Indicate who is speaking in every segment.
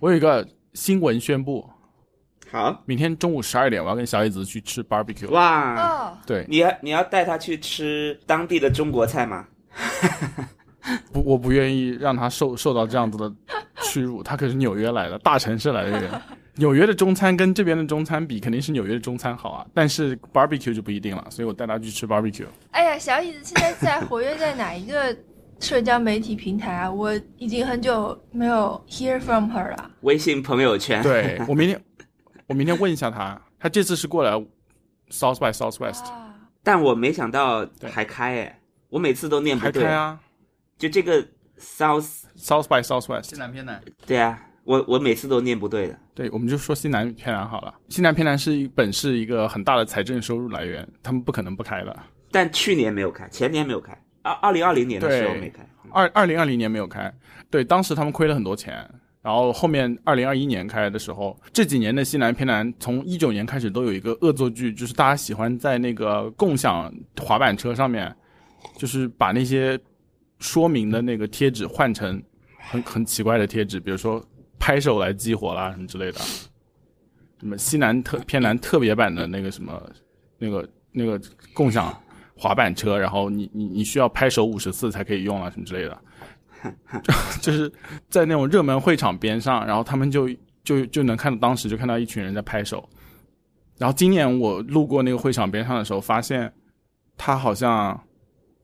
Speaker 1: 我有一个新闻宣布，
Speaker 2: 好
Speaker 1: 明天中午十二点我要跟小叶子去吃 barbecue。
Speaker 2: 哇，
Speaker 3: 哦，
Speaker 1: 对，
Speaker 2: 你要你要带他去吃当地的中国菜吗？
Speaker 1: 不，我不愿意让他受受到这样子的屈辱。他可是纽约来的，大城市来的人，纽约的中餐跟这边的中餐比，肯定是纽约的中餐好啊。但是 barbecue 就不一定了，所以我带他去吃 barbecue。
Speaker 3: 哎呀，小椅子现在在活跃在哪一个社交媒体平台啊？ 我已经很久没有 hear from her 了。
Speaker 2: 微信朋友圈，
Speaker 1: 对 我明天，我明天问一下他，他这次是过来 South by Southwest
Speaker 3: 啊，
Speaker 2: 但我没想到
Speaker 1: 对
Speaker 2: 还开哎，我每次都念不
Speaker 1: 还
Speaker 2: 对，
Speaker 1: 开啊
Speaker 2: 就这个 South，
Speaker 1: ，South by Southwest
Speaker 4: 西。南偏南，
Speaker 2: 对啊，我我每次都念不对的。
Speaker 1: 对，我们就说西南偏南好了。西南偏南是一本是一个很大的财政收入来源，他们不可能不开的。
Speaker 2: 但去年没有开，前年没有开，二二零二零年的时候
Speaker 1: 对
Speaker 2: 没开。嗯
Speaker 1: 二二零二零年没有开，对，当时他们亏了很多钱。然后后面二零二一年开的时候，这几年的西南偏南，从一九年开始都有一个恶作剧，就是大家喜欢在那个共享滑板车上面，就是把那些说明的那个贴纸换成很很奇怪的贴纸，比如说拍手来激活啦什么之类的，什么西南特偏南特别版的那个什么那个那个共享滑板车，然后你你你需要拍手五十次才可以用啊什么之类的， 就是在那种热门会场边上，然后他们就就就能看到当时就看到一群人在拍手，然后今年我路过那个会场边上的时候，发现他好像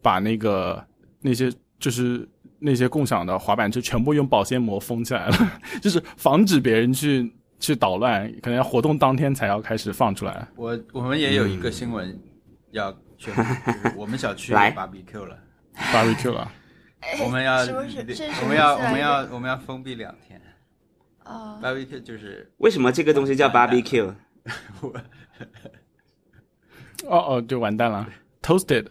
Speaker 1: 把那个那些就是那些共享的滑板车全部用保鲜膜封起来了， 就是防止别人去去捣乱，可能要活动当天才要开始放出来。
Speaker 4: 我我们也有一个新闻要宣布，就是我们小 区有
Speaker 2: 嗯来
Speaker 4: BBQ 了，
Speaker 1: barbecue 了，
Speaker 3: 哎
Speaker 4: 我们要
Speaker 3: 什么是这是什么
Speaker 4: 我们要
Speaker 3: 意
Speaker 4: 我
Speaker 3: 思啊
Speaker 4: 们要我们要封闭两天
Speaker 3: 啊，
Speaker 4: ，BBQ 就是
Speaker 2: 为什么这个东西叫 barbecue？
Speaker 4: 我
Speaker 1: 哦哦，就完蛋了，toasted。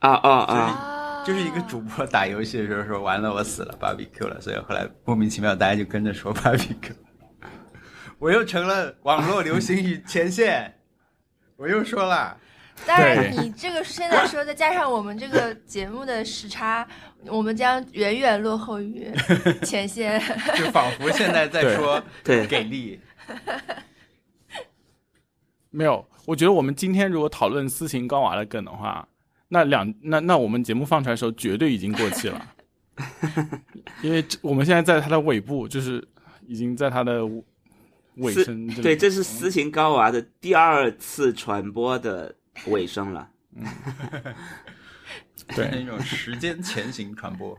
Speaker 2: 啊啊啊！
Speaker 3: 啊
Speaker 4: 就是一个主播打游戏的时候说完了我死了 BBQ 了，所以后来莫名其妙大家就跟着说 BBQ，我又成了网络流行语前线， 我又说了。
Speaker 3: 当然，你这个现在说，再加上我们这个节目的时差，我们将远远落后于 前线。
Speaker 4: 就仿佛现在在说
Speaker 2: 对
Speaker 4: 给力，
Speaker 1: 没有，我觉得我们今天如果讨论斯琴高娃的梗的话，那两那那我们节目放出来的时候绝对已经过气 了，因为这我们现在在它的尾部，就是已经在它的尾尾
Speaker 2: 是
Speaker 1: 声这
Speaker 2: 对，
Speaker 1: 里。
Speaker 2: 这是斯琴高娃的第二次传播的尾声了。
Speaker 4: 是
Speaker 1: 对
Speaker 4: 那种时间前行传播。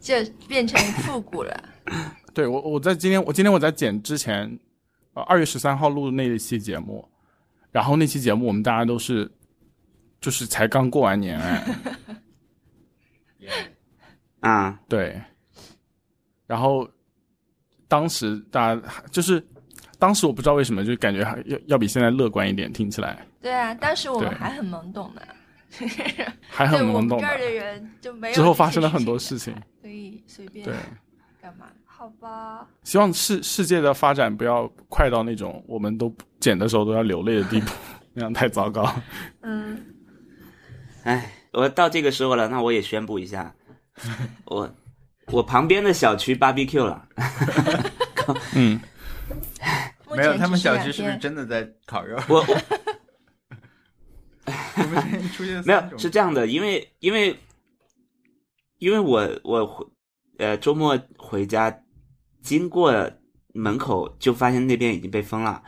Speaker 3: 这变成复古了。
Speaker 1: 对，我我在今天我今天我在剪之前，呃二月十三号录的那一期节目，然后那期节目我们大家都是就是才刚过完年哎。
Speaker 2: 啊，
Speaker 1: 对，然后当时大家就是当时我不知道为什么，就感觉还要要比现在乐观一点，听起来
Speaker 3: 对啊，当时我们
Speaker 1: 对
Speaker 3: 还很懵懂呢，
Speaker 1: 还
Speaker 3: 对
Speaker 1: 很懵
Speaker 3: 我们
Speaker 1: 懂
Speaker 3: 这
Speaker 1: 的。
Speaker 3: 儿的人就没有
Speaker 1: 之后发
Speaker 3: 这些
Speaker 1: 生了很多事
Speaker 3: 事
Speaker 1: 情
Speaker 3: 情的，所以随便
Speaker 1: 对，
Speaker 3: 干嘛？好吧，
Speaker 1: 希望世世界的发展不要快到那种我们都剪的时候都要流泪的地 步，那样太糟糕。
Speaker 3: 嗯，
Speaker 2: 哎，我到这个时候了，那我也宣布一 下，我我旁边的小区 barbecue 了。
Speaker 1: 嗯，
Speaker 3: 目
Speaker 4: 没有，
Speaker 3: 前
Speaker 4: 他们
Speaker 3: 只
Speaker 4: 小
Speaker 3: 两
Speaker 4: 区是不是
Speaker 3: 天
Speaker 4: 真的在 烤肉？
Speaker 2: 我我
Speaker 4: 我们之前出现
Speaker 2: 没
Speaker 4: 三
Speaker 2: 有
Speaker 4: 种
Speaker 2: 是这样的，因为因为因为我我回呃周末回家，经过门口就发现那边已经被封了，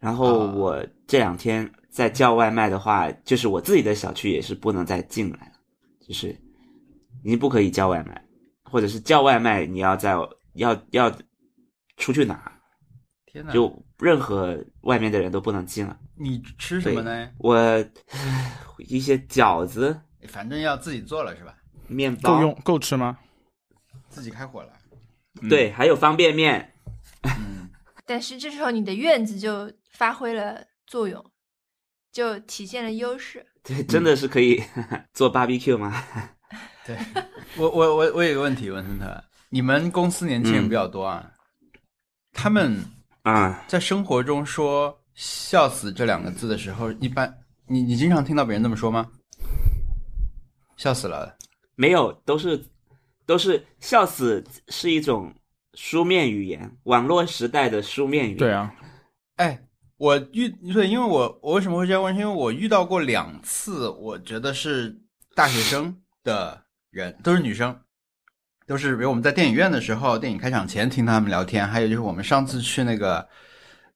Speaker 2: 然后
Speaker 4: 啊
Speaker 2: 我这两天在叫外卖的话，就是我自己的小区也是不能再进来了，就是你不可以叫外卖，或者是叫外卖你要在要要出去拿，
Speaker 4: 天
Speaker 1: 嗯
Speaker 4: 哪！
Speaker 2: 就任何外面的人都不能进了。
Speaker 4: 你吃什么呢？
Speaker 2: 我唉一些饺子、
Speaker 4: 反正要自己做了是吧？
Speaker 2: 面包
Speaker 1: 够用够吃吗？
Speaker 4: 自己开火了。
Speaker 1: 嗯
Speaker 2: 对，还有方便面。
Speaker 4: 嗯，
Speaker 3: 但是这时候你的院子就发挥了作用，就体现了优势。
Speaker 2: 对，真
Speaker 1: 嗯
Speaker 2: 的是可以 做 barbecue 吗？
Speaker 4: 对。 我我我我有个问题，文森特，你们公司年轻人
Speaker 2: 嗯
Speaker 4: 比较多啊，他们
Speaker 2: 啊、
Speaker 4: 在生活中说“笑死”这两个字的时候，一般你你经常听到别人这么说吗？笑死了，
Speaker 2: 没有，都是都是笑死是一种书面语言，网络时代的书面语言。
Speaker 1: 对，啊，
Speaker 4: 哎，我遇对，因为我我为什么会这样问？是因为我遇到过两次，我觉得是大学生的人，都是女生，都是比如我们在电影院的时候，电影开场前听他们聊天，还有就是我们上次去那个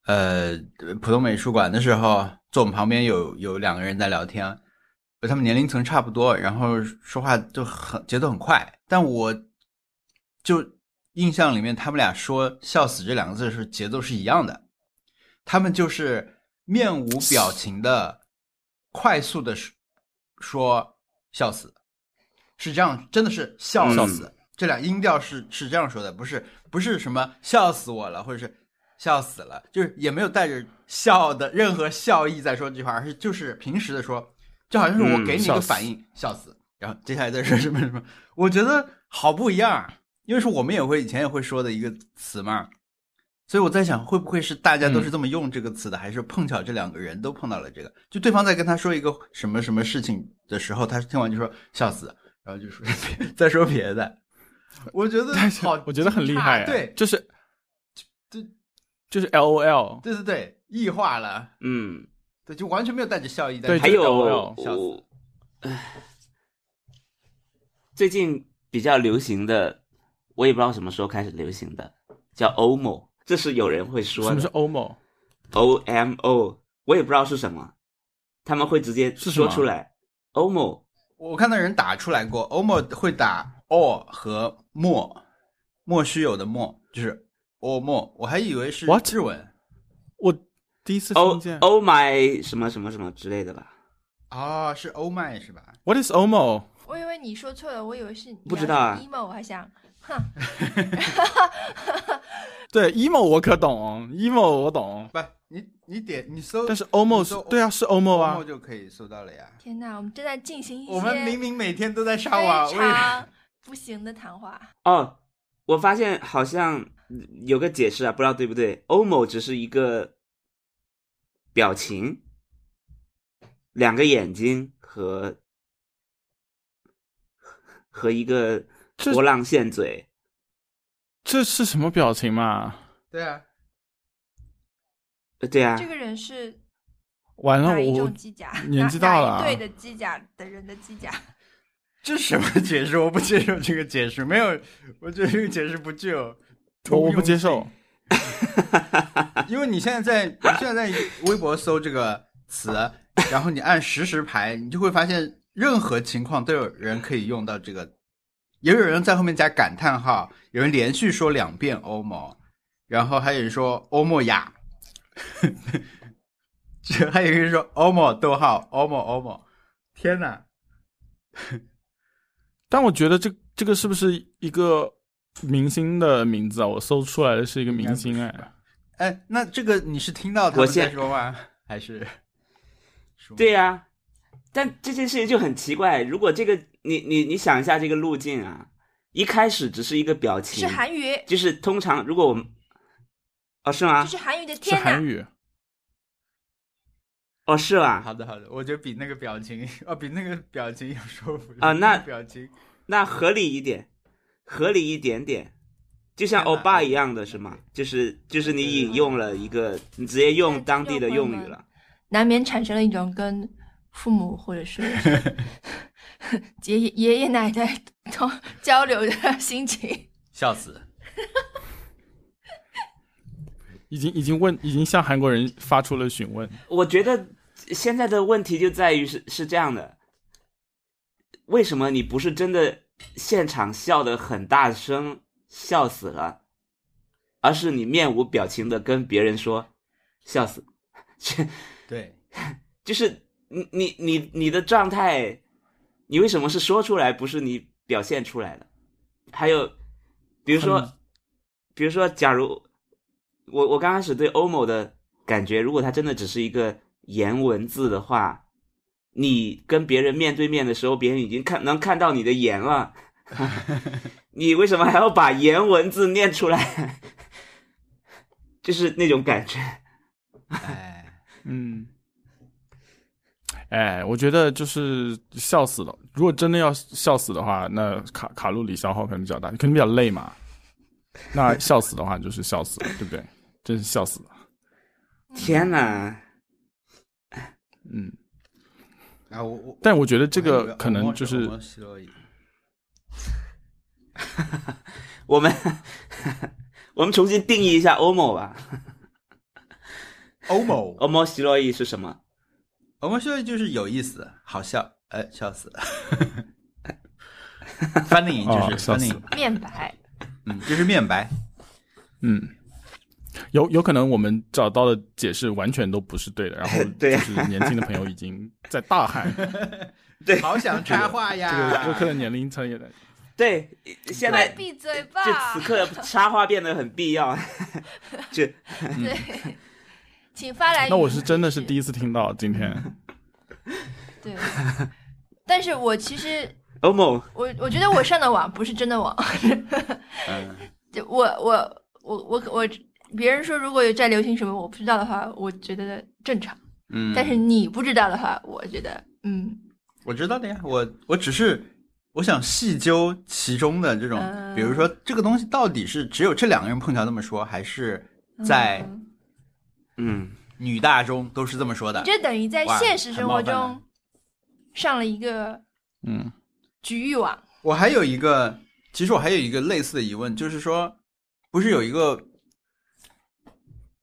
Speaker 4: 呃浦东美术馆的时候，坐我们旁边有有两个人在聊天，他们年龄层差不多，然后说话就很节奏很快，但我就印象里面他们俩说“笑死”这两个字是节奏是一样的。他们就是面无表情的、快速的说“笑死”，是这样，真的是“笑
Speaker 2: 嗯
Speaker 4: 死”。这俩音调是是这样说的，不是不是什么“笑死我了”或者是“笑死了”，就是也没有带着笑的任何笑意在说这句话，而是就是平时的说，就好像是我
Speaker 2: 嗯
Speaker 4: 给你一
Speaker 1: 笑
Speaker 4: 个
Speaker 1: 死
Speaker 4: 反应，笑死，然后接下来再说什么什么，我觉得好不一样啊。因为是我们也会以前也会说的一个词嘛，所以我在想，会不会是大家都
Speaker 1: 嗯
Speaker 4: 是这么用这个词的，还是碰巧这两个人都碰到了这个？就对方在跟他说一个什么什么事情的时候，他听完就说笑死，然后就说再说别 的。我觉得
Speaker 3: 嗯
Speaker 4: 好，
Speaker 1: 我觉得很厉害、啊，
Speaker 4: 对
Speaker 1: 就是
Speaker 4: 这
Speaker 1: 就是 L O L，
Speaker 4: 对对对，异化了，
Speaker 2: 嗯，
Speaker 4: 对，就完全没有带着笑意在
Speaker 1: 对
Speaker 4: 这
Speaker 2: 还
Speaker 4: 里。
Speaker 1: 这个
Speaker 2: 有
Speaker 1: 我有，
Speaker 2: 我
Speaker 4: 笑死
Speaker 2: 唉最近比较流行的，我也不知道什么时候开始流行的，叫 OMO，这是有人会说
Speaker 1: 什么是
Speaker 2: 的
Speaker 1: OMO？
Speaker 2: O M O，我也不知道是什么，他们会直接
Speaker 1: 是什么
Speaker 2: 说出来 OMO，
Speaker 4: 我看到人打出来过，omo 会打 o 和莫，莫须有的莫，就是 o 莫，我还以为是
Speaker 1: What？
Speaker 4: 日文
Speaker 1: 我第一次
Speaker 3: 哦
Speaker 2: Oh
Speaker 1: 听见。
Speaker 2: Oh my 什么什么什么之类的吧，
Speaker 4: 啊、是欧麦是吧？
Speaker 1: What is OMO？
Speaker 3: 我以为你说错了，我以为是你
Speaker 2: 不知道啊
Speaker 3: 要是 emo，我还想，哼，
Speaker 1: 对 emo 我可懂，emo 我懂，
Speaker 4: 不，你你点你搜，
Speaker 1: 但是 OMO 是
Speaker 4: 你搜
Speaker 1: 对啊，是 OMO
Speaker 4: 欧
Speaker 1: 啊
Speaker 4: 莫，就可以搜到了呀。
Speaker 3: 天哪，我们正在进行一些
Speaker 4: 我们明明每天都在上网，
Speaker 3: 非
Speaker 4: 为啥？
Speaker 3: 常不行的谈 话。
Speaker 2: 哦，我发现好像有个解释啊，不知道对不对？OMO 只是一个表情，两个眼睛和和一个
Speaker 1: 这
Speaker 2: 波浪线嘴，
Speaker 1: 这是什么表情嘛？
Speaker 4: 对啊，
Speaker 2: 呃对啊
Speaker 3: 这，个人是
Speaker 1: 完了
Speaker 3: 哪一
Speaker 1: 我
Speaker 3: 种机甲？
Speaker 1: 年纪大了啊
Speaker 3: 哪哪一队的机甲的人的机 甲？
Speaker 4: 这什么解释？我不接受这个解释，没有，我觉得这个解释不具有
Speaker 1: 我
Speaker 4: 通
Speaker 1: 我
Speaker 4: 用
Speaker 1: 不接
Speaker 4: 性
Speaker 1: 受，
Speaker 4: 因为你现在在你现在在微博搜这个词，然后你按实时排，你就会发现任何情况都有人可以用到这个，也有人在后面加感叹号，有人连续说两遍欧某，然后还有人说欧 莫亚，这还有人说欧某逗号欧某欧某，天哪！
Speaker 1: 但我觉得这这个是不是一个明星的名字啊？我搜出来的是一个明星
Speaker 4: 应该不是
Speaker 1: 哎，
Speaker 4: 哎，那这个你是听到他
Speaker 2: 我
Speaker 4: 们
Speaker 2: 现
Speaker 4: 在说吗？还是说
Speaker 2: 对啊。但这件事情就很奇怪，如果这个你你你想一下这个路径啊，一开始只是一个表情，
Speaker 3: 是韩语，
Speaker 2: 就是通常如果我们哦是吗
Speaker 4: 嗯
Speaker 3: 这？是韩语的
Speaker 1: 是
Speaker 3: 天
Speaker 1: 韩
Speaker 3: 哪！
Speaker 1: 语，
Speaker 2: 哦是吗？
Speaker 4: 好的好的，我觉得比那个表情哦，比那个表情有说服力
Speaker 2: 啊那
Speaker 4: 个表情
Speaker 2: 那合理一点，合理一点点，就像
Speaker 4: 天
Speaker 2: 欧
Speaker 4: 哪
Speaker 2: 巴一样的是吗？就是就是你引用了一个，你直接用当地的用语了。
Speaker 3: 难免产生了一种跟父母或 者是 爷爷爷爷奶奶 同交流的心情。
Speaker 4: 笑死。
Speaker 1: 已经已经问，已经向韩国人发出了询问。
Speaker 2: 我觉得现在的问题就在于是是这样的，为什么你不是真的现场笑的很大声，笑死了，而是你面无表情的跟别人说笑死，
Speaker 4: 对，
Speaker 2: 就是你你你你的状态，你为什么是说出来，不是你表现出来的？还有，比如说
Speaker 1: 很，
Speaker 2: 比如说，假如我我刚开始对欧某的感觉，如果他真的只是一个言文字的话，你跟别人面对面的时候，别人已经看能看到你的言了，你为什么还要把言文字念出来？ 就是那种感觉。
Speaker 4: 哎，
Speaker 1: 嗯，哎，我觉得就是笑死了。如果真的要笑死的话，那卡卡路里消耗可能比较大，可能比较累嘛。那笑死的话就是笑死了，对不对？真是笑死了。
Speaker 2: 天哪！
Speaker 1: 嗯，
Speaker 4: 啊，我我
Speaker 1: 但我觉得这
Speaker 4: 我还以
Speaker 1: 个
Speaker 4: 为
Speaker 1: 可能
Speaker 4: 我
Speaker 1: 就
Speaker 4: 我
Speaker 1: 是
Speaker 4: 我洗了一
Speaker 2: 我们 我们重新定义一下 “omo” 吧
Speaker 4: 欧某，
Speaker 1: 哦
Speaker 2: ，“omo 希洛伊”是什么？
Speaker 4: 我们说的就是有意思，好笑，哎，笑死 了。funny
Speaker 1: 哦
Speaker 4: 就是
Speaker 1: 笑死
Speaker 4: funny，、
Speaker 3: 面白，
Speaker 4: 嗯，就是面白，
Speaker 1: 嗯，有有可能我们找到的解释完全都不是对的，然后
Speaker 2: 对
Speaker 1: 就
Speaker 2: 啊
Speaker 1: 是年轻的朋友已经在大喊，
Speaker 2: 对
Speaker 4: 好想插话呀！
Speaker 1: 这个播客的年龄层也在。
Speaker 2: 对，现
Speaker 3: 快
Speaker 2: 在
Speaker 3: 闭嘴吧！
Speaker 2: 就此刻插话变得很必要。就
Speaker 3: 对，请发来。
Speaker 1: 那我是真的是第
Speaker 3: 一
Speaker 1: 一次听到今天，
Speaker 3: 对，但是我其实
Speaker 2: “omo”，
Speaker 3: 我我觉得我上的网不是真的网，
Speaker 4: 嗯，
Speaker 3: 就我我我我我别人说如果有在流行什么我不知道的话，我觉得正常；
Speaker 4: 嗯
Speaker 3: 但是你不知道的话，我觉得嗯
Speaker 4: 我知道的呀，我我只是我想细究其中的这种，
Speaker 3: 嗯
Speaker 4: 比如说这个东西到底是只有这两个人碰巧这么说，还是在
Speaker 3: 嗯
Speaker 2: 嗯，
Speaker 4: 女大众都是这么说的？
Speaker 3: 这等于在
Speaker 4: 哇
Speaker 3: 现实生活
Speaker 4: 很冒犯
Speaker 3: 中上了一个
Speaker 1: 嗯
Speaker 3: 局域网。
Speaker 4: 我还有一个，其实我还有一个类似的疑问，就是说，不是有一个，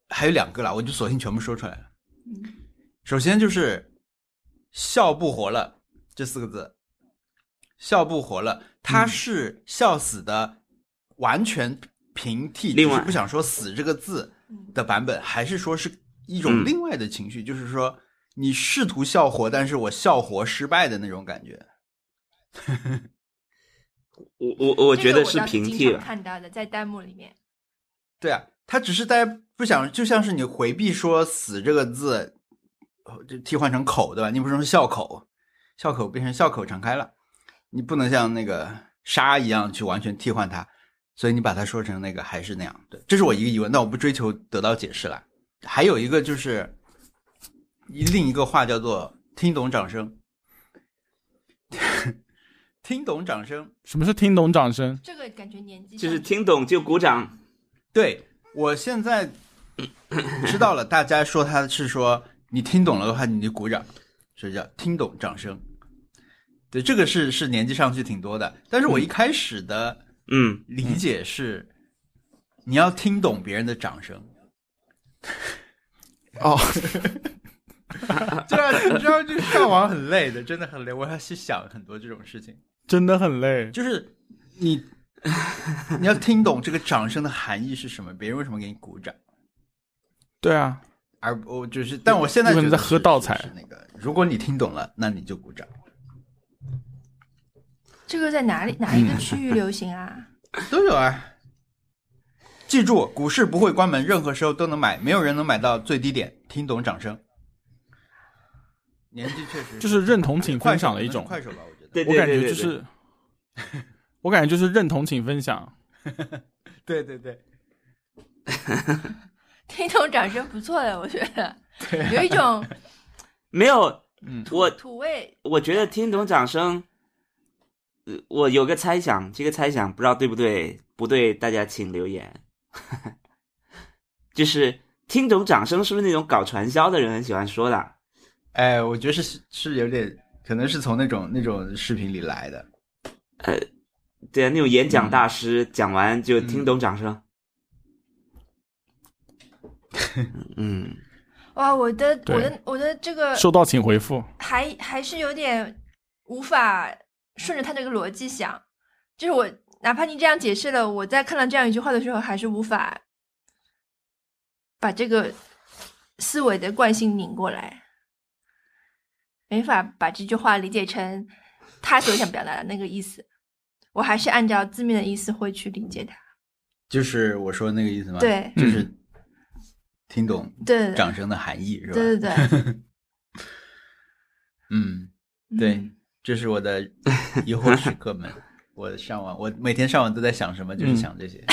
Speaker 4: 还有两个啦，我就索性全部说出来了。
Speaker 3: 嗯
Speaker 4: 首先就是“笑不活了”这四个字，“笑不活了”，
Speaker 2: 嗯
Speaker 4: 它是笑死的完全平替，
Speaker 2: 另外
Speaker 4: 就是不想说“死”这个字
Speaker 3: 嗯
Speaker 4: 的版本，还是说是一种
Speaker 2: 嗯
Speaker 4: 另外的情绪，就是说你试图笑活，但是我笑活失败的那种感觉。
Speaker 2: 我我我
Speaker 3: 这
Speaker 2: 觉
Speaker 3: 个
Speaker 2: 得是
Speaker 3: 倒
Speaker 2: 平
Speaker 3: 经
Speaker 2: 替
Speaker 3: 常
Speaker 2: 吧。
Speaker 3: 看到的，在弹幕里面，
Speaker 4: 对啊，他只是大家不想，就像是你回避说“死”这个字，呃就替换成口，对吧？你不是说笑口，笑口变成笑口常开了，你不能像那个沙一样去完全替换它，所以你把它说成那个还是那样。对，这是我一个疑问，但我不追求得到解释了。还有一个就是，一另一个话叫做“听懂掌声”， 听懂掌声。
Speaker 1: 什么是听懂掌声？
Speaker 3: 这个感觉年纪
Speaker 2: 就是
Speaker 3: 上去
Speaker 2: 听懂就鼓掌，
Speaker 4: 对我现在知道了，大家说他是说你听懂了的话，你就鼓掌，所以叫听懂掌声。对，这个是是年纪上去挺多的，但是我一开始的
Speaker 2: 嗯，
Speaker 4: 理解是，你要听懂别人的掌声，
Speaker 1: 哦，
Speaker 4: 这样啊你知道这上网很累的，真的很累，我要去想很多这种事情，
Speaker 1: 真的很累。
Speaker 4: 就是你你要听懂这个掌声的含义是什么，别人为什么给你鼓掌。
Speaker 1: 对啊，
Speaker 4: 而我就是，但我现在
Speaker 1: 有可能
Speaker 4: 觉得
Speaker 1: 在喝
Speaker 4: 是
Speaker 1: 倒
Speaker 4: 是
Speaker 1: 彩
Speaker 4: 是那个，如果你听懂了，那你就鼓掌。
Speaker 3: 这个在哪里哪一个区域流行啊？
Speaker 4: 都有啊。记住，股市不会关门，任何时候都能买，没有人能买到最低点。听懂掌声。年纪确实
Speaker 1: 就是认同请分享的一种
Speaker 4: 快手吧，我觉得。
Speaker 2: 对
Speaker 1: 我
Speaker 2: 对
Speaker 1: 感
Speaker 2: 对
Speaker 1: 觉
Speaker 2: 对
Speaker 1: 就
Speaker 2: 对，
Speaker 1: 是，我感觉就是 认同请分享。
Speaker 4: 对对对，
Speaker 3: 听懂掌声不错的，我觉得有一种
Speaker 2: 没有
Speaker 4: 嗯
Speaker 2: 我
Speaker 3: 土味。
Speaker 2: 我觉得听懂掌声，呃，我有个猜想，这个猜想不知道对不对，不对大家请留言。 就是听懂掌声是不是那种搞传销的人很喜欢说的啊？
Speaker 4: 哎，我觉得是是有点，可能是从那种那种视频里来的。
Speaker 2: 对啊，那种演讲大师、讲完就听懂掌声。嗯，
Speaker 3: 哇，我的
Speaker 1: 对
Speaker 3: 我的我的这个
Speaker 1: 收到请回复。
Speaker 3: 还还是有点无法顺着他这个逻辑想，就是我哪怕你这样解释了，我在看到这样一句话的时候，还是无法把这个思维的惯性拧过来，没法把这句话理解成他所想表达的那个意思。我还是按照字面的意思会去理解它。
Speaker 4: 就是我说那个意思吗？，
Speaker 3: 对，
Speaker 4: 就是
Speaker 1: 嗯
Speaker 4: 听懂
Speaker 3: 对对
Speaker 4: 啊掌声的含义是吧？
Speaker 3: 对对对，
Speaker 4: 嗯，对
Speaker 3: 嗯
Speaker 4: 这是我的疑惑时刻们。我上网，我每天上网都在想什么，就是
Speaker 1: 嗯
Speaker 4: 想这些，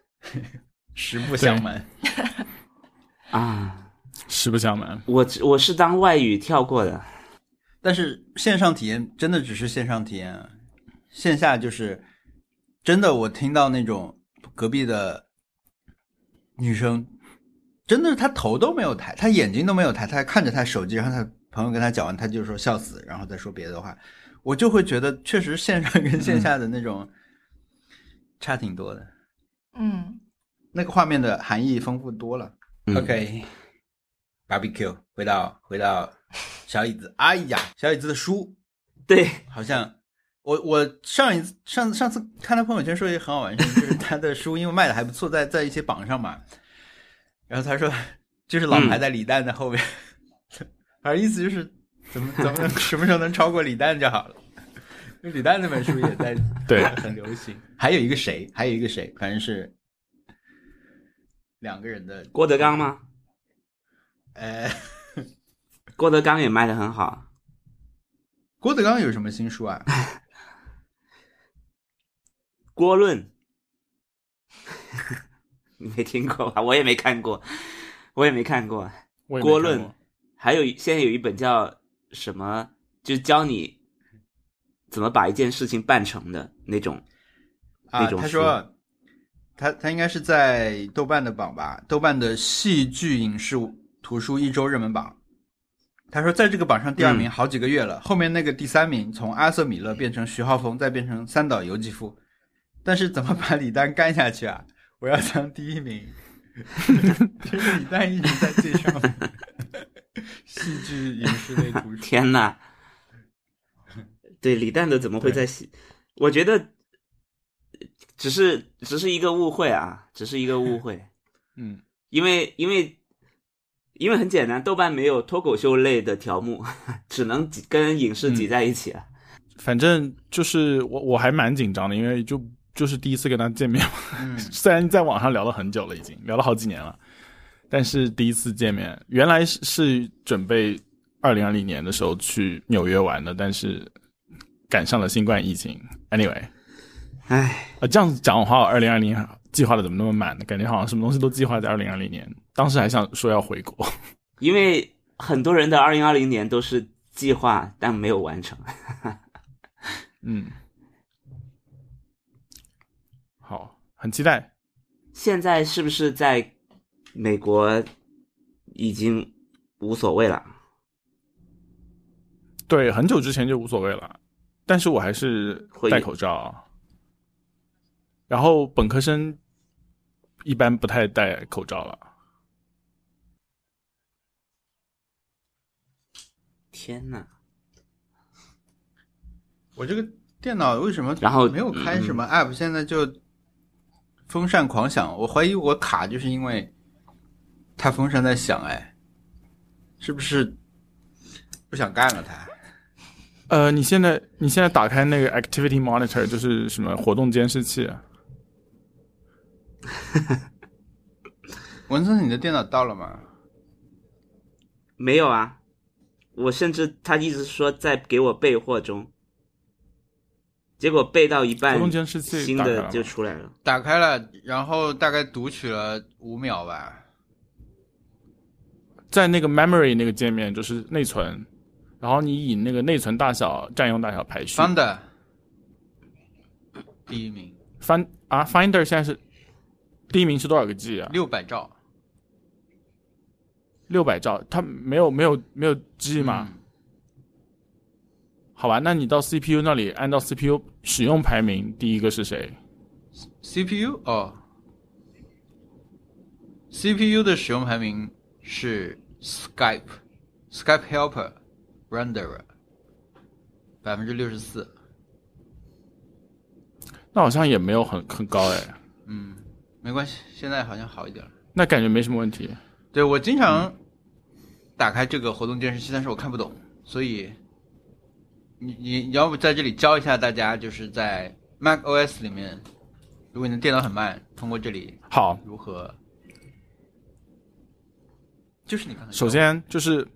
Speaker 4: 实不相瞒。
Speaker 2: 啊，
Speaker 1: 实不相瞒，
Speaker 2: 我只我是当外语跳过的。
Speaker 4: 但是线上体验真的只是线上体验啊，线下就是真的。我听到那种隔壁的女生，真的是她头都没有抬，她眼睛都没有抬，她看着她手机，然后她朋友跟她讲完，她就说笑死，然后再说别的话，我就会觉得确实线上跟线下的那种差挺多的，
Speaker 3: 嗯，
Speaker 4: 那个画面的含义丰富多了。
Speaker 2: 嗯
Speaker 4: OK，b 比 Q，回到回到小椅子，哎呀，小椅子的书
Speaker 2: 对，
Speaker 4: 好像我我上一次上上次看他朋友圈说一个很好玩的事情，就是他的书因为卖的还不错，在在一些榜上嘛，然后他说就是
Speaker 2: 嗯
Speaker 4: 老排在李诞的后面，反正意思就是怎么怎么能什么时候能超过李诞就好了。因为李诞那本书也在
Speaker 1: 对
Speaker 4: 很流行，还有一个谁，还有一个谁，反正是两个人的
Speaker 2: 郭德纲吗？
Speaker 4: 呃，
Speaker 2: 郭德纲也卖的很好，
Speaker 4: 郭德纲有什么新书啊？
Speaker 2: 郭论， 你没听过吧？我也没看过，我也没看过。
Speaker 1: 我也没
Speaker 2: 郭
Speaker 1: 看
Speaker 2: 论
Speaker 1: 过
Speaker 2: 还有一现在有一本叫什么，就是教你怎么把一件事情办成的那种。
Speaker 4: 啊
Speaker 2: 那，种
Speaker 4: 他
Speaker 2: 书
Speaker 4: 说他他应该是在豆瓣的榜吧，豆瓣的戏剧影视图书一周热门榜。他说，在这个榜上第二
Speaker 2: 嗯
Speaker 4: 名好几个月了，后面那个第三名从阿瑟·米勒变成徐浩峰，再变成三岛由纪夫，但是怎么把李诞干下去啊？我要当第一名。 其实李诞一直在最 上面，戏剧影视类图书。
Speaker 2: 天呐，对李诞的怎么会在戏？我觉得只是只是一个误会啊，只是一个误会。
Speaker 1: 嗯，
Speaker 2: 因为因为因为很简单，豆瓣没有脱口秀类的条目，只能挤跟影视挤在一起啊。
Speaker 1: 反正就是我我还蛮紧张的，因为就就是第一次跟他见面嘛，
Speaker 4: 嗯，
Speaker 1: 虽然在网上聊了很久了，已经聊了好几年了，但是第一次见面，原来是是准备二零二零年的时候去纽约玩的，但是赶上了新冠疫情。Anyway，
Speaker 2: 唉，
Speaker 1: 啊，这样子讲的话，二零二零计划的怎么那么满呢？感觉好像什么东西都计划在二零二零年。当时还想说要回国，
Speaker 2: 因为很多人的二零二零年都是计划但没有完成。
Speaker 1: 嗯，好，很期待。
Speaker 2: 现在是不是在美国已经无所谓了？
Speaker 1: 对，很久之前就无所谓了，但是我还是
Speaker 2: 会
Speaker 1: 戴口罩。然后本科生一般不太戴口罩了，
Speaker 2: 天呐，
Speaker 4: 我这个电脑为什么
Speaker 2: 然后嗯
Speaker 4: 没有开什么 app？、现在就风扇狂响，我怀疑我卡就是因为它风扇在响，哎，是不是不想干了它？
Speaker 1: 呃，你现在你现在打开那个 Activity Monitor，就是什么活动监视器，
Speaker 4: 文森，你的电脑到了吗？
Speaker 2: 没有啊！我甚至他一直说在给我备货中，结果备到一
Speaker 1: 活
Speaker 2: 半，
Speaker 1: 动监视器
Speaker 2: 新
Speaker 1: 打开
Speaker 2: 的
Speaker 1: 了
Speaker 2: 就
Speaker 1: 吗
Speaker 2: 出来了。
Speaker 4: 打开了，然后大概读取了五秒吧。
Speaker 1: 在那个 Memory 那个界面，就是内存，然后你以那个内存大小、占用大小排序。
Speaker 4: Thunder 第一名，
Speaker 1: Find 啊，Finder 现在是第一名是多少个 G 啊？
Speaker 4: 六百兆。
Speaker 1: 六百兆，它没有没有没有 G 嘛？
Speaker 4: 嗯
Speaker 1: 好吧，那你到 CPU 那里，按照 CPU 使用排名，第一个是谁？
Speaker 4: CPU 哦，CPU 的使用排名是 Skype、Skype Helper、Renderer 百分之六十四。
Speaker 1: 那好像也没有很很高哎，
Speaker 4: 嗯，没关系，现在好像好一点了。
Speaker 1: 那感觉没什么问题。
Speaker 4: 对我经常打开这个活动监视器，但是我看不懂，所以你你你要不在这里教一下大家，就是在 macOS 里面，如果你的电脑很慢，通过这里
Speaker 1: 好，
Speaker 4: 如何？就是你刚才
Speaker 1: 首
Speaker 4: 先。
Speaker 1: 先就是，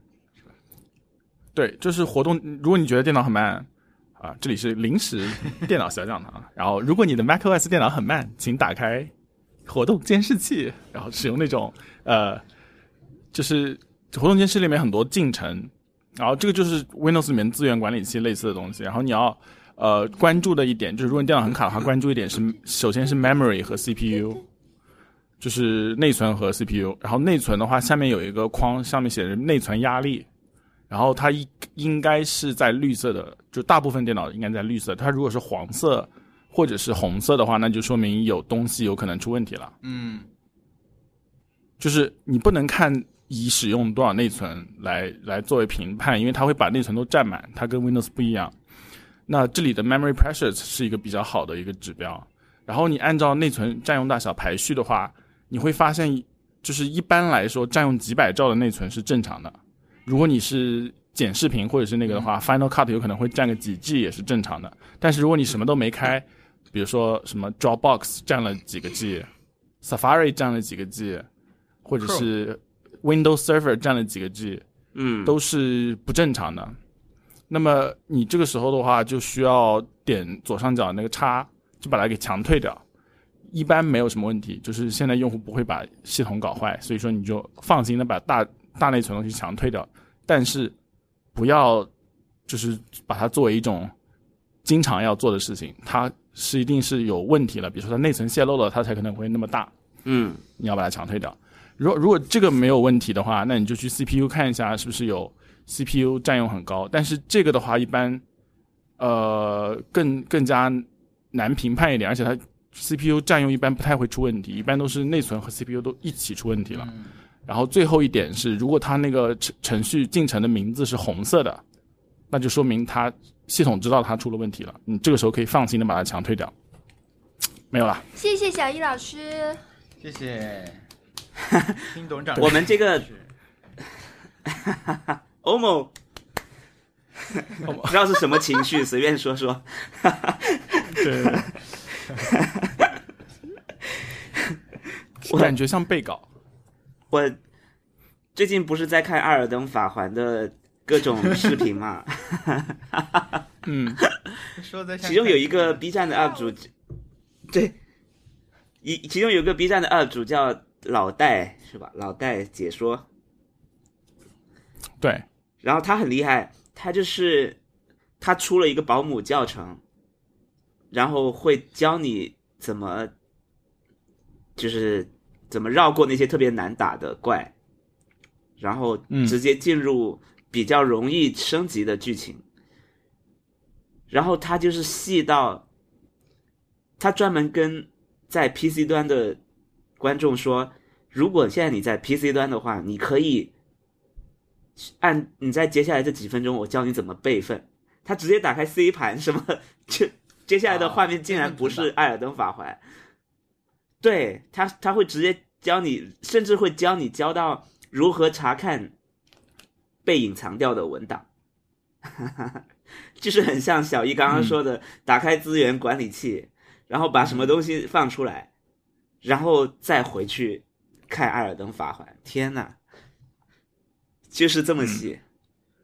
Speaker 1: 对，就是活动。如果你觉得电脑很慢啊，这里是临时电脑小讲堂。啊然后，如果你的 macOS 电脑很慢，请打开活动监视器，然后使用那种呃，就是活动监视里面很多进程，然后这个就是 Windows 里面资源管理器类似的东西。然后你要呃关注的一点，就是如果你电脑很卡的话，关注一点是首先是 memory 和 CPU，就是内存和 CPU。然后内存的话，下面有一个框，上面写着内存压力，然后它应应该是在绿色的，就大部分电脑应该在绿色。它如果是黄色或者是红色的话，那就说明有东西有可能出问题了。
Speaker 4: 嗯，
Speaker 1: 就是你不能看已使用多少内存来来作为评判，因为它会把内存都占满，它跟 Windows 不一样。那这里的 memory pressure 是一个比较好的一个指标。然后你按照内存占用大小排序的话，你会发现，就是一般来说占用几百兆的内存是正常的。如果你是剪视频或者是那个的话、f i n a l Cut 有可能会占个几 G 也是正常的。但是如果你什么都没开，比如说什么 Dropbox 占了几个 G，Safari 占了几个 G，或者是 Windows Server 占了几个 G，
Speaker 2: 嗯，
Speaker 1: 都是不正常的。那么你这个时候的话，就需要点左上角那个叉，就把它给强退掉。一般没有什么问题，就是现在用户不会把系统搞坏，所以说你就放心的把大大内存东西强退掉，但是不要就是把它作为一种经常要做的事情，它是一定是有问题了，比如说它内存泄露了，它才可能会那么大。
Speaker 2: 嗯
Speaker 1: 你要把它强退掉。如果如果这个没有问题的话，那你就去 CPU 看一下是不是有 CPU 占用很高。但是这个的话，一般呃更更加难评判一点，而且它 CPU 占用一般不太会出问题，一般都是内存和 CPU 都一起出问题了。然后最后一点是，如果它那个程程序进程的名字是红色的，那就说明它系统知道它出了问题了。你这个时候可以放心的把它强退掉。没有了，
Speaker 3: 谢谢小易老师。
Speaker 4: 谢谢。听懂掌声。
Speaker 2: 我们这个，OMO，不知道是什么情绪，随便说说。
Speaker 1: 对， 我感觉像被告。
Speaker 2: 我最近不是在看《阿尔登法环》的各种视频 嘛，
Speaker 1: 嗯，
Speaker 4: 说的
Speaker 2: 其中有一个 B 站的 UP 主，对，一其中有一个 B 站的 UP 主叫老戴是吧？老戴解说，
Speaker 1: 对，
Speaker 2: 然后他很厉害，他就是他出了一个保姆教程，然后会教你怎么，就是怎么绕过那些特别难打的怪，然后
Speaker 1: 嗯
Speaker 2: 直接进入比较容易升级的剧情。然后他就是细到，他专门跟在 PC 端的观众说，如果现在你在 PC 端的话，你可以按你在接下来这几分钟，我教你怎么备份。他直接打开 C 盘，什么这接下来的画面竟然不是《艾尔登法环》对他他会直接教你，甚至会教你教到如何查看被隐藏掉的文档， 就是很像小易刚刚说的，打开资源管理器，然后把什么东西放出来，然后再回去看《艾尔登法环》。天呐，就是这么细。
Speaker 1: 嗯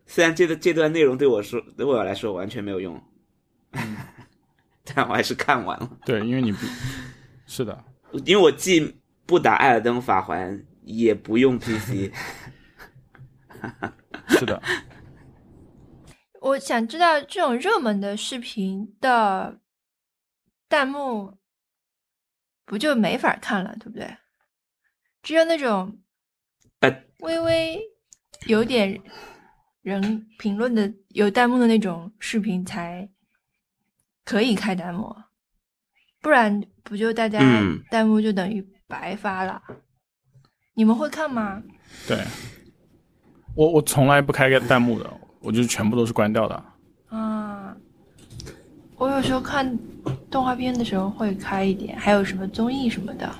Speaker 2: 虽然这个这段内容对我说对我来说完全没有用，
Speaker 1: 嗯
Speaker 2: 但我还是看完了。
Speaker 1: 对，因为你不是的，
Speaker 2: 因为我既不打《艾尔登法环》，也不 用 PC。
Speaker 1: 是的，
Speaker 3: 我想知道这种热门的视频的弹幕，不就没法看了，对不对？只有那种
Speaker 2: 呃
Speaker 3: 微微有点人评论的有弹幕的那种视频才可以开弹幕，不然不就大家
Speaker 2: 嗯
Speaker 3: 弹幕就等于白发了。你们会看吗？
Speaker 1: 对，我我从来不开个弹幕的，我就全部都是关掉的。
Speaker 3: 啊，我有时候看动画片的时候会开一点，还有什么综艺什么的，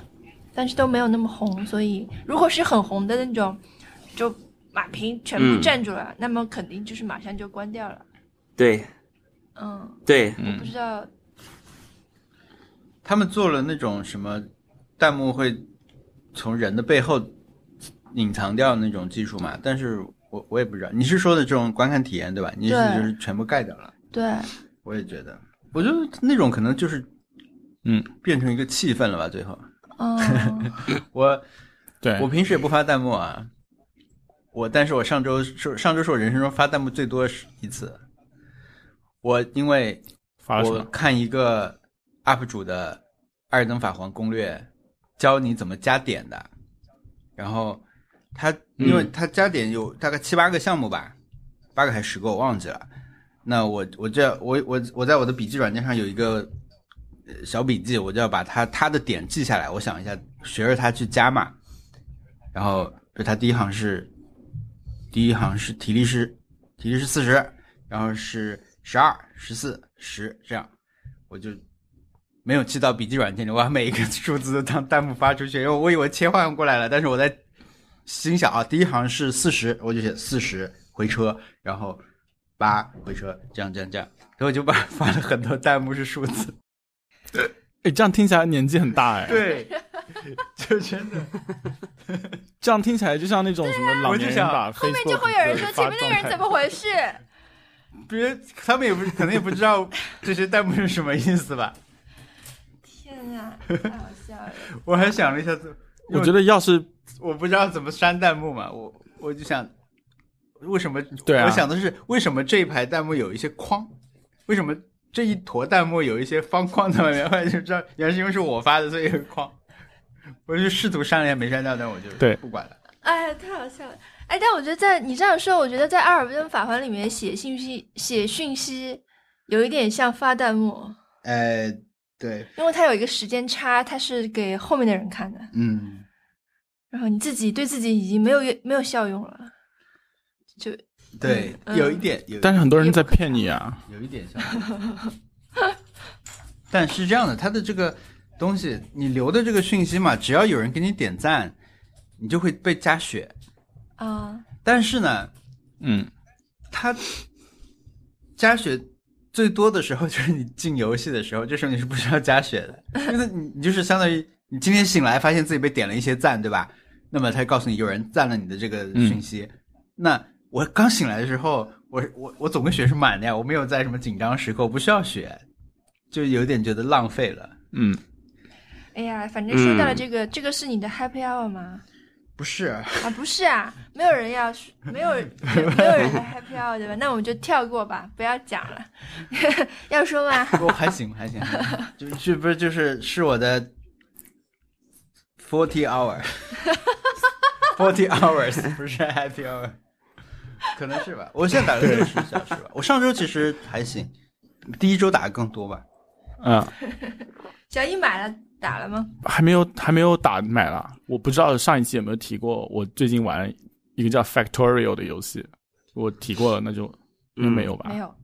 Speaker 3: 但是都没有那么红，所以如果是很红的那种，就满屏全部
Speaker 2: 嗯
Speaker 3: 占住了，那么肯定就是马上就关掉了。
Speaker 2: 对
Speaker 3: 嗯，
Speaker 2: 对，
Speaker 3: 不知道，
Speaker 4: 他们做了那种什么弹幕会从人的背后隐藏掉那种技术嘛，但是我我也不知道，你是说的这种观看体验对吧？你意思
Speaker 3: 对
Speaker 4: 就是全部盖掉了？
Speaker 3: 对，
Speaker 4: 我也觉得，我觉得那种可能就是
Speaker 1: 嗯，
Speaker 4: 变成一个气氛了吧。最后，
Speaker 3: 嗯，
Speaker 4: 我
Speaker 1: 对，
Speaker 4: 我平时也不发弹幕啊，我但是我上周是上周是我人生中发弹幕最多是一次，我因为
Speaker 1: 发了什
Speaker 4: 我
Speaker 1: 么？
Speaker 4: 看一个 UP 主的《艾尔登法环攻略》，教你怎么加点的。然后他，因为他加点有大概七八个项目吧，八个还是十个，我忘记了。那我我这我我我在我的笔记软件上有一个呃小笔记，我就要把他他的点记下来，我想一下，学着他去加嘛。然后，比如他第一行是第一行是体力是体力是四十，然后是十二、十四、十这样，我就没有记到笔记软件里，我把每一个数字都当弹幕发出去，因为我以为切换过来了，但是我在心想啊，第一行是四十，我就写四十回车，然后八回车，这样这样这样，然后我就把发了很多弹幕是数字，
Speaker 1: 哎，这样听起来年纪很大哎。，
Speaker 4: 对， 就真的
Speaker 1: 这样听起来就像那
Speaker 3: 啊
Speaker 1: 种什么老年人把
Speaker 3: 后
Speaker 1: Facebook
Speaker 3: 面就会有人说
Speaker 1: 的
Speaker 3: 前
Speaker 1: 发
Speaker 3: 面那个人
Speaker 1: 状态
Speaker 3: 怎么回事？
Speaker 4: 别人他们也不可能也不知道这些弹幕是什么意思吧，
Speaker 3: 天哪，太好笑了！
Speaker 4: 我还想了一下子。
Speaker 1: 我觉得要是
Speaker 4: 我不知道怎么删弹幕嘛，我我就想，为什么？
Speaker 1: 对啊
Speaker 4: 我想的是为什么这一排弹幕有一些框，为什么这一坨弹幕有一些方框在外面？ 后来就知道，原来是因为是我发的，所以有框。我就试图删了一下，没删掉，但我就
Speaker 1: 对
Speaker 4: 不管了。
Speaker 3: 哎，太好笑了！哎，但我觉得在你这样说，我觉得在《阿尔登法环》里面写信息、写讯息，有一点像发弹幕，
Speaker 4: 呃，对，
Speaker 3: 因为它有一个时间差，它是给后面的人看的，
Speaker 4: 嗯，
Speaker 3: 然后你自己对自己已经没有没有效用了，就
Speaker 4: 对，
Speaker 3: 嗯
Speaker 4: 有一点，有一点
Speaker 1: 但是很多人在骗你啊，
Speaker 4: 有一点像。 但是这样的，它的这个东西，你留的这个讯息嘛，只要有人给你点赞，你就会被加血。
Speaker 3: 啊，
Speaker 4: 但是呢，
Speaker 1: 嗯，
Speaker 4: 它加血最多的时候就是你进游戏的时候，这 时候你是不需要加血的，因为你你就是相当于你今天醒来发现自己被点了一些赞，对吧？那么他告诉你有人赞了你的这个讯息。那我刚醒来的时候，我我我总归血是满的呀，我没有在什么紧张时刻，我不需要血，就有点觉得浪费了。
Speaker 1: 嗯，
Speaker 3: 哎呀，反正说到了
Speaker 2: 嗯
Speaker 3: 这个，这个是你的 happy hour 吗？
Speaker 4: 不是，
Speaker 3: 啊，不是啊，没有人要，没有没有人 happy hour 对吧？那我们就跳过吧，不要讲了。 要说吗？
Speaker 2: 哦
Speaker 4: 我还行还行，就这不是就是是我的 forty hour forty hours 不是 happy hour，可能是吧。我现在打了六十小时吧，我上周其实还行，第一周打的更多吧。
Speaker 1: 嗯，
Speaker 3: 小易买了打了吗？
Speaker 1: 还没有还没有打买了，我不知道上一期有没有提过，我最近玩一个叫 Factorial 的游戏，我提过了，那就应
Speaker 2: 嗯
Speaker 1: 该没有吧？
Speaker 3: 嗯没有。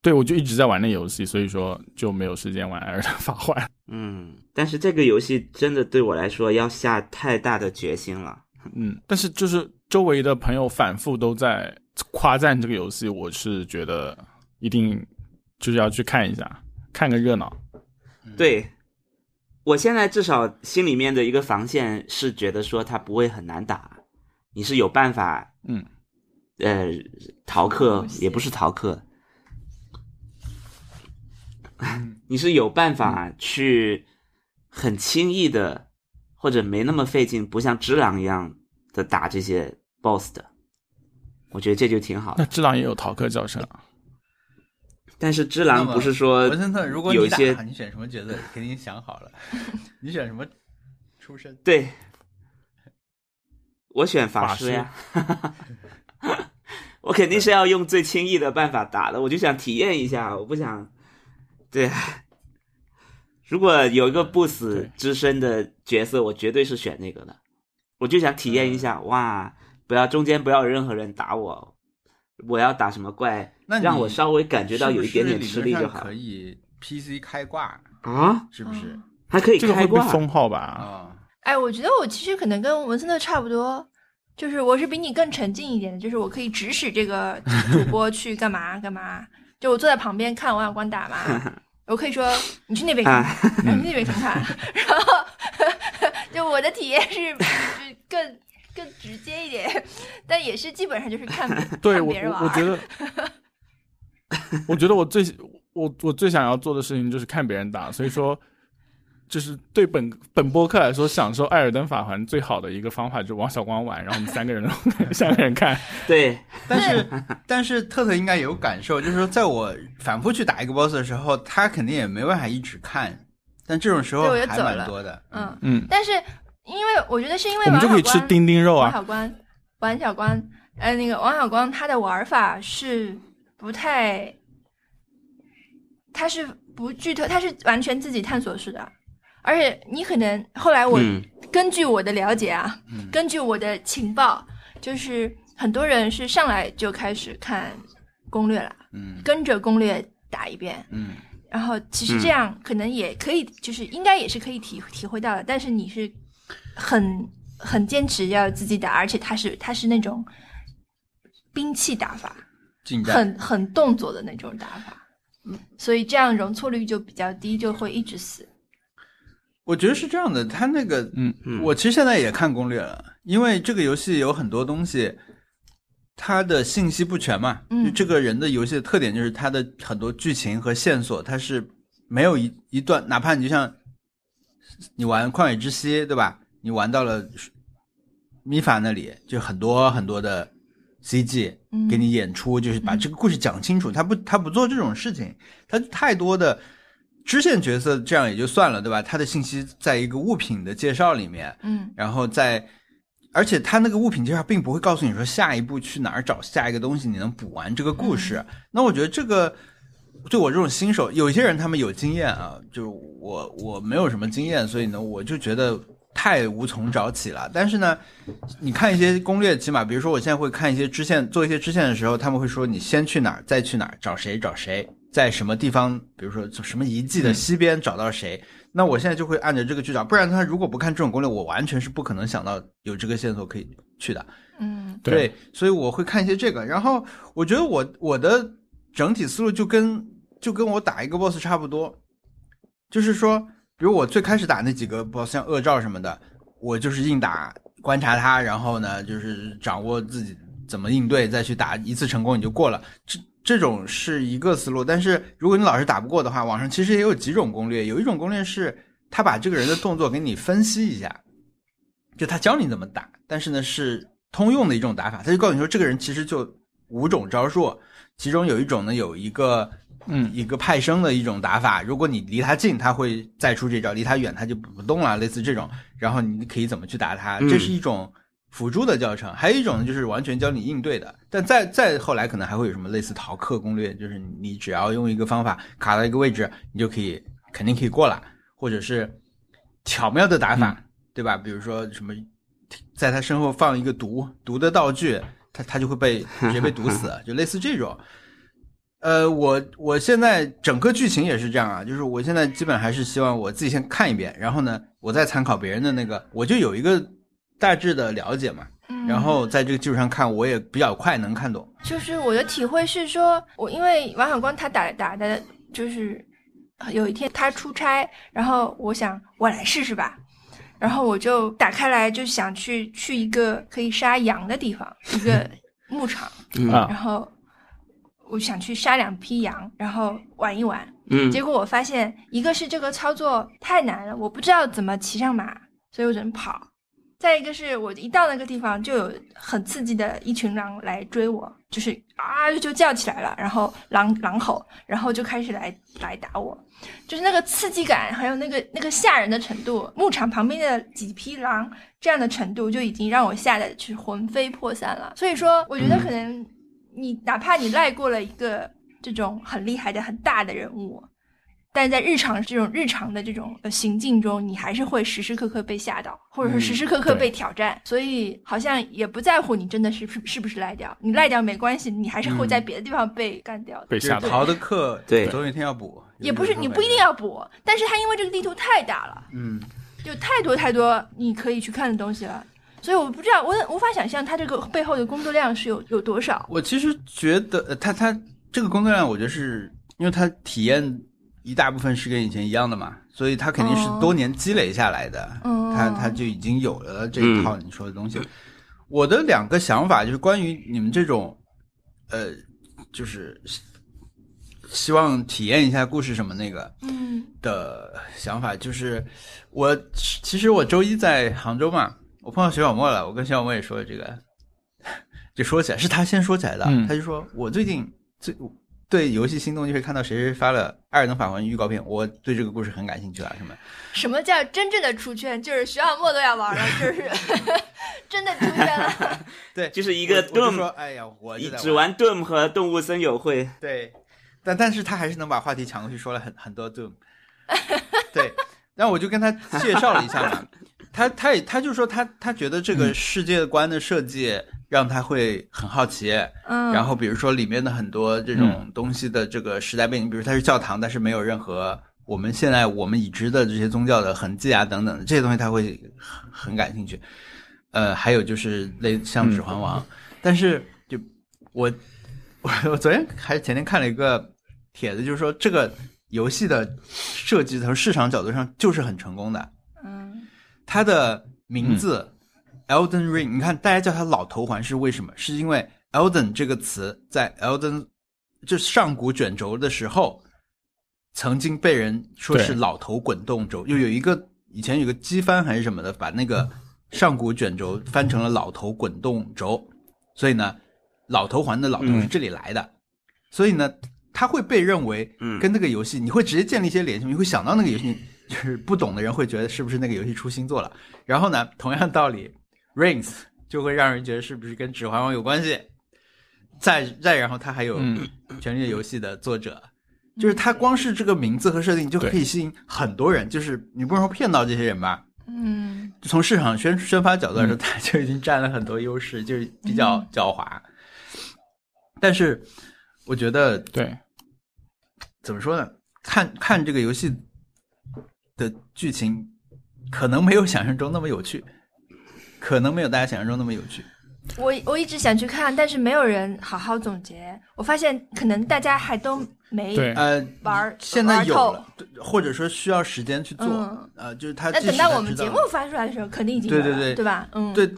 Speaker 1: 对，我就一直在玩那游戏，所以说就没有时间玩《艾尔登法环》。
Speaker 2: 嗯，但是这个游戏真的对我来说要下太大的决心了。
Speaker 1: 嗯，但是就是周围的朋友反复都在夸赞这个游戏，我是觉得一定就是要去看一下，看个热闹。
Speaker 4: 嗯
Speaker 2: 对，我现在至少心里面的一个防线是觉得说它不会很难打，你是有办法，
Speaker 1: 嗯，
Speaker 2: 呃，逃课
Speaker 3: 游
Speaker 4: 哦
Speaker 3: 戏
Speaker 2: 也不是逃课，
Speaker 4: 嗯
Speaker 2: 你是有办法去很轻易的，或者没那么费劲，不像只狼一样的打这些 BOSS 的。我觉得这就挺好
Speaker 1: 那
Speaker 2: 的，
Speaker 1: 智狼也有逃课叫声啊，
Speaker 2: 但是只狼
Speaker 4: 那么
Speaker 2: 不是说
Speaker 4: 文森特，如果
Speaker 2: 呃有
Speaker 4: 你
Speaker 2: 一
Speaker 4: 打
Speaker 2: 些
Speaker 4: 你选什么角色，肯定想好了， 你选什么出身？
Speaker 2: 对，我选
Speaker 1: 法
Speaker 2: 法
Speaker 1: 师
Speaker 2: 师呀， 我肯定是要用最轻易的办法打的，我就想体验一下，我不想，对啊。如果有一个不死
Speaker 1: 对
Speaker 2: 之身的角色，我绝对是选那个的，我就想体验一
Speaker 4: 嗯
Speaker 2: 下，哇，不要中间不要有任何人打我，我要打什么怪，
Speaker 4: 那你
Speaker 2: 让我稍微感觉到有一点点
Speaker 4: 是
Speaker 2: 吃
Speaker 4: 不是理
Speaker 2: 力
Speaker 4: 论
Speaker 2: 就
Speaker 4: 上
Speaker 2: 好
Speaker 4: 可以 PC 开挂，
Speaker 2: 啊，
Speaker 4: 是不是
Speaker 3: 哦？
Speaker 2: 还可以
Speaker 1: 这个
Speaker 2: 开
Speaker 1: 会被
Speaker 2: 挂，
Speaker 1: 封号
Speaker 4: 啊、
Speaker 1: 吧？
Speaker 3: 哎，我觉得我其实可能跟文森特差不多，就是我是比你更沉静一点的，就是我可以指使这个主播去干嘛干嘛，就我坐在旁边看王小光打嘛，我可以说你去那边看
Speaker 2: 啊
Speaker 3: 看，哎你去那边看看，然后就我的体验是就是更更直接一点，但也是基本上就是看别
Speaker 1: 对
Speaker 3: 看
Speaker 1: 我
Speaker 3: 别人
Speaker 1: 我
Speaker 3: 玩
Speaker 1: 我觉得， 我觉得我最我我最想要做的事情就是看别人打，所以说就是对本本播客来说，享受《艾尔登法环》最好的一个方法就是王小光玩，然后我们三个人 三个人看。
Speaker 2: 对，
Speaker 4: 但是 但是特特应该有感受，就是说，在我反复去打一个 boss 的时候，他肯定也没办法一直看，但这种时候
Speaker 3: 对我就
Speaker 4: 还
Speaker 3: 走
Speaker 4: 蛮
Speaker 3: 了
Speaker 4: 多的。
Speaker 3: 嗯，
Speaker 1: 嗯，
Speaker 3: 但是因为我觉得是因为
Speaker 1: 我们
Speaker 3: 王
Speaker 1: 就可以
Speaker 3: 小
Speaker 1: 吃
Speaker 3: 光
Speaker 1: 丁丁肉
Speaker 3: 王
Speaker 1: 啊。
Speaker 3: 小光，王小光，呃，那个王小光他的玩法是不太，他是不剧透，他是完全自己探索式的，而且你可能后来我
Speaker 2: 嗯，
Speaker 3: 根据我的了解啊，
Speaker 4: 嗯
Speaker 3: 根据我的情报，就是很多人是上来就开始看攻略了，
Speaker 4: 嗯
Speaker 3: 跟着攻略打一遍，
Speaker 4: 嗯
Speaker 3: 然后其实这样可能也可以，就是应该也是可以体体会到的，但是你是很很坚持要自己打，而且它是它是那种兵器打法，
Speaker 4: 近战
Speaker 3: 很很动作的那种打法，
Speaker 4: 嗯
Speaker 3: 所以这样容错率就比较低，就会一直死。
Speaker 4: 我觉得是这样的，他那个，
Speaker 1: 嗯
Speaker 2: 嗯
Speaker 4: 我其实现在也看攻略了，因为这个游戏有很多东西，它的信息不全嘛。
Speaker 3: 嗯
Speaker 4: 就这个人的游戏的特点就是他的很多剧情和线索，它是没有一一段，哪怕你就像你玩《旷野之息》，对吧？你玩到了米法那里，就很多很多的 CG，
Speaker 3: 嗯，
Speaker 4: 给你演出，就是把这个故事讲清楚。他不，他不做这种事情，他太多的支线角色这样也就算了，对吧？他的信息在一个物品的介绍里面，
Speaker 3: 嗯
Speaker 4: 然后在，而且他那个物品介绍并不会告诉你说下一步去哪儿找下一个东西，你能补完这个故事。那我觉得这个对我这种新手，有些人他们有经验啊，就是我我没有什么经验，所以呢，我就觉得太无从找起了。但是呢，你看一些攻略，起码比如说我现在会看一些支线，做一些支线的时候，他们会说你先去哪儿，再去哪儿，找谁找谁，在什么地方，比如说什么遗迹的西边找到谁。那我现在就会按照这个去找，不然他如果不看这种攻略，我完全是不可能想到有这个线索可以去的。
Speaker 3: 嗯
Speaker 1: 对
Speaker 4: 所以我会看一些这个。然后我觉得我我的整体思路就跟就跟我打一个 boss 差不多，就是说，比如我最开始打那几个 boss，像恶兆什么的，我就是硬打，观察他，然后呢，就是掌握自己怎么应对，再去打一次成功你就过了。这这种是一个思路，但是如果你老是打不过的话，网上其实也有几种攻略，有一种攻略是他把这个人的动作给你分析一下，就他教你怎么打，但是呢是通用的一种打法，他就告诉你说这个人其实就五种招数，其中有一种呢有一个
Speaker 1: 嗯
Speaker 4: 一个派生的一种打法，如果你离他近，他会再出这招；离他远，他就不不动了，类似这种。然后你可以怎么去打他，
Speaker 2: 嗯
Speaker 4: 这是一种辅助的教程。还有一种呢，就是完全教你应对的。但再再后来，可能还会有什么类似逃课攻略，就是你只要用一个方法卡到一个位置，你就可以肯定可以过了，或者是巧妙的打法，对吧？比如说什么，在他身后放一个毒毒的道具，他他就会被直接被毒死，就类似这种。呃，我我现在整个剧情也是这样啊，就是我现在基本还是希望我自己先看一遍，然后呢，我再参考别人的那个，我就有一个大致的了解嘛，
Speaker 3: 嗯，
Speaker 4: 然后在这个基础上看，我也比较快能看懂。
Speaker 3: 就是我的体会是说，我因为王小光他打打的，就是有一天他出差，然后我想我来试试吧，然后我就打开来就想去去一个可以杀羊的地方，一个牧场，
Speaker 2: 嗯
Speaker 1: 啊
Speaker 3: 然后我想去杀两匹羊，然后玩一玩。
Speaker 2: 嗯
Speaker 3: 结果我发现，一个是这个操作太难了，我不知道怎么骑上马，所以我只能跑；再一个是我一到那个地方，就有很刺激的一群狼来追我，就是啊就叫起来了，然后狼狼吼，然后就开始来来打我，就是那个刺激感，还有那个那个吓人的程度，牧场旁边的几匹狼这样的程度，就已经让我吓得就是魂飞魄散了。所以
Speaker 1: 嗯
Speaker 3: 说，我觉得可能你哪怕你赖过了一个这种很厉害的、很大的人物，但在日常这种日常的这种呃行进中，你还是会时时刻刻被吓到，或者说
Speaker 4: 嗯
Speaker 3: 时时刻刻
Speaker 1: 对
Speaker 3: 被挑战。所以好像也不在乎你真的是是是不是赖掉，你赖掉没关系，你还是会在别的地方被干掉的。
Speaker 1: 嗯被
Speaker 4: 就是
Speaker 1: 吓到。
Speaker 4: 逃的课，
Speaker 2: 对
Speaker 4: 总有一天要补。
Speaker 3: 也不是你不一定，要补，但是它因为这个地图太大了，
Speaker 4: 嗯，
Speaker 3: 有太多太多你可以去看的东西了，所以我不知道，我也无法想象它这个背后的工作量是有有多少。
Speaker 4: 我其实觉得呃他他这个工作量，我觉得是因为他体验一大部分是跟以前一样的嘛，所以他肯定是
Speaker 3: 哦
Speaker 4: 多年积累下来的。
Speaker 3: 嗯，
Speaker 4: 他他就已经有了这一套你说的东西。我的两个想法就是关于你们这种，呃，就是希望体验一下故事什么那个
Speaker 3: 嗯
Speaker 4: 的想法，就是我其实我周一在杭州嘛，我碰到徐小沫了，我跟徐小沫也说了这个， 就说起来是他先说起来的，
Speaker 1: 嗯
Speaker 4: 他就说我最近最对游戏心动，就是看到谁谁发了《艾尔登法环》预告片，我对这个故事很感兴趣啊什么。
Speaker 3: 什么叫真正的出圈？就是徐小沫都要玩了，就是 真的出圈了。
Speaker 4: 对，
Speaker 2: 就是一
Speaker 4: 一
Speaker 2: 个
Speaker 4: 我就说，
Speaker 2: Doom，
Speaker 4: 哎呀，我就
Speaker 2: 你
Speaker 4: 在
Speaker 2: 只玩 Doom 和动物森友会，
Speaker 4: 对，但但是他还是能把话题抢过去，说了很很 多 Doom。对，然后我就跟他介绍了一下 嘛，他他也他就说他他觉得这个世界观的设计让他会很好奇，
Speaker 3: 嗯，
Speaker 4: 然后比如说里面的很多这种东西的这个时代背景，比如它是教堂，但是没有任何我们现在我们已知的这些宗教的痕迹啊等等的这些东西，他会很很感兴趣。呃，还有就是类像《指环王》但是就我我我昨天还是前天看了一个帖子，就是说这个游戏的设计从市场角度上就是很成功的，
Speaker 3: 嗯
Speaker 4: 它的名
Speaker 1: 嗯
Speaker 4: 字、Elden Ring，你看大家叫它老头环是为什么？是因为 Elden 这个词在 Elden 就上古卷轴的时候，曾经被人说是
Speaker 1: 对
Speaker 4: 老头滚动轴，又有一个以前有个机翻还是什么的，把那个上古卷轴翻成了老头滚动轴，所以呢，老头环的老头是
Speaker 1: 嗯
Speaker 4: 这里来的，所以呢，它会被认为
Speaker 2: 嗯
Speaker 4: 跟那个游戏，你会直接建立一些联系，你会想到那个游戏，就是不懂的人会觉得是不是那个游戏出新作了。然后呢，同样道理，Rings 就会让人觉得是不是跟《指环王》有关系。再再然后，它还有
Speaker 1: 嗯
Speaker 4: 《权力的游戏》的作者，就是它光是这个名字和设定就可以吸引很多人，就是你不能说骗到这些人吧，
Speaker 3: 嗯
Speaker 4: 就从市场宣宣发角度来说，它 就已经占了很多优势，就是比较狡猾。但是我觉得
Speaker 1: 对，
Speaker 4: 怎么说呢？看看这个游戏的剧情，可能没有想象中那么有趣，可能没有大家想象中那么有趣。
Speaker 3: 我我一直想去看，但是没有人好好总结。我发现可能大家还都没
Speaker 1: 对
Speaker 4: 呃，
Speaker 3: 玩儿
Speaker 4: 现在有
Speaker 3: 玩儿
Speaker 4: 了，对或者说需要时间去做。
Speaker 3: 嗯
Speaker 4: 呃，就是他
Speaker 3: 那
Speaker 4: 即
Speaker 3: 等
Speaker 4: 使
Speaker 3: 到
Speaker 4: 他
Speaker 3: 我们
Speaker 4: 知道
Speaker 3: 节目
Speaker 4: 了
Speaker 3: 发出来的时候，肯定已经
Speaker 4: 对
Speaker 3: 有了
Speaker 4: 对对
Speaker 3: 对吧？嗯，
Speaker 4: 对，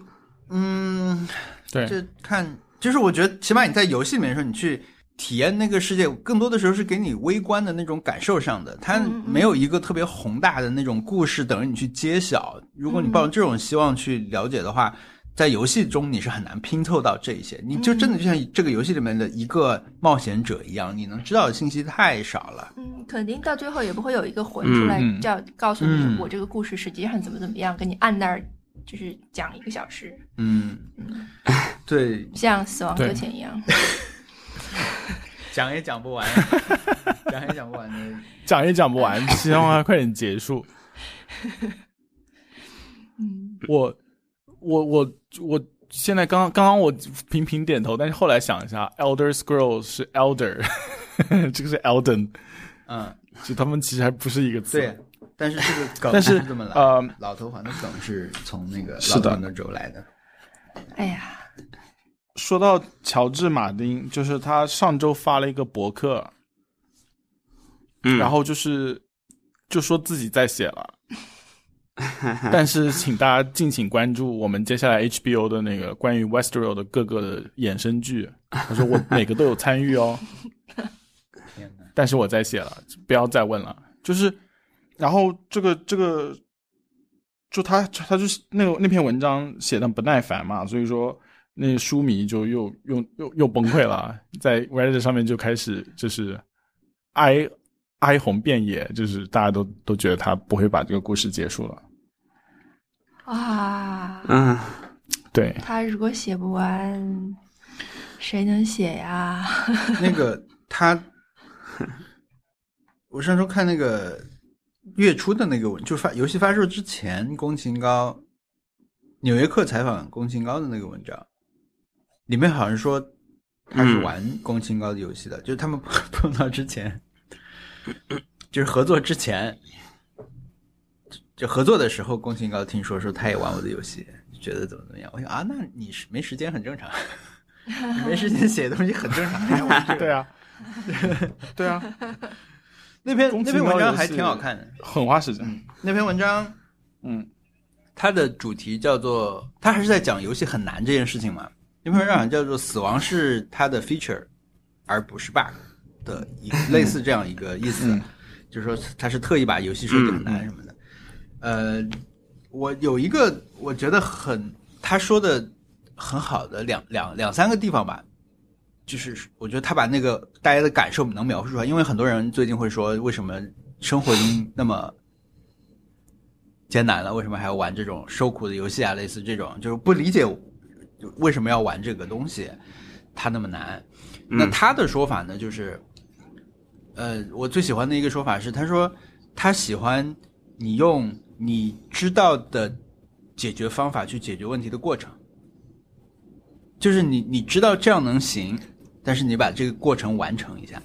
Speaker 4: 嗯，
Speaker 1: 对，
Speaker 4: 这看就是我觉得，起码你在游戏里面的时候，你去体验那个世界，更多的时候是给你微观的那种感受上的，它
Speaker 3: 嗯嗯嗯
Speaker 4: 没有一个特别宏大的那种故事等着你去揭晓。如果你
Speaker 3: 嗯
Speaker 4: 抱着这种希望去了解的话，在游戏中你是很难拼凑到这一些，你就真的就像这个游戏里面的一个冒险者一样，你能知道的信息太少了。
Speaker 3: 嗯，肯定到最后也不会有一个魂出来
Speaker 1: 嗯嗯
Speaker 3: 叫告诉你
Speaker 4: 嗯
Speaker 3: 我这个故事实际上怎么怎么样，给你按那儿就是讲一个小时，
Speaker 4: 嗯，对，
Speaker 3: 像死亡搁
Speaker 1: 对
Speaker 3: 浅一样。
Speaker 4: 讲也讲不完，讲也讲不完的。
Speaker 1: 讲也讲不完，希望它快点结束。
Speaker 3: 嗯
Speaker 1: 我我我我现在刚刚刚我频频点头，但是后来想一下，Elder Scrolls 是 Elder，这个是 Elden，
Speaker 4: 嗯，
Speaker 1: 就他们其实还不是一个词。
Speaker 4: 对，但是这个梗
Speaker 1: 但是
Speaker 4: 这么来的。
Speaker 1: 呃，
Speaker 4: 老头环的梗是从那个
Speaker 1: 是
Speaker 4: 老
Speaker 1: 的
Speaker 4: 头环的轴来的。
Speaker 3: 哎呀，
Speaker 1: 说到乔治马丁，就是他上周发了一个博客，
Speaker 2: 嗯，
Speaker 1: 然后就是就说自己在写了。但是，请大家敬请关注我们接下来 HBO 的那个关于 Westworld 的各个的衍生剧。他说我每个都有参与哦，
Speaker 4: 天哪！
Speaker 1: 但是我在写了，不要再问了。就是，然后这个这个，就他他就是那个那篇文章写的不耐烦嘛，所以说那书迷就又又又又崩溃了，啊在 Reddit 上面就开始就是哀哀鸿遍野，就是大家都都觉得他不会把这个故事结束了。
Speaker 3: 啊，
Speaker 2: 嗯，
Speaker 1: 对，
Speaker 3: 他如果写不完，谁能写呀？
Speaker 4: 那个他，我上周看那个月初的那个文，就是发游戏发售之前，宫崎英高《纽约客》采访宫崎英高的那个文章，里面好像说他是玩宫崎英高的游戏的，就是他们 碰到之前，就是合作之前，就合作的时候，宫崎英高听说说他也玩我的游戏，觉得怎么怎么样，我想啊，那你是没时间很正常。 你没时间写东西很正常，还要玩这个
Speaker 1: 对啊， 对啊，
Speaker 4: 那篇
Speaker 1: 宫崎
Speaker 4: 那
Speaker 1: 英高
Speaker 4: 篇文章还挺好看的。
Speaker 1: 很花时间。
Speaker 4: 那篇文章
Speaker 1: 嗯
Speaker 4: 它的主题叫做，它还是在讲游戏很难这件事情嘛。那篇文章好像叫做“死亡是它的 feature，而不是 bug”。的一个类似这样一个意思的，就是说他是特意把游戏设计很难什么的。呃，我有一个我觉得很他说的很好的两两两三个地方吧，就是我觉得他把那个大家的感受能描述出来，因为很多人最近会说为什么生活中那么。艰难了，为什么还要玩这种受苦的游戏啊？类似这种，就是不理解为什么要玩这个东西，它那么难。那
Speaker 2: 嗯
Speaker 4: 他的说法呢，就是，呃，我最喜欢的一个说法是，他说他喜欢你用你知道的解决方法去解决问题的过程，就是你你知道这样能行，但是你把这个过程完成一下，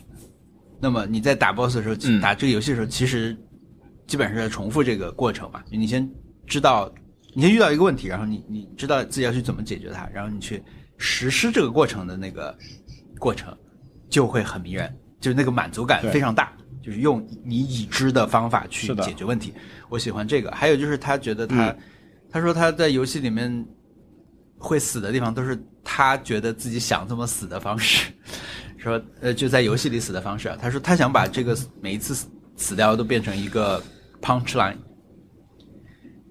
Speaker 4: 那么你在打 BOSS 的时候，
Speaker 1: 嗯
Speaker 4: 打这个游戏的时候，其实基本上是在重复这个过程嘛。你先知道，你先遇到一个问题，然后你你知道自己要去怎么解决它，然后你去实施这个过程的那个过程，就会很迷人，就是那个满足感
Speaker 1: 对
Speaker 4: 非常大。就是用你已知的方法去
Speaker 1: 是的嗯
Speaker 4: 解决问题，我喜欢这个。还有就是他觉得他，他说他在游戏里面会死的地方都是他觉得自己想这么死的方式， 说呃就在游戏里死的方式啊。他说他想把这个每一次死死掉都变成一个 punch line，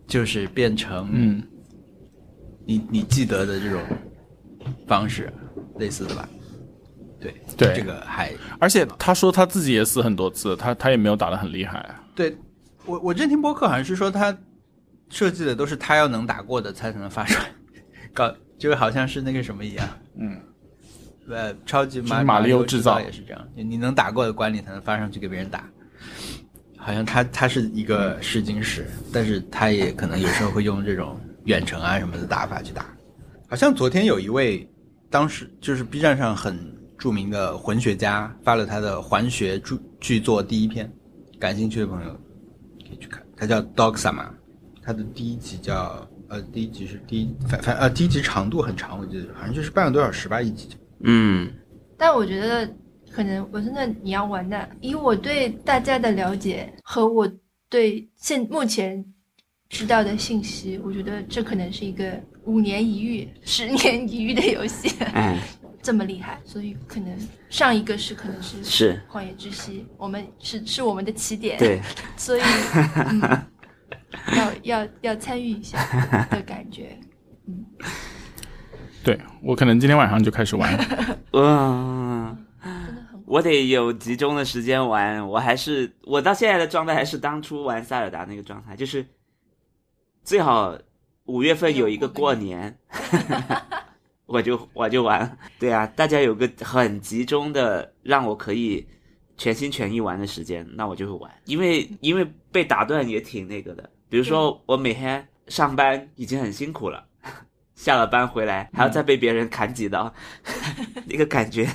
Speaker 4: 就是变成
Speaker 1: 嗯，
Speaker 4: 你你记得的这种方式，类似的吧？对
Speaker 1: 对
Speaker 4: 这个还
Speaker 1: 而且他说他自己也死很多次，他他也没有打得很厉害。啊
Speaker 4: 对我我之前听播客好像是说他设计的都是他要能打过的才能发出来，搞就好像是那个什么一样，
Speaker 1: 嗯，
Speaker 4: 呃，超级马
Speaker 1: 是马里奥
Speaker 4: 制
Speaker 1: 制造
Speaker 4: 也是这样，你你能打过的关你才能发上去给别人打。好像他他是一个试金石，但是他也可能有时候会用这种远程啊什么的打法去打。好像昨天有一位当时就是 B 站上很著名的混学家发了他的环学著剧作第一篇，感兴趣的朋友可以去看。他叫 Dog Sama，他的第一集叫呃第一集是第一反反呃第一集长度很长，我记得好像就是半个多小时吧一集。
Speaker 2: 嗯，
Speaker 3: 但我觉得可能我真的你要玩的，以我对大家的了解和我对现目前知道的信息，我觉得这可能是一个五年一遇、十年一遇的游戏，
Speaker 2: 哎，
Speaker 3: 这么厉害，所以可能上一个是可能是
Speaker 2: 是
Speaker 3: 《旷野之息》，我们是是我们的起点，
Speaker 2: 对，
Speaker 3: 所以、 嗯、要要要参与一下的感 觉。
Speaker 1: 对我可能今天晚上就开始玩。
Speaker 2: 哇，
Speaker 4: 嗯
Speaker 3: 真的很
Speaker 2: 我得有集中的时间玩。我还是我到现在的状态还是当初玩塞尔达那个状态，就是最好五月份有一个过年，
Speaker 4: 哎
Speaker 2: 我就我就玩了。对啊，大家有个很集中的让我可以全心全意玩的时间，那我就会玩。因为因为被打断也挺那个的，比如说我每天上班已经很辛苦了。 下了班回来还要再被别人砍几刀， 那个感觉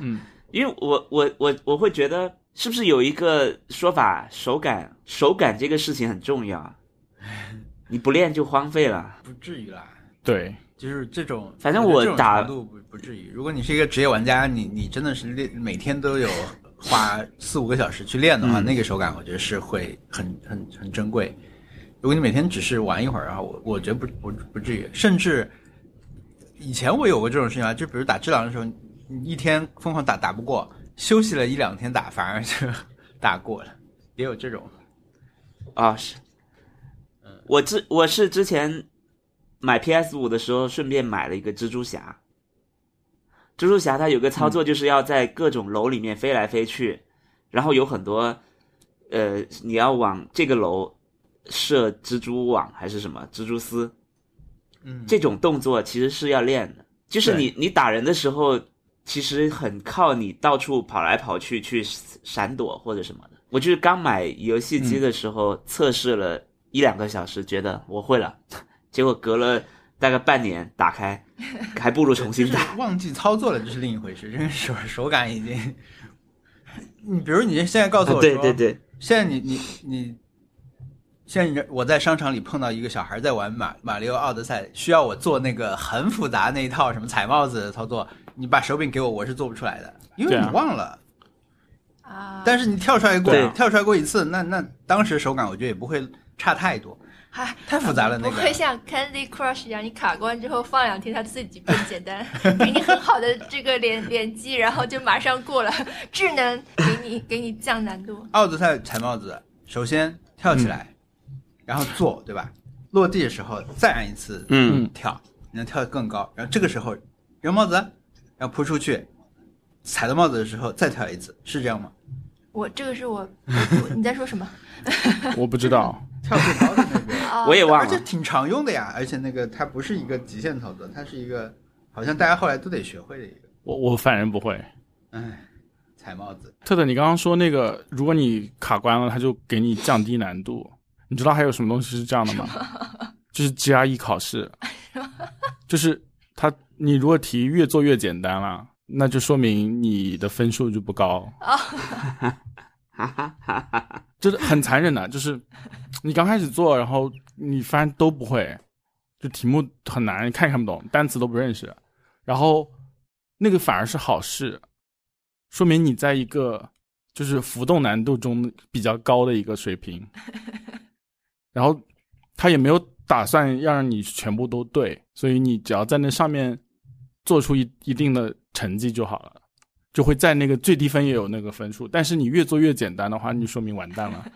Speaker 1: 嗯，
Speaker 2: 因为我我我我会觉得，是不是有一个说法，手感手感这个事情很重要啊？你不练就荒废了。
Speaker 4: 不至于啦，
Speaker 1: 对，
Speaker 4: 就是这种，
Speaker 2: 反正
Speaker 4: 觉得这
Speaker 2: 我
Speaker 4: 种
Speaker 2: 打
Speaker 4: 程度不不至于。如果你是一个职业玩家，你你真的是练每天都有花四五个小时去练的话，
Speaker 1: 嗯
Speaker 4: 那个手感我觉得是会很很很珍贵。如果你每天只是玩一会儿啊，我我觉得不不不至于，甚至以前我有过这种事情啊，就比如打智狼的时候，你一天疯狂打打不过，休息了一两天打，反而就 打过了，也有这种。
Speaker 2: 啊、是，我之我是之前买 PS 五的时候，顺便买了一个蜘蛛侠。蜘蛛侠它有个操作，就是要在各种楼里面飞来飞去，然后有很多，呃，你要往这个楼射蜘蛛网还是什么蜘蛛丝，
Speaker 4: 嗯，
Speaker 2: 这种动作其实是要练的，就是你你打人的时候，其实很靠你到处跑来跑去去闪躲或者什么的。我就是刚买游戏机的时候、测试了一两个小时，觉得我会了， 结果隔了大概半年打开，还不如重新
Speaker 4: 就
Speaker 2: 打。
Speaker 4: 是忘记操作了，这是另一回事。这个手手感已经，你比如你现在告诉我说，
Speaker 2: 啊对对，对，
Speaker 4: 现在你你你，现在你我在商场里碰到一个小孩在玩马马里奥奥德赛，需要我做那个很复杂那一套什么踩帽子的操作，你把手柄给我，我是做不出来的，因为
Speaker 1: 对
Speaker 4: 你
Speaker 1: 啊
Speaker 4: 忘了。
Speaker 3: 啊，
Speaker 4: 但是你跳出来过
Speaker 2: 对，
Speaker 4: 跳出来过一次，那那当时手感我觉得也不会差太多。
Speaker 3: 还
Speaker 4: 太复杂了那
Speaker 3: 不会
Speaker 4: 个。
Speaker 3: 像 Candy Crush 一样，你卡关之后放两天，它自己变简单， 给你很好的这个连连击，然后就马上过了。智能给你给你降难度，
Speaker 4: 奥德赛踩帽子，首先跳起来，然后坐，对吧？落地的时候再按一次
Speaker 2: 嗯
Speaker 4: 跳，你能跳得更高。然后这个时候扔帽子，然后扑出去，踩到帽子的时候再跳一次，是这样吗？
Speaker 3: 我这个是我我我你在说什么？
Speaker 1: 嗯我不知道，
Speaker 4: 跳最高的那个。
Speaker 3: 啊，
Speaker 2: 我也忘
Speaker 4: 而且
Speaker 2: 了。
Speaker 4: 挺常用的呀，而且那个它不是一个极限操作，它是一个好像大家后来都得学会的一个。
Speaker 1: 我我反正不会。
Speaker 4: 哎，踩帽子，
Speaker 1: 特特，你刚刚说那个，如果你卡关了，他就给你降低难度。你知道还有什么东西是这样的吗？就是 GRE 考 试，就是他，你如果题越做越简单了，那就说明你的分数就不高。
Speaker 2: 哈哈哈哈哈！
Speaker 1: 就是很残忍的，就是你刚开始做，然后你发现都不会，就题目很难，看也看不懂，单词都不认识，然后那个反而是好事，说明你在一个就是浮动难度中比较高的一个水平，然后他也没有打算要让你全部都对，所以你只要在那上面做出一一定的成绩就好了。就会在那个最低分也有那个分数，但是你越做越简单的话，你说明完蛋 了，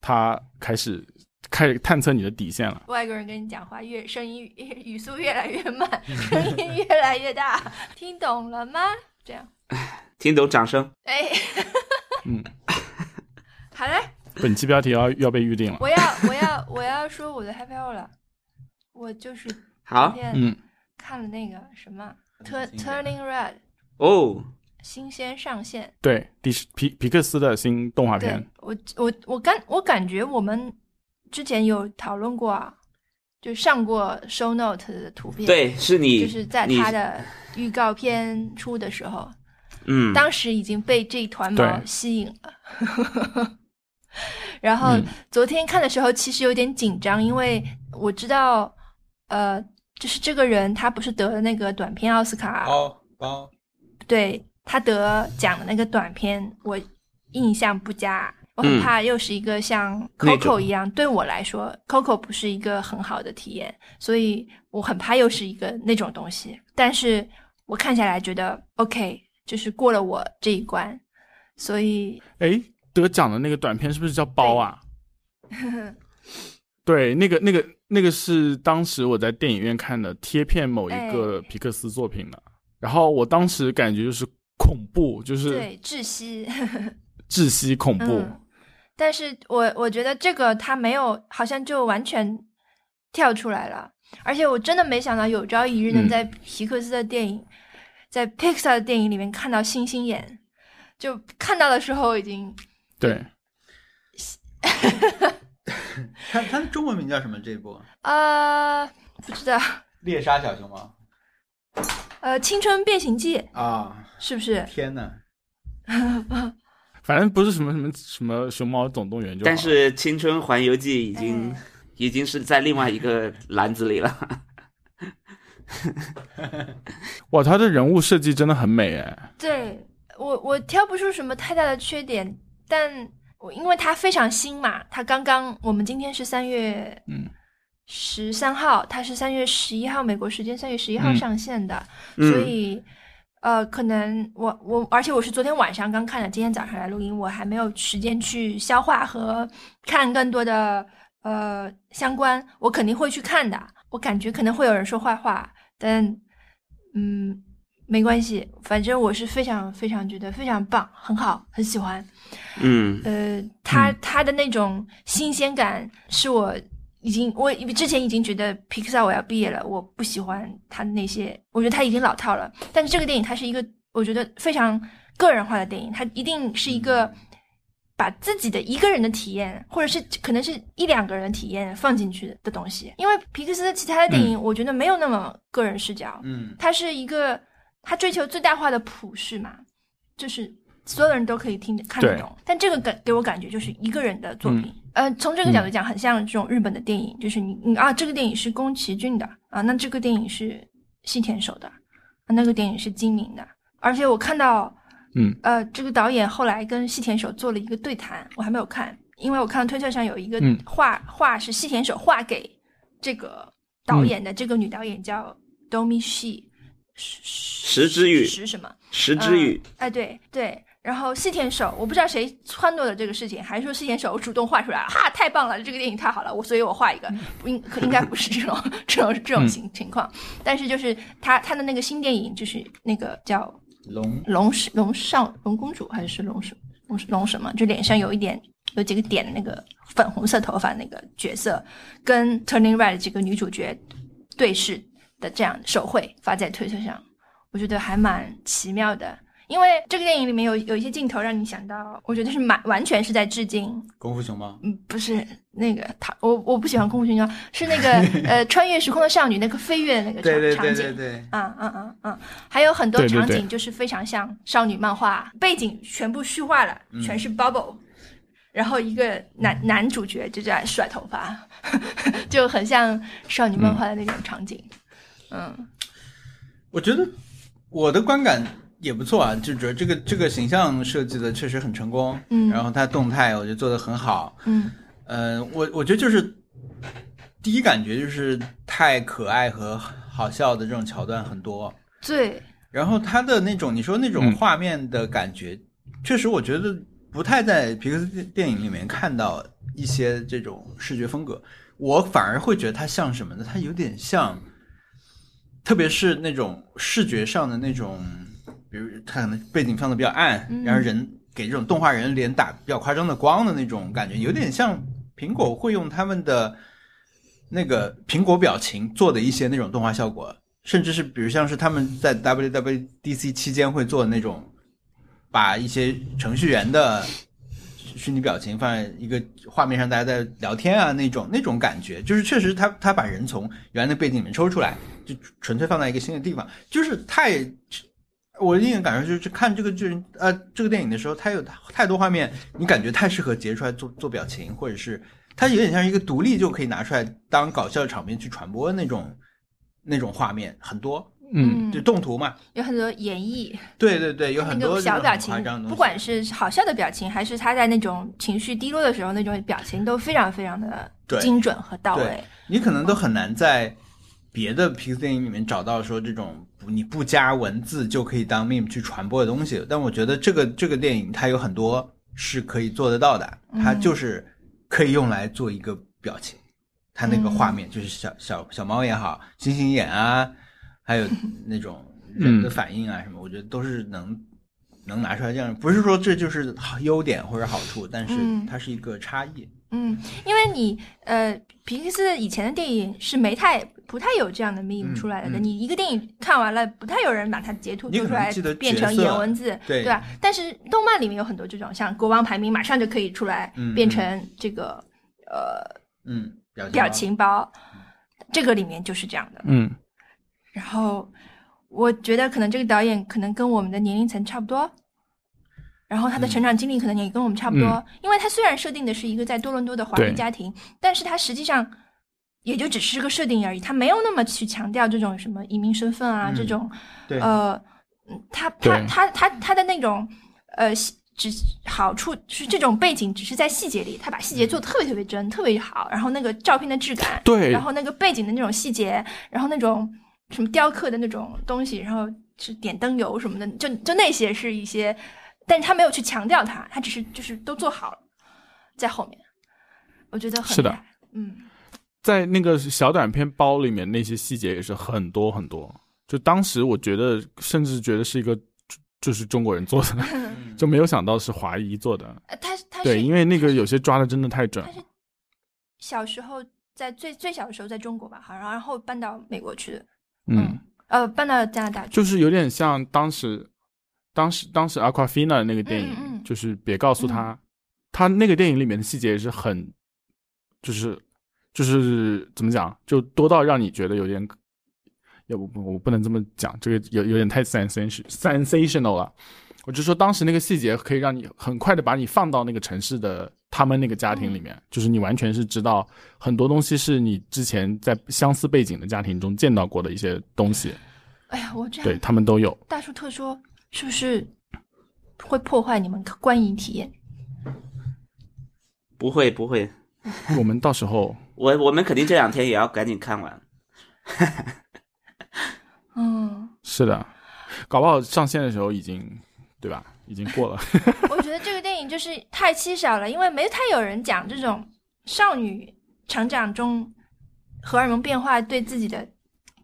Speaker 1: 他开始开始探测你的底线了。
Speaker 3: 外国人跟你讲话越 声音语语速越来越慢，声音越来越大，听懂了吗？这样，
Speaker 2: 听懂掌声。
Speaker 3: 哎，
Speaker 1: 嗯，
Speaker 3: 好嘞，
Speaker 1: 本期标题要要被预定了，
Speaker 3: 我要我要我要说我的 happy hour 了，我就是今
Speaker 2: 好
Speaker 3: 天
Speaker 1: 嗯，
Speaker 3: 看了那个什么《
Speaker 4: 很
Speaker 3: Tur-
Speaker 4: 新的
Speaker 3: Turning Red》
Speaker 2: 哦，
Speaker 3: 新鲜上线。
Speaker 1: 对，迪士皮皮克斯的新动画
Speaker 3: 对
Speaker 1: 片，
Speaker 3: 我，我我感我感觉我们之前有讨论过啊，就上过 show note 的图片，，
Speaker 2: 对，是你，
Speaker 3: 就是在
Speaker 2: 你
Speaker 3: 它的预告片出的时候，
Speaker 2: 嗯，
Speaker 3: 当时已经被这一团毛
Speaker 1: 对
Speaker 3: 吸引了。 然后
Speaker 1: 嗯
Speaker 3: 昨天看的时候，其实有点紧张，因为我知道，呃，就是这个人他不是得了那个短片奥斯卡，
Speaker 4: 包包，
Speaker 3: 对他得奖的那个短片，我印象不佳。我很
Speaker 2: 嗯
Speaker 3: 怕又是一个像
Speaker 2: 那
Speaker 3: Coco
Speaker 2: 种
Speaker 3: 一样，对我来说，Coco 不是一个很好的体验，所以我很怕又是一个那种东西。但是我看下来觉得 OK，就是过了我这一关，所以
Speaker 1: 哎，得奖的那个短片是不是叫包啊？对，那个那个那个是当时我在电影院看的贴片某一
Speaker 3: 哎
Speaker 1: 个皮克斯作品的，然后我当时感觉就是恐怖，就是
Speaker 3: 对窒息。
Speaker 1: 窒息恐怖，
Speaker 3: 嗯，但是我我觉得这个他没有，好像就完全跳出来了。而且我真的没想到有朝一日能
Speaker 1: 嗯
Speaker 3: 在皮克斯的电影，在 Pixar 的电影里面看到星星眼，就看到的时候已经
Speaker 1: 对，
Speaker 4: 它它的中文名叫什么？这一部《
Speaker 3: 呃不知道
Speaker 4: 猎杀小熊猫
Speaker 3: 呃青春变形记》
Speaker 4: 啊！
Speaker 3: 是不是？
Speaker 4: 天哪，
Speaker 1: 反正不是什么什么什么熊猫总动员就好了，
Speaker 2: 但是《青春环游记》已经、
Speaker 3: 哎
Speaker 2: 已经是在另外一个篮子里了。
Speaker 1: 哇，他的人物设计真的很美哎，
Speaker 3: 对我我挑不出什么太大的缺点，但我因为它非常新嘛，它刚刚我们今天是三月
Speaker 1: 嗯
Speaker 3: 十三号，它是三月十一号美国时间三月十一号
Speaker 1: 嗯
Speaker 3: 上线的，所
Speaker 2: 嗯，
Speaker 3: 以呃，可能我我而且我是昨天晚上刚看的，今天早上来录音，我还没有时间去消化和看更多的呃相关，我肯定会去看的。我感觉可能会有人说坏话，但嗯，没关系，反正我是非常非常觉得非常棒，很好，很喜欢。
Speaker 2: 嗯，
Speaker 3: 呃，他
Speaker 1: 嗯
Speaker 3: 他的那种新鲜感是我已经我之前已经觉得 Pixar 我要毕业了，我不喜欢他那些，我觉得他已经老套了。但是这个电影它是一个我觉得非常个人化的电影，它一定是一个把自己的一个人的体验，或者是可能是一两个人的体验放进去的东西。因为皮克斯的其他的电影，我觉得没有那么个人视角，
Speaker 4: 嗯，
Speaker 3: 它是一个它追求最大化的普世嘛，就是所有人都可以听得看得
Speaker 1: 对
Speaker 3: 懂。但这个感给我感觉就是一个人的作品。呃，从这个角度讲，很像这种日本的电影，就是你你啊，这个电影是宫崎骏的啊，那这个电影是细田守的，啊那个电影是金明的。而且我看到
Speaker 1: 嗯
Speaker 3: 呃，这个导演后来跟细田守做了一个对谈，我还没有看，因为我看到推特上有一个
Speaker 1: 嗯
Speaker 3: 画、画是细田守画给这个导演的，这个女导演叫 Domi Shi，石
Speaker 2: 石之予
Speaker 3: 石什么？
Speaker 2: 石之予，
Speaker 3: 嗯哎，对对。然后细田守，我不知道谁撺掇的这个事情，还是说细田守主动画出来了，哈，太棒了，这个电影太好了，我所以我画一个，不应可应该不是这种 这种这种情情况，但是就是他他的那个新电影就是那个叫
Speaker 4: 龙
Speaker 3: 龙是龙上龙公主还是龙什龙龙什么？就脸上有一点有几个点的那个粉红色头发那个角色，跟 Turning Red 这个女主角对视的这样手绘发在推特上，我觉得还蛮奇妙的。因为这个电影里面有有一些镜头让你想到，我觉得是蛮完全是在致敬
Speaker 4: 功夫熊猫，
Speaker 3: 嗯，不是那个他，我我不喜欢功夫熊猫，是那 个呃穿越时空的少女那个飞跃的那个场
Speaker 4: 对对
Speaker 3: 场
Speaker 4: 对
Speaker 3: 景
Speaker 4: 对，对，
Speaker 3: 啊啊啊啊！还有很多
Speaker 1: 对对
Speaker 3: 场
Speaker 1: 对
Speaker 3: 景就是非常像少女漫画，背景全部虚化了，
Speaker 4: 嗯
Speaker 3: 全是 bubble，、然后一个男男主角就在甩头发， 就很像少女漫画的那种场景。嗯，
Speaker 4: 我觉得我的观感也不错啊，就觉得这个这个形象设计的确实很成功，
Speaker 3: 嗯
Speaker 4: 然后它动态我觉得做的很好，
Speaker 3: 嗯
Speaker 4: 嗯，我我觉得就是第一感觉就是太可爱和好笑的这种桥段很多，
Speaker 3: 对，
Speaker 4: 然后它的那种你说那种
Speaker 1: 嗯
Speaker 4: 画面的感觉，确实我觉得不太在皮克斯电电影里面看到一些这种视觉风格，我反而会觉得它像什么呢？它有点像，特别是那种视觉上的那种，比如它可能背景放的比较暗，
Speaker 3: 嗯
Speaker 4: 然后人给这种动画人脸打比较夸张的光的那种感觉，有点像苹果会用他们的那个苹果表情做的一些那种动画效果，甚至是比如像是他们在 WWDC 期间会做的那种，把一些程序员的虚拟表情放在一个画面上，大家在聊天啊那种那种感觉，就是确实他他把人从原来的背景里面抽出来，就纯粹放在一个新的地方，就是太。我的另一个感受就是看这个剧，呃，这个电影的时候，它有太多画面，你感觉太适合截出来做做表情，或者是它有点像一个独立就可以拿出来当搞笑的场面去传播那种那种画面，很多
Speaker 1: 嗯，
Speaker 4: 就动图嘛，
Speaker 3: 有很多演绎，
Speaker 4: 对对对，有很
Speaker 3: 那
Speaker 4: 多
Speaker 3: 个小
Speaker 4: 这种
Speaker 3: 表
Speaker 4: 夸
Speaker 3: 情
Speaker 4: 张的，东西
Speaker 3: 嗯
Speaker 4: 啊
Speaker 3: 不管是好笑的表情，还是他在那种情绪低落的时候那种表情，都非常非常的
Speaker 4: 对
Speaker 3: 精准和到
Speaker 4: 对
Speaker 3: 位。
Speaker 4: 你可能都很难在别的皮克斯电影里面找到说这种不你不加文字就可以当 meme 去传播的东西。但我觉得这个这个电影它有很多是可以做得到的，它
Speaker 3: 嗯
Speaker 4: 就是可以用来做一个表情，它那
Speaker 3: 嗯
Speaker 4: 个画面就是小小小猫也好，星星眼啊，还 有那种人的反应啊什么，我觉得都是能。能拿出来这样，不是说这就是好优点或者好处，但是
Speaker 3: 嗯
Speaker 4: 它是一个差异。
Speaker 3: 嗯，因为你呃，皮克斯以前的电影是没太不太有这样的 meme
Speaker 4: 嗯
Speaker 3: 出来的。
Speaker 4: 嗯
Speaker 3: 你一个电影看完了，不太有人把它截图
Speaker 4: 你
Speaker 3: 做
Speaker 4: 可
Speaker 3: 出
Speaker 4: 能
Speaker 3: 来
Speaker 4: 记得
Speaker 3: 变
Speaker 4: 角
Speaker 3: 成
Speaker 4: 色
Speaker 3: 颜文字，
Speaker 4: 对
Speaker 3: 吧？但是动漫里面有很多这种，像国王排名马上就可以出来
Speaker 4: 嗯
Speaker 3: 变
Speaker 4: 嗯
Speaker 3: 成这个、呃
Speaker 4: 嗯，表情
Speaker 3: 表
Speaker 4: 包
Speaker 3: 情包，
Speaker 4: 嗯
Speaker 3: 这个里面就是这样的。
Speaker 1: 嗯，
Speaker 3: 然后我觉得可能这个导演可能跟我们的年龄层差不多，然后他的成长经历可能也跟我们差不多，
Speaker 1: 嗯
Speaker 3: 因为他虽然设定的是一个在多伦多的华
Speaker 1: 对
Speaker 3: 人家庭，但是他实际上也就只是个设定而已，他没有那么去强调这种什么移民身份啊、
Speaker 4: 嗯
Speaker 3: 这种
Speaker 4: 对
Speaker 3: 呃，嗯他他
Speaker 1: 对
Speaker 3: 他他他的那种呃细只好处是这种背景只是在细节里，他把细节做得特别特别真，特别好，然后那个照片的质感，
Speaker 1: 嗯对
Speaker 3: 然后那个背景的那种细节，然后那种什么雕刻的那种东西，然后是点灯油什么的，就就那些是一些，但是他没有去强调它，他只是就是都做好了，在后面，我觉得很
Speaker 1: 是的
Speaker 3: 厉害，嗯，
Speaker 1: 在那个小短片包里面那些细节也是很多很多。就当时我觉得，甚至觉得是一个就就是中国人做的，
Speaker 4: 嗯
Speaker 1: 就没有想到是华裔做的。
Speaker 3: 呃他他
Speaker 1: 对，
Speaker 3: 是
Speaker 1: 因为那个有些抓的真的太准
Speaker 3: 他。是小时候在最最小的时候在中国吧，好像然后搬到美国去的，
Speaker 1: 嗯，
Speaker 3: 呃，搬到加拿大去，
Speaker 1: 就是有点像当时，当时当时 Aquafina 那个电影，
Speaker 3: 嗯嗯嗯嗯
Speaker 1: 就是别告诉他，他那个电影里面的细节也是很，就是就是怎么讲，就多到让你觉得有点，要不我不能这么讲，这个有有点太 sensation sensational 了。我就说当时那个细节可以让你很快的把你放到那个城市的他们那个家
Speaker 3: 嗯
Speaker 1: 庭里面，就是你完全是知道很多东西是你之前在相似背景的家庭中见到过的一些东西，
Speaker 3: 哎呀，我这
Speaker 1: 对
Speaker 3: 样
Speaker 1: 他们都有。
Speaker 3: 大叔特说是不是会破坏你们观影体验？
Speaker 2: 不会不会，
Speaker 1: 我们到时候
Speaker 2: 我我们肯定这两天也要赶紧看完。
Speaker 3: 嗯，
Speaker 1: 是的，搞不好上线的时候已经对吧？已经过 了。
Speaker 3: 我觉得这个电影就是太稀少了，因为没太有人讲这种少女成长中荷尔蒙变化对自己的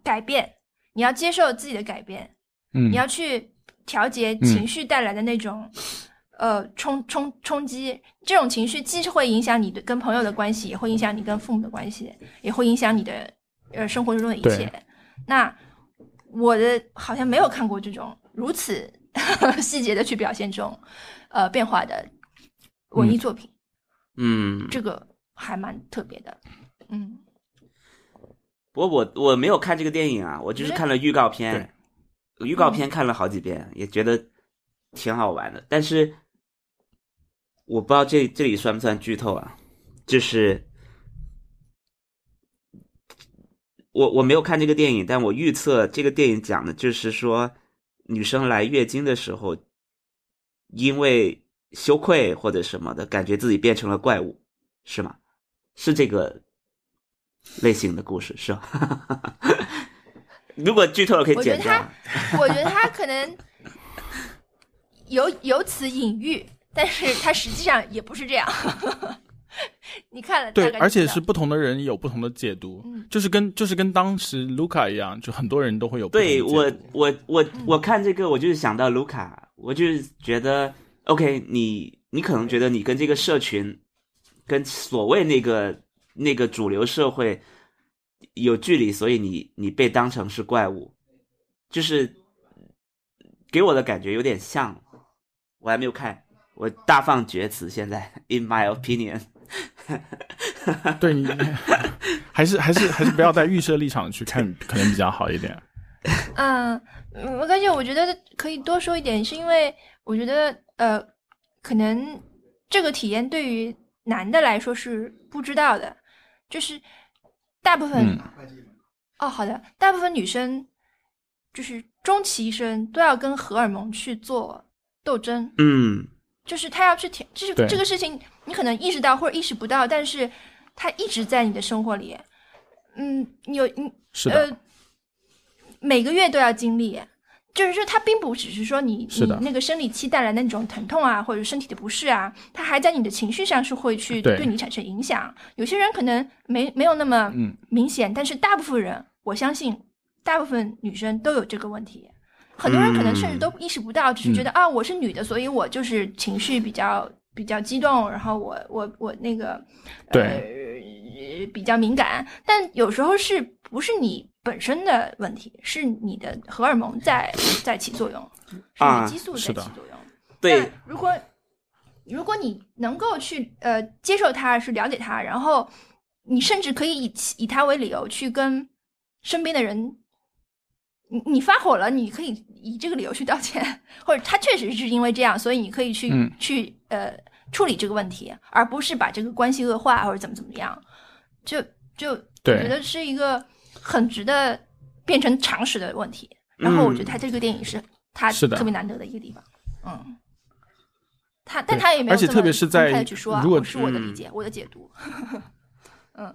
Speaker 3: 改变。你要接受自己的改变，
Speaker 1: 嗯
Speaker 3: 你要去调节情绪带来的那种、呃冲冲冲击。这种情绪既是会影响你的跟朋友的关系，也会影响你跟父母的关系，也会影响你的呃生活中的一
Speaker 1: 对
Speaker 3: 切。那我的好像没有看过这种如此 细节的去表现这种呃变化的文艺作品，
Speaker 2: 嗯，
Speaker 3: 这个还蛮特别的。嗯，
Speaker 2: 不过我我没有看这个电影啊，我就是看了预告片，预
Speaker 3: 嗯
Speaker 2: 告片看了好几遍，也觉得挺好玩的。但是我不知道这这里算不算剧透啊？就是我我没有看这个电影，但我预测这个电影讲的就是说，女生来月经的时候，因为羞愧或者什么的，感觉自己变成了怪物，是吗？是这个类型的故事是吧？ 如果剧透了可以
Speaker 3: 我觉得
Speaker 2: 剪掉啊。
Speaker 3: 我觉得他可能有有此隐喻，但是他实际上也不是这样。 你看了大
Speaker 1: 对，
Speaker 3: 概就
Speaker 1: 而且
Speaker 3: 知道
Speaker 1: 是不同的人有不同的解读，
Speaker 3: 嗯
Speaker 1: 就是跟就是跟当时卢卡一样，就很多人都会有不同的
Speaker 2: 对
Speaker 1: 解
Speaker 2: 我
Speaker 1: 读，
Speaker 2: 我我我看这个，我就是想到卢卡，我就是觉得，OK，你你可能觉得你跟这个社群，跟所谓那个那个主流社会有距离，所以你你被当成是怪物，就是给我的感觉有点像。我还没有看，我大放厥词，现在 in my opinion，
Speaker 1: 对 你还是还是还是不要在预设立场去看，可能比较好一点。
Speaker 3: 嗯，嗯而且我觉得可以多说一点，是因为我觉得呃，可能这个体验对于男的来说是不知道的，就是大部分、
Speaker 1: 嗯
Speaker 3: 哦，好的，大部分女生就是终其一生都要跟荷尔蒙去做斗争，
Speaker 2: 嗯
Speaker 3: 就是他要去填，这是
Speaker 1: 对
Speaker 3: 这个事情，你可能意识到或者意识不到，但是它一直在你的生活里。嗯，你有你
Speaker 1: 是的，
Speaker 3: 呃，每个月都要经历，就是说它并不只是说你
Speaker 1: 是的
Speaker 3: 你那个生理期带来的那种疼痛啊，或者身体的不适啊，它还在你的情绪上是会去
Speaker 1: 对
Speaker 3: 对你产生影响。有些人可能没没有那么
Speaker 1: 嗯
Speaker 3: 明显，但是大部分人，我相信大部分女生都有这个问题。很多人可能甚至都
Speaker 1: 嗯
Speaker 3: 意识不到，只是觉得啊，我是女的，所以我就是情绪比较比较激动，然后我我我那个呃比较敏感，但有时候是不是你本身的问题，是你的荷尔蒙在在起作用，是你
Speaker 2: 啊
Speaker 3: 的激素在
Speaker 1: 是
Speaker 3: 起
Speaker 1: 的
Speaker 3: 作用。
Speaker 2: 对
Speaker 3: 那，如果如果你能够去呃接受它，是了解它，然后你甚至可以呃以其以它为理由去跟身边的人，你你发火了，你可以以这个理由去道歉，或者他确实是因为这样，所以你可以去、
Speaker 1: 嗯
Speaker 3: 去呃处理这个问题，而不是把这个关系恶化或者怎么怎么样，就就我
Speaker 1: 对
Speaker 3: 觉得是一个很值得变成常识的问题。然后我觉得
Speaker 2: 嗯
Speaker 3: 他这个电影是他
Speaker 1: 嗯是的
Speaker 3: 特别难得的一个地方。嗯，他但他也没有
Speaker 1: 而且
Speaker 3: 这么
Speaker 1: 特别是在
Speaker 3: 公开地去说啊，
Speaker 1: 如果
Speaker 3: 我是我的理
Speaker 2: 嗯
Speaker 3: 解，我的解读。嗯，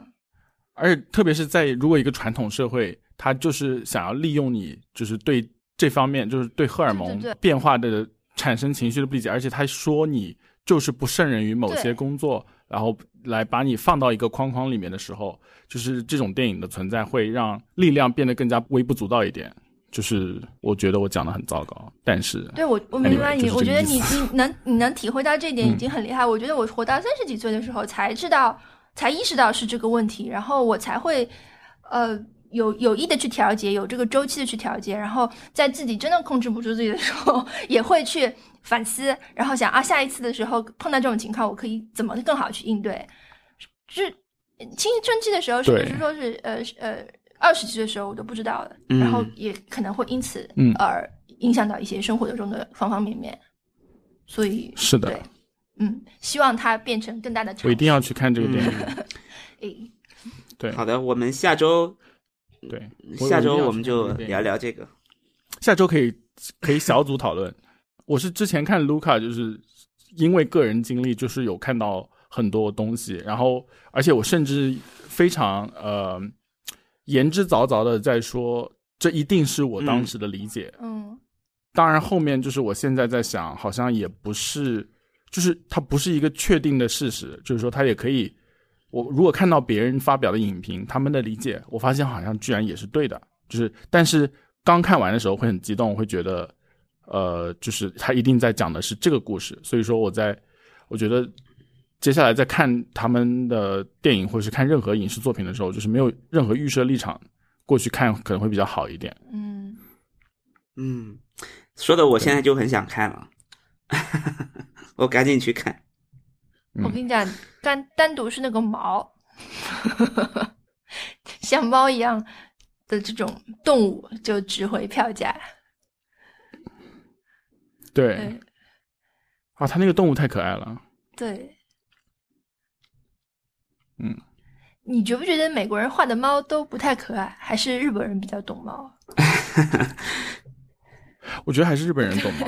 Speaker 1: 而且特别是在如果一个传统社会，它就是想要利用你，就是对这方面，就是对荷尔蒙
Speaker 3: 对对对
Speaker 1: 变化的产生情绪的不理解，而且他说你就是不胜任于某些
Speaker 3: 对
Speaker 1: 工作，然后来把你放到一个框框里面的时候，就是这种电影的存在会让力量变得更加微不足道一点。就是我觉得我讲的很糟糕，但是
Speaker 3: 对我我明
Speaker 1: Anyway，
Speaker 3: 白你，
Speaker 1: 就是
Speaker 3: 我觉得
Speaker 1: 这个
Speaker 3: 你
Speaker 1: 意
Speaker 3: 你能你能体会到这点已
Speaker 1: 嗯
Speaker 3: 经很厉害。我觉得我活到三十几岁的时候才知道，才意识到是这个问题，然后我才会呃有有意的去调节，有这个周期的去调节，然后在自己真的控制不住自己的时候，也会去反思，然后想啊，下一次的时候碰到这种情况，我可以怎么更好去应对？是青春期的时候，甚至
Speaker 1: 对
Speaker 3: 是说是呃是呃二十岁的时候，我都不知道的，然后
Speaker 2: 嗯
Speaker 3: 也可能会因此
Speaker 1: 嗯
Speaker 3: 而影响到一些生活中的方方面面，所以
Speaker 1: 是的
Speaker 3: 对，，嗯，希望它变成更大的尝试。
Speaker 1: 我一定要去看这个电影。
Speaker 3: 诶
Speaker 1: 对
Speaker 2: 嗯好的，我们下周
Speaker 1: 对，我
Speaker 2: 嗯下周
Speaker 1: 一定要
Speaker 2: 我们
Speaker 1: 去看这
Speaker 2: 就
Speaker 1: 个电影
Speaker 2: 聊聊这个。
Speaker 1: 下周可以可以小 组讨论。我是之前看卢卡，就是因为个人经历，就是有看到很多东西，然后而且我甚至非常呃言之凿凿的在说，这一定是我当时的理解。
Speaker 3: 嗯
Speaker 1: 当然，后面就是我现在在想，好像也不是，就是它不是一个确定的事实，就是说它也可以，我如果看到别人发表的影评，他们的理解，我发现好像居然也是对的，就是但是刚看完的时候会很激动，会觉得，呃，就是他一定在讲的是这个故事，所以说我在，我觉得接下来在看他们的电影或者是看任何影视作品的时候，就是没有任何预设立场过去看可能会比较好一点。
Speaker 3: 嗯，
Speaker 2: 嗯，说的我现在就很想看了，我赶紧去看。
Speaker 1: 嗯
Speaker 3: 我跟你讲，单单独是那个毛， 像猫一样的这种动物就值回票价。
Speaker 1: 对，
Speaker 3: 对
Speaker 1: 啊，他那个动物太可爱了。
Speaker 3: 对，
Speaker 1: 嗯，
Speaker 3: 你觉不觉得美国人画的猫都不太可爱，还是日本人比较懂猫？
Speaker 1: 我觉得还是日本人懂猫。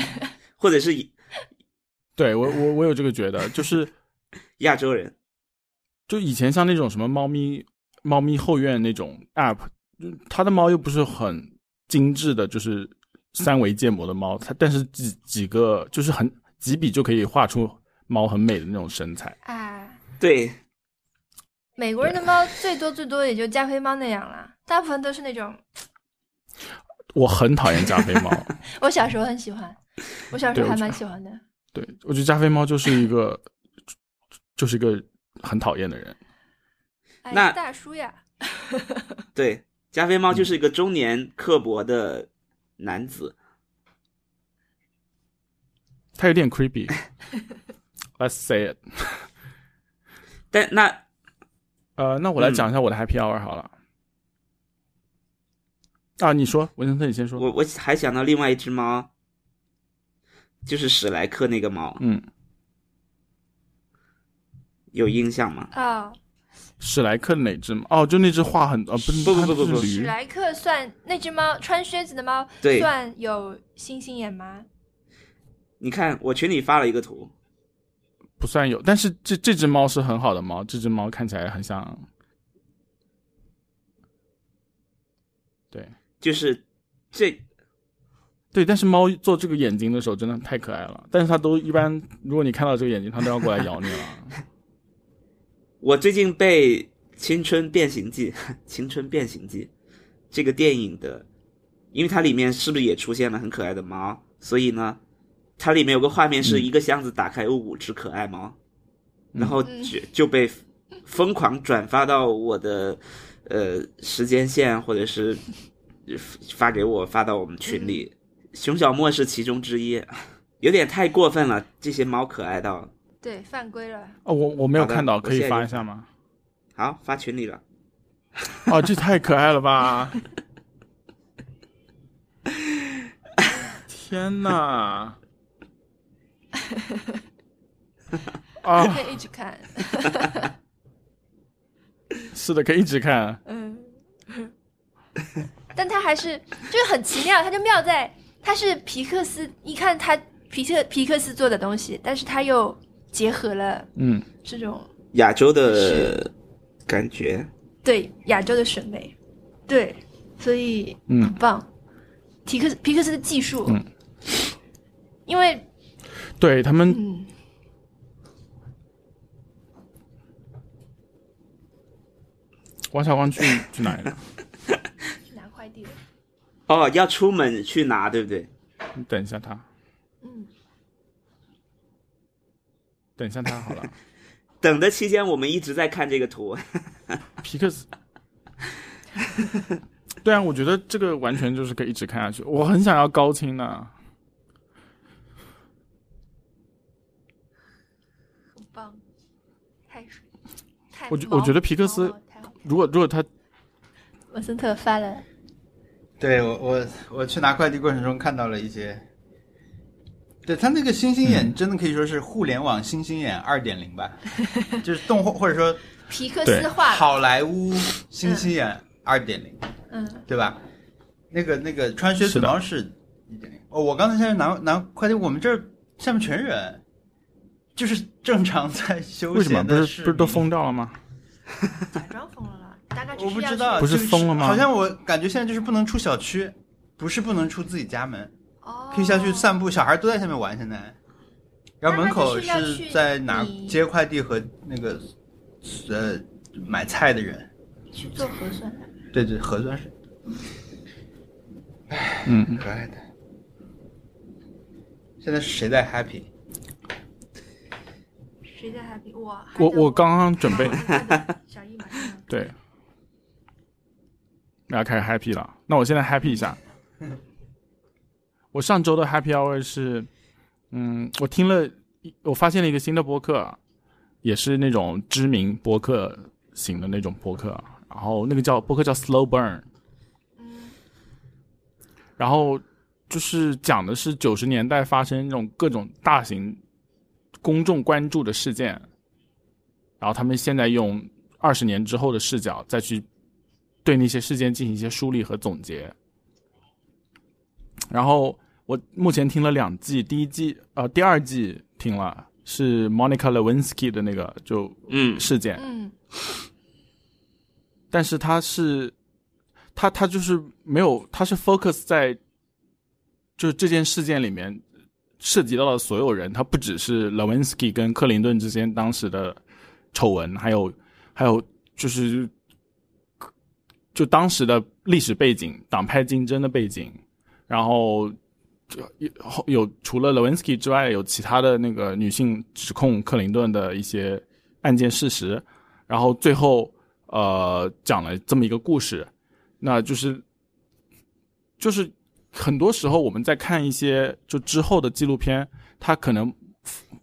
Speaker 2: 或者是
Speaker 1: 对我，我我有这个觉得，就是
Speaker 2: 亚洲人，
Speaker 1: 就以前像那种什么猫咪猫咪后院那种 app，就它的猫又不是很精致的，就是三维建模的猫，它但是几几个就是很几笔就可以画出猫很美的那种身材。
Speaker 3: 啊，
Speaker 2: 对，
Speaker 3: 美国人的猫最多最多也就加菲猫那样啦，大部分都是那种。
Speaker 1: 我很讨厌加菲猫，
Speaker 3: 我小时候很喜欢，我小时
Speaker 1: 对
Speaker 3: 候
Speaker 1: 我
Speaker 3: 还
Speaker 1: 知
Speaker 3: 蛮喜欢的。
Speaker 1: 对我觉得加菲猫就是一个就是一个很讨厌的人。
Speaker 3: 哎，
Speaker 2: 那
Speaker 3: 大叔呀，
Speaker 2: 对，加菲猫就是一个中年刻薄的男子。
Speaker 1: 它有点 creepy。Let's say it。
Speaker 2: 但那
Speaker 1: 呃，那我来
Speaker 2: 嗯
Speaker 1: 讲一下我的 Happy Hour 好了。啊，你说，文森特，你先说。
Speaker 2: 我我还想到另外一只猫，就是史莱克那个猫，
Speaker 1: 嗯，
Speaker 2: 有印象吗？
Speaker 3: 啊、
Speaker 1: 史莱克哪只？哦，就那只画很呃，不是
Speaker 2: 不不
Speaker 1: 它
Speaker 2: 不不
Speaker 1: 是
Speaker 2: 不
Speaker 1: 驴
Speaker 3: 史莱克算那只猫穿靴子的猫，
Speaker 2: 对
Speaker 3: 算有星星眼吗？
Speaker 2: 你看我群里发了一个图，
Speaker 1: 不算有，但是这这只猫是很好的猫，这只猫看起来很像。对
Speaker 2: 就是这
Speaker 1: 对，但是猫做这个眼睛的时候真的太可爱了，但是它都一般，如果你看到这个眼睛，它都要过来咬 你了。
Speaker 2: 我最近被《青春变形记》 《青春变形记》这个电影的，因为它里面是不是也出现了很可爱的猫？所以呢，它里面有个画面是
Speaker 1: 嗯
Speaker 2: 一个箱子打开有五只可爱猫，然后
Speaker 3: 嗯
Speaker 2: 就就被疯狂转发到我的呃时间线，或者是发给我发到我们群里。熊小莫是其中之一，有点太过分了，这些猫可爱到
Speaker 3: 对，犯规了。
Speaker 1: 哦，我我没有
Speaker 2: 好的
Speaker 1: 看到，
Speaker 2: 我
Speaker 1: 可以
Speaker 2: 现在
Speaker 1: 发
Speaker 2: 就
Speaker 1: 一下吗？
Speaker 2: 好发群里了。
Speaker 1: 哦，这太可爱了吧！天哪！啊，
Speaker 3: 可以一直看。
Speaker 1: 是的，可以一直看。
Speaker 3: 嗯， 但它还是就是很奇妙，它就妙在它是皮克斯，一看它皮特皮克斯做的东西，但是它又结合了
Speaker 1: 嗯，
Speaker 3: 这种
Speaker 2: 亚洲的感觉。
Speaker 3: 对亚洲的审美，对，所以
Speaker 1: 嗯
Speaker 3: 很棒。皮克斯皮克斯的技术，
Speaker 1: 嗯
Speaker 3: 因为
Speaker 1: 对他们，
Speaker 3: 嗯，
Speaker 1: 王小光去去哪里了？
Speaker 3: 去拿快递了，
Speaker 2: 哦，要出门去拿，对不对？
Speaker 1: 你等一下他，
Speaker 3: 嗯，
Speaker 1: 等一下他好了。
Speaker 2: 等的期间，我们一直在看这个图。
Speaker 1: 皮克斯。对啊，我觉得这个完全就是可以一直看下去。我很想要高清啊的，
Speaker 3: 很棒，太水，太
Speaker 1: 我觉
Speaker 3: 毛
Speaker 1: 我觉得皮克斯
Speaker 3: 毛毛太好看
Speaker 1: 如果如果他
Speaker 3: 文森特发了，
Speaker 4: 对我我我去拿快递过程中看到了一些，对他那个星星
Speaker 1: 嗯
Speaker 4: 眼真的可以说是互联网星星眼二点 零吧，就是动画或者说
Speaker 3: 皮克
Speaker 1: 对
Speaker 3: 斯画了，
Speaker 4: 好莱坞星
Speaker 1: 嗯
Speaker 4: 星眼二点零，
Speaker 3: 嗯，
Speaker 4: 对吧？那个那个穿靴
Speaker 1: 是
Speaker 4: 子
Speaker 1: 的
Speaker 4: 猫是一点零。哦，我刚才在这拿拿快递，我们这儿下面全人，就是正常在休闲
Speaker 1: 为什么不
Speaker 4: 的
Speaker 1: 是
Speaker 4: 市
Speaker 1: 不是都
Speaker 4: 民
Speaker 1: 封掉了吗？
Speaker 3: 假装疯了啦，大概只
Speaker 4: 我
Speaker 3: 是
Speaker 4: 不
Speaker 3: 要
Speaker 4: 知
Speaker 3: 去
Speaker 4: 道，
Speaker 1: 不是
Speaker 4: 就
Speaker 1: 封了吗
Speaker 4: 好像我感觉现在就是不能出小区，不是不能出自己家门，
Speaker 3: 哦，
Speaker 4: 可以下去散步，小孩都在下面玩现在。然后门口
Speaker 3: 那就是要去
Speaker 4: 在拿
Speaker 3: 你
Speaker 4: 接快递和那个呃买菜的人，
Speaker 3: 去做核酸的。
Speaker 4: 对对，核酸是
Speaker 1: 嗯，
Speaker 4: 可爱的。现在是谁在 happy？
Speaker 3: 谁在 happy？我还
Speaker 1: 我
Speaker 3: 在
Speaker 1: 我刚刚准备
Speaker 3: 小易马上了
Speaker 1: 对，大家开始 happy 了。那我现在 happy 一下。我上周的 happy hour 是，嗯，我听了一，我发现了一个新的播客，也是那种知名播客型的那种播客，然后那个叫播客叫 Slow Burn，
Speaker 3: 嗯
Speaker 1: 然后就是讲的是九十年代发生那种各种大型公众关注的事件，然后他们现在用二十年之后的视角再去对那些事件进行一些梳理和总结。然后我目前听了两季，第一季呃第二季听了是 Monica Lewinsky 的那个就
Speaker 2: 嗯，
Speaker 1: 事件，
Speaker 3: 嗯，
Speaker 1: 但是他是，他他就是没有，他是 focus 在，就是这件事件里面涉及到了所有人，他不只是 Lewinsky 跟克林顿之间当时的丑闻，还有还有就是就当时的历史背景、党派竞争的背景，然后就有有除了 Lewinsky 之外，有其他的那个女性指控克林顿的一些案件事实，然后最后呃讲了这么一个故事，那就是就是很多时候我们在看一些就之后的纪录片，它可能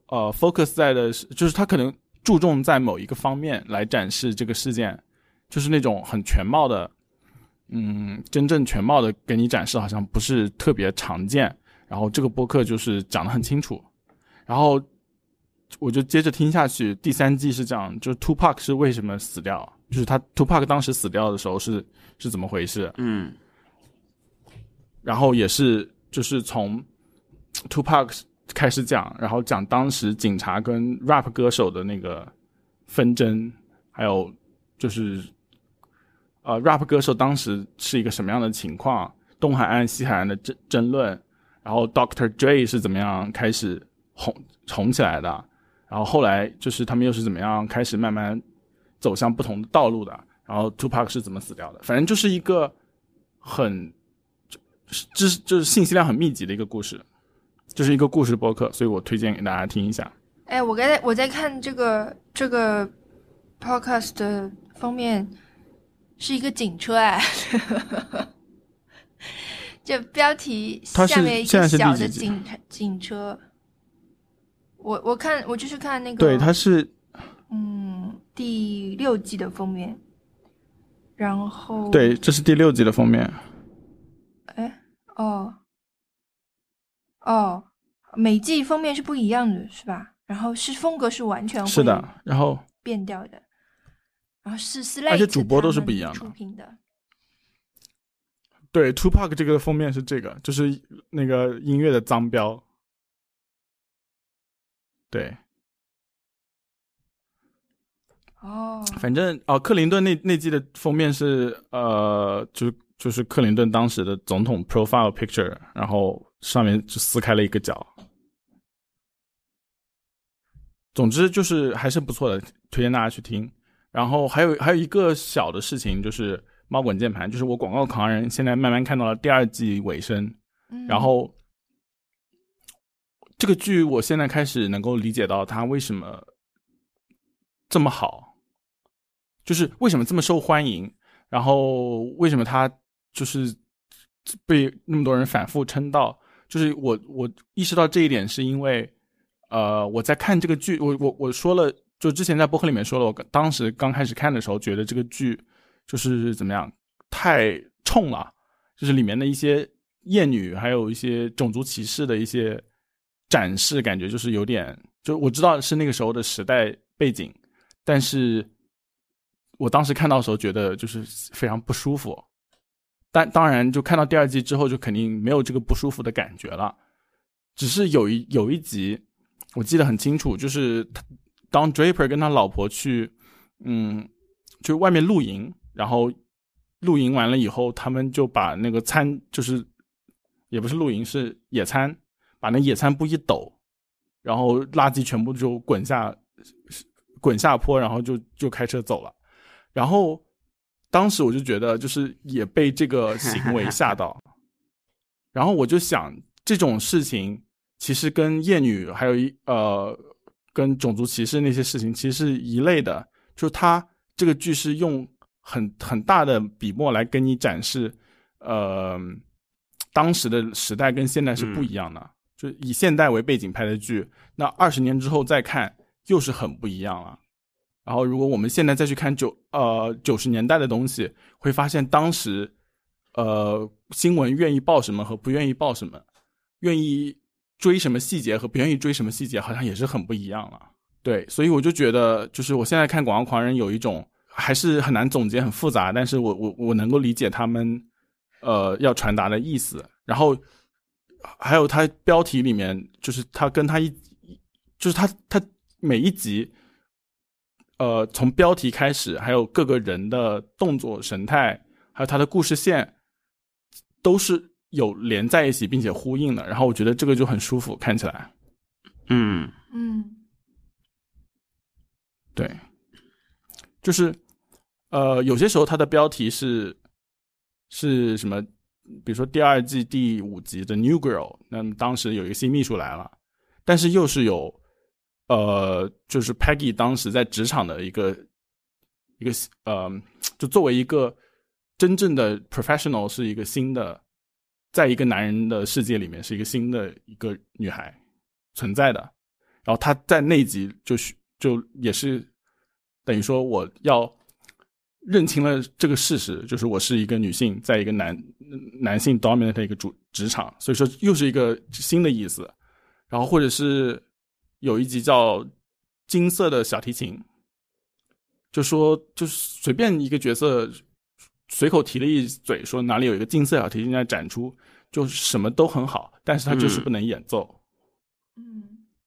Speaker 1: 呃 focus 在的是，就是它可能注重在某一个方面来展示这个事件，就是那种很全貌的，嗯，真正全貌的给你展示好像不是特别常见。然后这个播客就是讲的很清楚，然后我就接着听下去。第三季是讲就是 Tupac 是为什么死掉，就是他 Tupac 当时死掉的时候是是怎么回事，
Speaker 2: 嗯
Speaker 1: 然后也是就是从 Tupac 开始讲，然后讲当时警察跟 rap 歌手的那个纷争，还有就是呃 rap 歌手当时是一个什么样的情况，东海岸、西海岸的争争论，然后 Doctor Dre 是怎么样开始红红起来的，然后后来就是他们又是怎么样开始慢慢走向不同的道路的，然后 Tupac 是怎么死掉的，反正就是一个很知识就是信息量很密集的一个故事，就是一个故事播客，所以我推荐给大家听一下。
Speaker 3: 哎，我刚才我在看这个这个 podcast 的封面，是一个警车 哎，这标题
Speaker 1: 它是
Speaker 3: 下面一
Speaker 1: 现在
Speaker 3: 个
Speaker 1: 是第
Speaker 3: 小
Speaker 1: 几
Speaker 3: 的
Speaker 1: 集
Speaker 3: 警警车。我我看我就是看那个
Speaker 1: 对，它是
Speaker 3: 嗯第六季的封面，然后
Speaker 1: 对，这是第六集的封面，
Speaker 3: 哎，哦，哦，每季封面是不一样的，是吧？然后是风格是完全
Speaker 1: 是的
Speaker 3: 会。
Speaker 1: 然后
Speaker 3: 变掉的，然后是 Slate，
Speaker 1: 而且主播都是
Speaker 3: 他们
Speaker 1: 不一样的
Speaker 3: 出品的。
Speaker 1: 对 Tupac 这个封面是这个，就是那个音乐的脏标。对，
Speaker 3: 哦，
Speaker 1: 反正哦、克林顿那那季的封面是呃，就就是克林顿当时的总统 profile picture，然后上面就撕开了一个角。总之就是还是不错的，推荐大家去听。然后还有还有一个小的事情就是猫滚键盘，就是我广告狂人现在慢慢看到了第二季尾声，
Speaker 3: 嗯
Speaker 1: 然后这个剧我现在开始能够理解到它为什么这么好，就是为什么这么受欢迎，然后为什么它就是被那么多人反复称道。就是我我意识到这一点，是因为呃我在看这个剧，我我我说了，就之前在播客里面说了，我当时刚开始看的时候，觉得这个剧就是怎么样太冲了，就是里面的一些厌女，还有一些种族歧视的一些展示，感觉就是有点，就我知道是那个时候的时代背景，但是我当时看到的时候觉得就是非常不舒服。但当然，就看到第二季之后，就肯定没有这个不舒服的感觉了。只是有一有一集，我记得很清楚，就是他当 Draper 跟他老婆去，嗯，去外面露营，然后露营完了以后，他们就把那个餐，就是也不是露营，是野餐，把那野餐布一抖，然后垃圾全部就滚下滚下坡，然后就就开车走了。然后当时我就觉得，就是也被这个行为吓到，然后我就想这种事情。其实跟厌女还有一呃，跟种族歧视那些事情其实是一类的，就是它这个剧是用很很大的笔墨来跟你展示，呃，当时的时代跟现代是不一样的，就以现代为背景拍的剧，那二十年之后再看又是很不一样了。然后如果我们现在再去看九呃九十年代的东西，会发现当时呃新闻愿意报什么和不愿意报什么，愿意。追什么细节和不愿意追什么细节，好像也是很不一样了。对，所以我就觉得，就是我现在看《广告狂人》有一种还是很难总结、很复杂，但是我我我能够理解他们呃要传达的意思。然后还有它标题里面，就是它跟它一，就是它它每一集，呃，从标题开始，还有各个人的动作、神态，还有它的故事线，都是。有连在一起并且呼应的，然后我觉得这个就很舒服，看起来。
Speaker 2: 嗯
Speaker 3: 嗯，
Speaker 1: 对，就是呃，有些时候它的标题是是什么，比如说第二季第五集的 New Girl，那么当时有一个新秘书来了，但是又是有呃，就是 Peggy 当时在职场的一个一个呃，就作为一个真正的 professional 是一个新的。在一个男人的世界里面，是一个新的一个女孩存在的。然后她在那集就是就也是等于说，我要认清了这个事实，就是我是一个女性，在一个男男性 dominant 的一个主职场，所以说又是一个新的意思。然后或者是有一集叫《金色的小提琴》，就说就是随便一个角色。随口提了一嘴，说哪里有一个金色小提琴在展出，就什么都很好，但是他就是不能演奏。
Speaker 3: 嗯，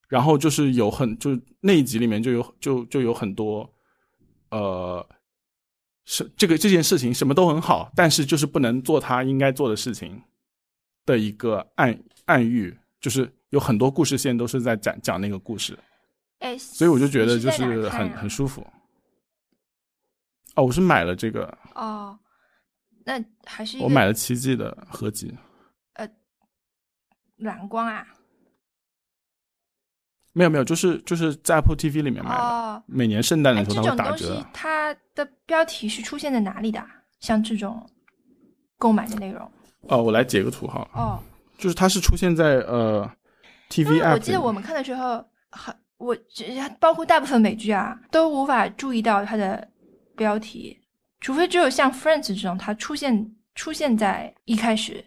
Speaker 1: 然后就是有很就那一集里面就有就就有很多，呃，是这个这件事情什么都很好，但是就是不能做他应该做的事情的一个暗暗喻，就是有很多故事线都是在讲讲那个故事，
Speaker 3: 哎，
Speaker 1: 所以我就觉得
Speaker 3: 你
Speaker 1: 就
Speaker 3: 在哪
Speaker 1: 是
Speaker 3: 看
Speaker 1: 很
Speaker 3: 啊
Speaker 1: 很舒服。哦，我是买了这个，
Speaker 3: 哦，那还是一
Speaker 1: 我
Speaker 3: 个
Speaker 1: 买了七季的合集。
Speaker 3: 蓝光啊。
Speaker 1: 没有没有，就是就是在 Apple TV 里面买的，
Speaker 3: 哦，
Speaker 1: 每年圣诞
Speaker 3: 哎，
Speaker 1: 的时
Speaker 3: 这
Speaker 1: 候它
Speaker 3: 种
Speaker 1: 会打
Speaker 3: 东西
Speaker 1: 折。啊
Speaker 3: 它的标题是出现在哪里的啊？像这种购买的内容
Speaker 1: 哦，我来截个图好了，
Speaker 3: 哦，
Speaker 1: 就是它是出现在呃
Speaker 3: 因
Speaker 1: TV
Speaker 3: 为
Speaker 1: app
Speaker 3: 我
Speaker 1: 里
Speaker 3: 记得
Speaker 1: 面
Speaker 3: 我们看的时候，很我只包括大部分美剧啊，都无法注意到它的标题，除非只有像 Friends 这种，它出现出现在一开始，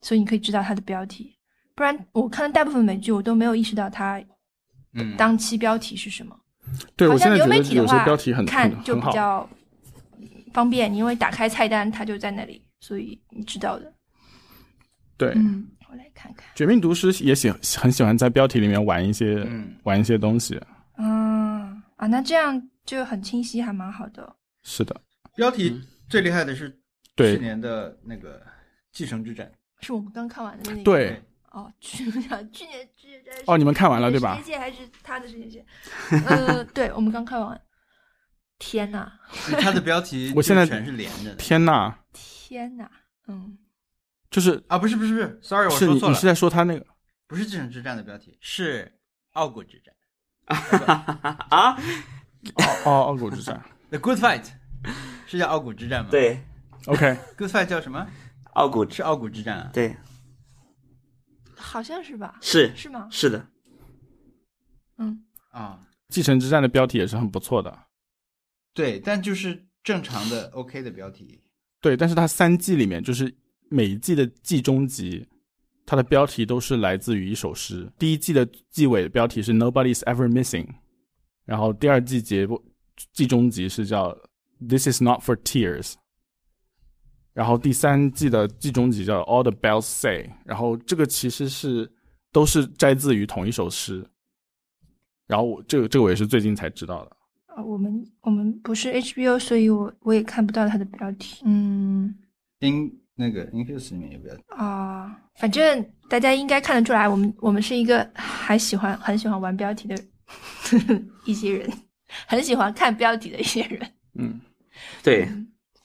Speaker 3: 所以你可以知道它的标题，不然我看的大部分美剧我都没有意识到它
Speaker 4: 嗯，
Speaker 3: 当期标题是什么。
Speaker 1: 对我
Speaker 3: 好
Speaker 1: 现
Speaker 3: 像
Speaker 1: 在
Speaker 3: 流
Speaker 1: 觉得
Speaker 3: 媒体的
Speaker 1: 有些
Speaker 3: 话，
Speaker 1: 标题很很
Speaker 3: 看就
Speaker 1: 很
Speaker 3: 比
Speaker 1: 好。
Speaker 3: 较方便，因为打开菜单它就在那里，所以你知道的。
Speaker 1: 对，
Speaker 3: 嗯，我来看看。
Speaker 1: 绝命毒师》也喜很喜欢在标题里面玩一些、
Speaker 4: 嗯
Speaker 1: 玩一些东西。
Speaker 3: 嗯啊，那这样就很清晰，还蛮好的。哦
Speaker 1: 是的，
Speaker 4: 标题
Speaker 3: 嗯
Speaker 4: 最厉害的是去
Speaker 1: 对
Speaker 4: 年的那个《继承之战
Speaker 3: 是我们刚看完的那个。。
Speaker 1: 对。
Speaker 3: 哦，去年去年去年在
Speaker 1: 哦，你们看完了对
Speaker 3: 世
Speaker 1: 吧？
Speaker 3: 界线还是他的世 界线？呃，对，我们刚看完。天呐，》，
Speaker 4: 它的标题
Speaker 1: 我现在
Speaker 4: 就全是连着的
Speaker 1: 天呐，
Speaker 3: 天呐，嗯，
Speaker 1: 就是
Speaker 4: 啊，不是不是不是，sorry，我
Speaker 1: 是
Speaker 4: 说
Speaker 1: 你
Speaker 4: 错
Speaker 1: 你
Speaker 4: 了
Speaker 1: 是，在说他那个
Speaker 4: 不是《继承之战》的标题，是《傲骨之战
Speaker 2: 啊，
Speaker 1: 哦哦傲骨之战》
Speaker 4: （The Good Fight），是叫《傲骨之战》吗？
Speaker 2: 对，
Speaker 1: ？OK，
Speaker 4: ，Good Fight 叫什么？
Speaker 2: 傲骨
Speaker 4: 是《傲骨之战》啊。
Speaker 2: 对，
Speaker 3: 好像是吧？
Speaker 2: 是
Speaker 3: 是吗？
Speaker 2: 是的，
Speaker 3: 嗯，
Speaker 4: 啊，
Speaker 1: 继承之战的标题也是很不错的。
Speaker 4: 对，但就是正常的 OK 的标题。
Speaker 1: 对，但是它三季里面就是每一季的季中集，它的标题都是来自于一首诗。第一季的季尾的标题是 “Nobody's Ever Missing”，然后第二季节目季中集是叫 “This Is Not for Tears”，然后第三季的季中集叫 “All the Bells Say”，然后这个其实是都是摘自于同一首诗，然后我这个这个我也是最近才知道的。
Speaker 3: 呃我们我们不是 HBO，所以我我也看不到它的标题。嗯
Speaker 4: 英那个 Infuse 里面有没有？
Speaker 3: 啊、反正大家应该看得出来，我们我们是一个还喜欢很喜欢玩标题的 一些人，很喜欢看标题的一些人，
Speaker 1: 嗯，
Speaker 2: 对，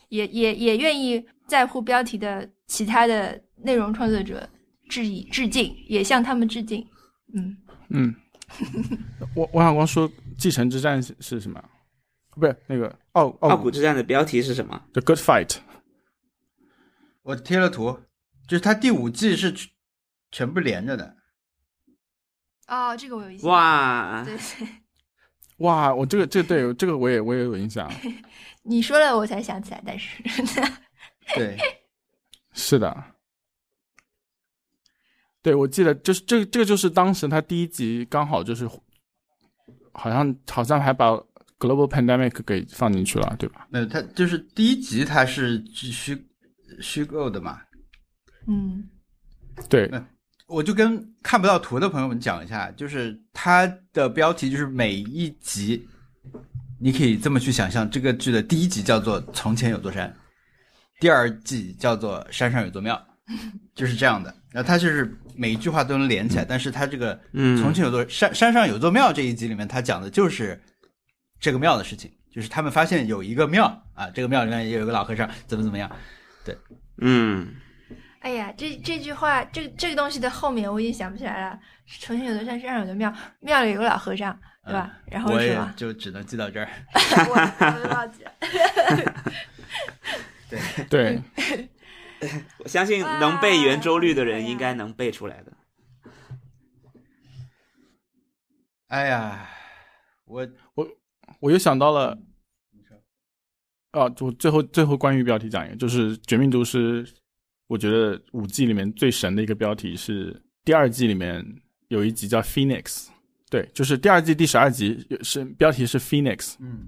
Speaker 3: 也也也愿意在乎标题的其他的内容创作者致以致敬，也向他们致敬。嗯，
Speaker 1: 嗯，我我想光说《继承之战》是是什么啊？不是那个奥
Speaker 2: 奥
Speaker 1: 奥
Speaker 2: 古之战的标题是什么？
Speaker 1: The Good Fight，
Speaker 4: 我贴了图，就是它第五季是全全部连着的，
Speaker 3: 哦，这个我有印象。，
Speaker 2: 哇，
Speaker 3: 对对，
Speaker 1: 哇，我这个这个对这个我也我也有印象，
Speaker 3: 你说了我才想起来，但是
Speaker 4: 对，
Speaker 1: 是的，对我记得就是这这个就是当时他第一集刚好就是好像好像还把 Global Pandemic 给放进去了，对吧？
Speaker 4: 没有呃它就是第一集它是虚虚构的嘛，
Speaker 3: 嗯
Speaker 1: 对，
Speaker 4: 我就跟看不到图的朋友们讲一下，就是它的标题就是每一集，你可以这么去想象，这个剧的第一集叫做《从前有座山》，第二季叫做《山上有座庙》， 就是这样的。然后它就是每一句话都能连起来，但是它这个
Speaker 2: 嗯
Speaker 4: 从前有座山山上有座庙这一集里面，它讲的就是这个庙的事情，就是他们发现有一个庙啊，这个庙里面也有一个老和尚，怎么怎么样。
Speaker 2: 嗯，
Speaker 3: 哎呀，这这句话，这这个东西的后面我已经想不起来了。重庆有座山，山上有座庙，庙里有个老和尚，对吧？
Speaker 2: 嗯
Speaker 3: 然后
Speaker 4: 我
Speaker 3: 是
Speaker 4: 也
Speaker 3: 什 么？
Speaker 4: 就只能记到这儿。
Speaker 3: 我我都忘记了。
Speaker 1: 对，
Speaker 2: 我相信能背圆周率的人应该能背出来的。
Speaker 4: 哎呀，我
Speaker 1: 我又想到了，啊，我最后最后关于标题讲一个，就是《绝命毒师》，我觉得五季里面最神的一个标题是第二季里面有一集叫 Phoenix，对，就是第二季第十二集是标题是 Phoenix。
Speaker 4: 嗯。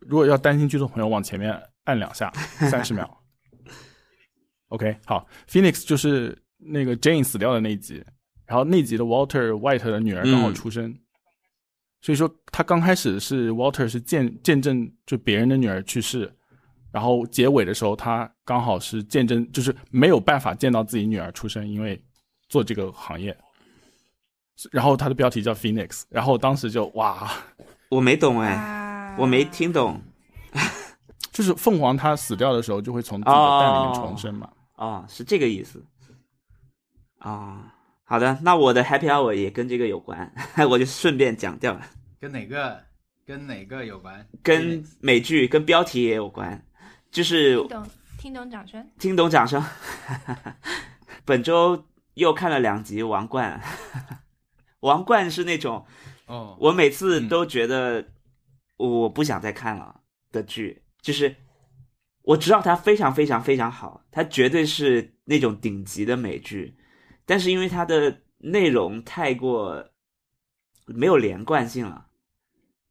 Speaker 1: 如果要担心剧透朋友，往前面按两下，三十秒。OK，好，Phoenix 就是那个 Jane 死掉的那一集，然后那集的 Walter White 的女儿刚好出生，所以说他刚开始是 Walter 是见见证就别人的女儿去世，然后结尾的时候他刚好是见证，就是没有办法见到自己女儿出生，因为做这个行业。然后他的标题叫 Phoenix，然后当时就哇，
Speaker 2: 我没懂 哎，
Speaker 3: 啊
Speaker 2: 我没。听懂
Speaker 1: 就是凤凰它死掉的时候就会从自己的蛋里面重生嘛。
Speaker 2: 哦，是这个意思。哦，好的，那我的 Happy Hour 也跟这个有关， 我就顺便讲掉了，
Speaker 4: 跟哪个跟哪个有关？
Speaker 2: 跟美剧跟标题也有关，就是
Speaker 3: 听懂，听懂掌声。
Speaker 2: 听懂掌声。 本周又看了两集《王冠》，《王冠》是那种
Speaker 4: 哦，
Speaker 2: 我每次都觉得我不想再看了的剧，就是我知道它非常非常非常好，它绝对是那种顶级的美剧，但是因为它的内容太过没有连贯性了，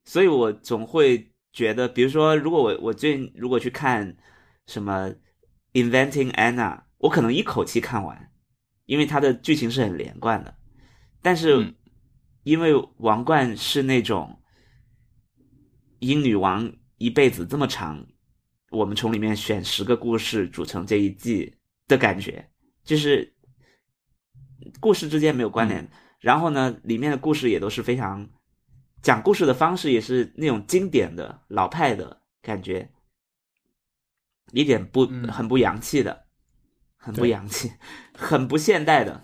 Speaker 2: 所以我总会觉得，比如说，如果我我最近如果去看什么《Inventing Anna》，我可能一口气看完，因为它的剧情是很连贯的，但是
Speaker 1: 嗯
Speaker 2: 因为《王冠》是那种英女王一辈子这么长，我们从里面选十个故事组成这一季的感觉，就是故事之间没有关
Speaker 1: 嗯
Speaker 2: 联。然后呢，里面的故事也都是非常讲故事的方式也是那种经典的老派的感觉，一点不
Speaker 4: 嗯
Speaker 2: 很不洋气的，很不
Speaker 1: 对
Speaker 2: 洋气，很不现 代的。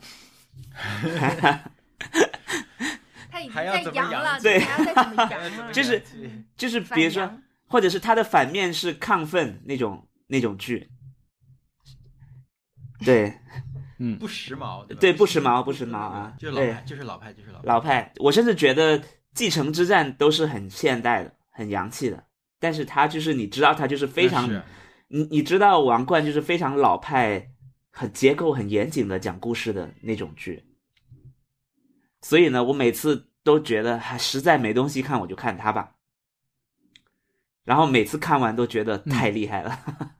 Speaker 3: 他已经
Speaker 4: 还要
Speaker 3: 在
Speaker 4: 怎么
Speaker 3: 扬
Speaker 4: 扬
Speaker 3: 了，
Speaker 2: 对
Speaker 3: 你还要再怎么啊扬 了？
Speaker 2: 就是就是
Speaker 3: 反
Speaker 2: 比如说
Speaker 3: 扬，
Speaker 2: 或者是它的反面是亢奋那种那种剧，对
Speaker 1: 嗯，
Speaker 4: 不时髦，吧
Speaker 2: 对不时髦不时髦啊
Speaker 4: 就是老派，就是老派，就是老派。
Speaker 2: 老派，我甚至觉得《继承之战》都是很现代的、很洋气的，但是它就是你知道它就是非常
Speaker 4: 那是
Speaker 2: 你你知道《王冠》就是非常老派、很结构很严谨的讲故事的那种剧，所以呢，我每次都觉得还实在没东西看，我就看它吧。然后每次看完都觉得太厉害了，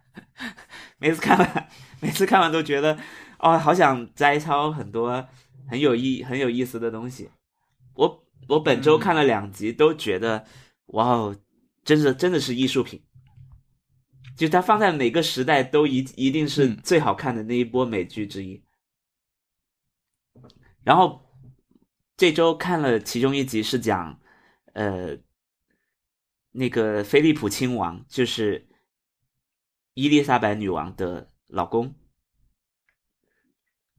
Speaker 2: 每次看完， 每次看完都觉得，哦，好想摘抄很多很有意很有意思的东西。我我本周看了两集，都觉得哇哦，真的真的是艺术品。就它放在每个时代都一一定是
Speaker 1: 嗯
Speaker 2: 最好看的那一波美剧之一。然后这周看了其中一集是讲，呃，那个菲利普亲王就是伊丽莎白女王的老公，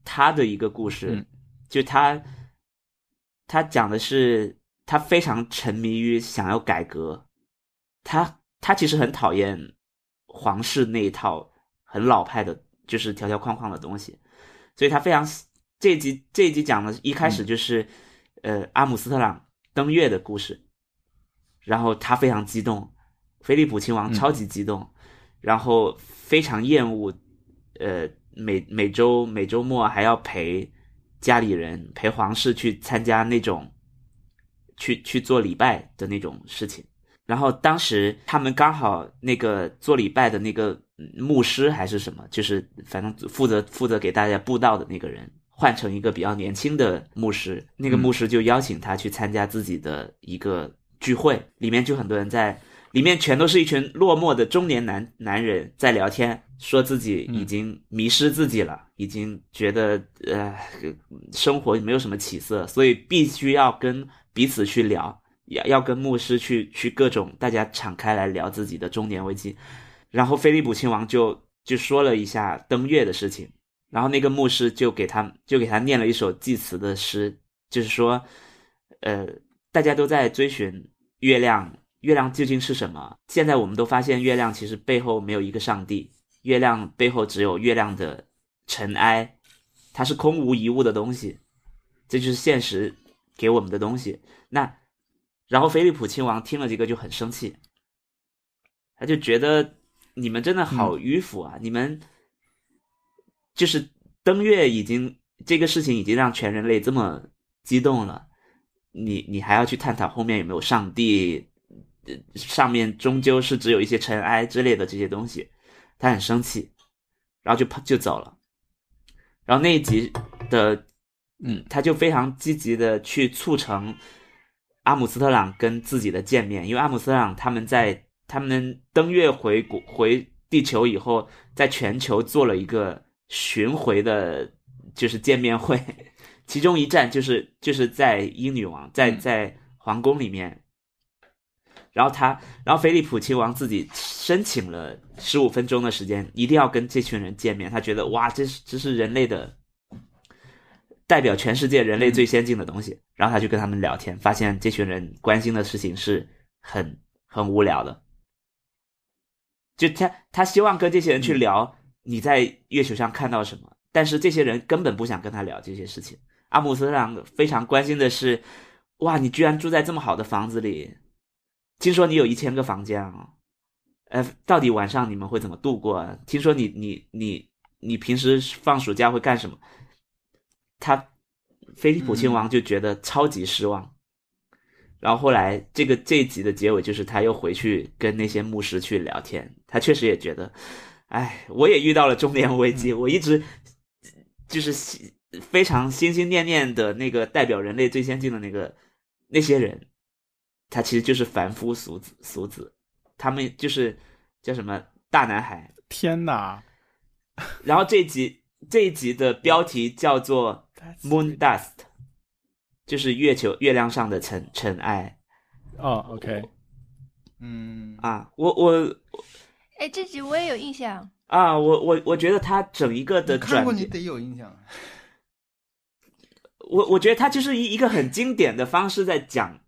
Speaker 2: 他的一个故事，
Speaker 1: 嗯
Speaker 2: 就他他讲的是他非常沉迷于想要改革，他他其实很讨厌皇室那一套很老派的，就是条条框框的东西，所以他非常这一集这一集讲的一开
Speaker 1: 嗯
Speaker 2: 始就是、呃阿姆斯特朗登月的故事，然后他非常激动，菲利普亲王
Speaker 1: 嗯
Speaker 2: 超级激动，然后非常厌恶，呃，每每周每周末还要陪家里人陪皇室去参加那种去去做礼拜的那种事情。然后当时他们刚好那个做礼拜的那个嗯牧师还是什么，就是反正负责负责给大家布道的那个人，换成一个比较年轻的牧师，那个牧师就邀请他去参加自己的一个聚会，里面就很多人在，里面全都是一群落寞的中年男男人在聊天，说自己已经迷失自己了，已经觉得呃生活没有什么起色，所以必须要跟彼此去聊，要要跟牧师去去各种大家敞开来聊自己的中年危机。然后菲利普亲王就就说了一下登月的事情，然后那个牧师就给他就给他念了一首祭词的诗，就是说，呃，大家都在追寻月亮，月亮究竟是什么？现在我们都发现，月亮其实背后没有一个上帝，月亮背后只有月亮的尘埃，它是空无一物的东西，这就是现实给我们的东西。那，然后菲利普亲王听了这个就很生气，他就觉得你们真的好迂腐啊！你们就是登月已经这个事情已经让全人类这么激动了，你你还要去探讨后面有没有上帝，呃上面终究是只有一些尘埃之类的这些东西，他很生气，然后就跑就走了。然后那一集的，
Speaker 1: 嗯，
Speaker 2: 他就非常积极的去促成阿姆斯特朗跟自己的见面，因为阿姆斯特朗他们在他们登月回国回地球以后，在全球做了一个巡回的，就是见面会， 其中一站就是就是在英女王在
Speaker 1: 嗯
Speaker 2: 在皇宫里面。然后他，然后菲利普亲王自己申请了十五分钟的时间，一定要跟这群人见面。他觉得哇，这是这是人类的代表全世界人类最先进的东西。然后他就跟他们聊天，发现这群人关心的事情是很很无聊的。就他他希望跟这些人去聊你在月球上看到什么，但是这些人根本不想跟他聊这些事情。阿姆斯特朗非常关心的是，哇，你居然住在这么好的房子里，听说你有一千个房间啊、呃，到底晚上你们会怎么度过啊？听说你你你你平时放暑假会干什么？他菲利普亲王就觉得超级失望。然后后来这个这一集的结尾就是他又回去跟那些牧师去聊天，他确实也觉得，哎，我也遇到了中年危机，我一直就是心非常心心念念的那个代表人类最先进的那个那些人，他其实就是凡夫俗子俗子，他们就是叫什么大男孩，
Speaker 1: 天哪
Speaker 2: 然后这一集这一集的标题叫做
Speaker 1: 嗯
Speaker 2: Moon Dust，就是月球月亮上的尘尘埃
Speaker 1: 哦 o k
Speaker 4: 嗯，
Speaker 2: 啊！我我
Speaker 3: 哎，这集我也有印象，
Speaker 2: 啊我我我觉得它整一个的
Speaker 4: 你看
Speaker 2: 转
Speaker 4: 过你
Speaker 2: 变，
Speaker 4: 得有印象。
Speaker 2: 我我觉得它就是一一个很经典的方式在讲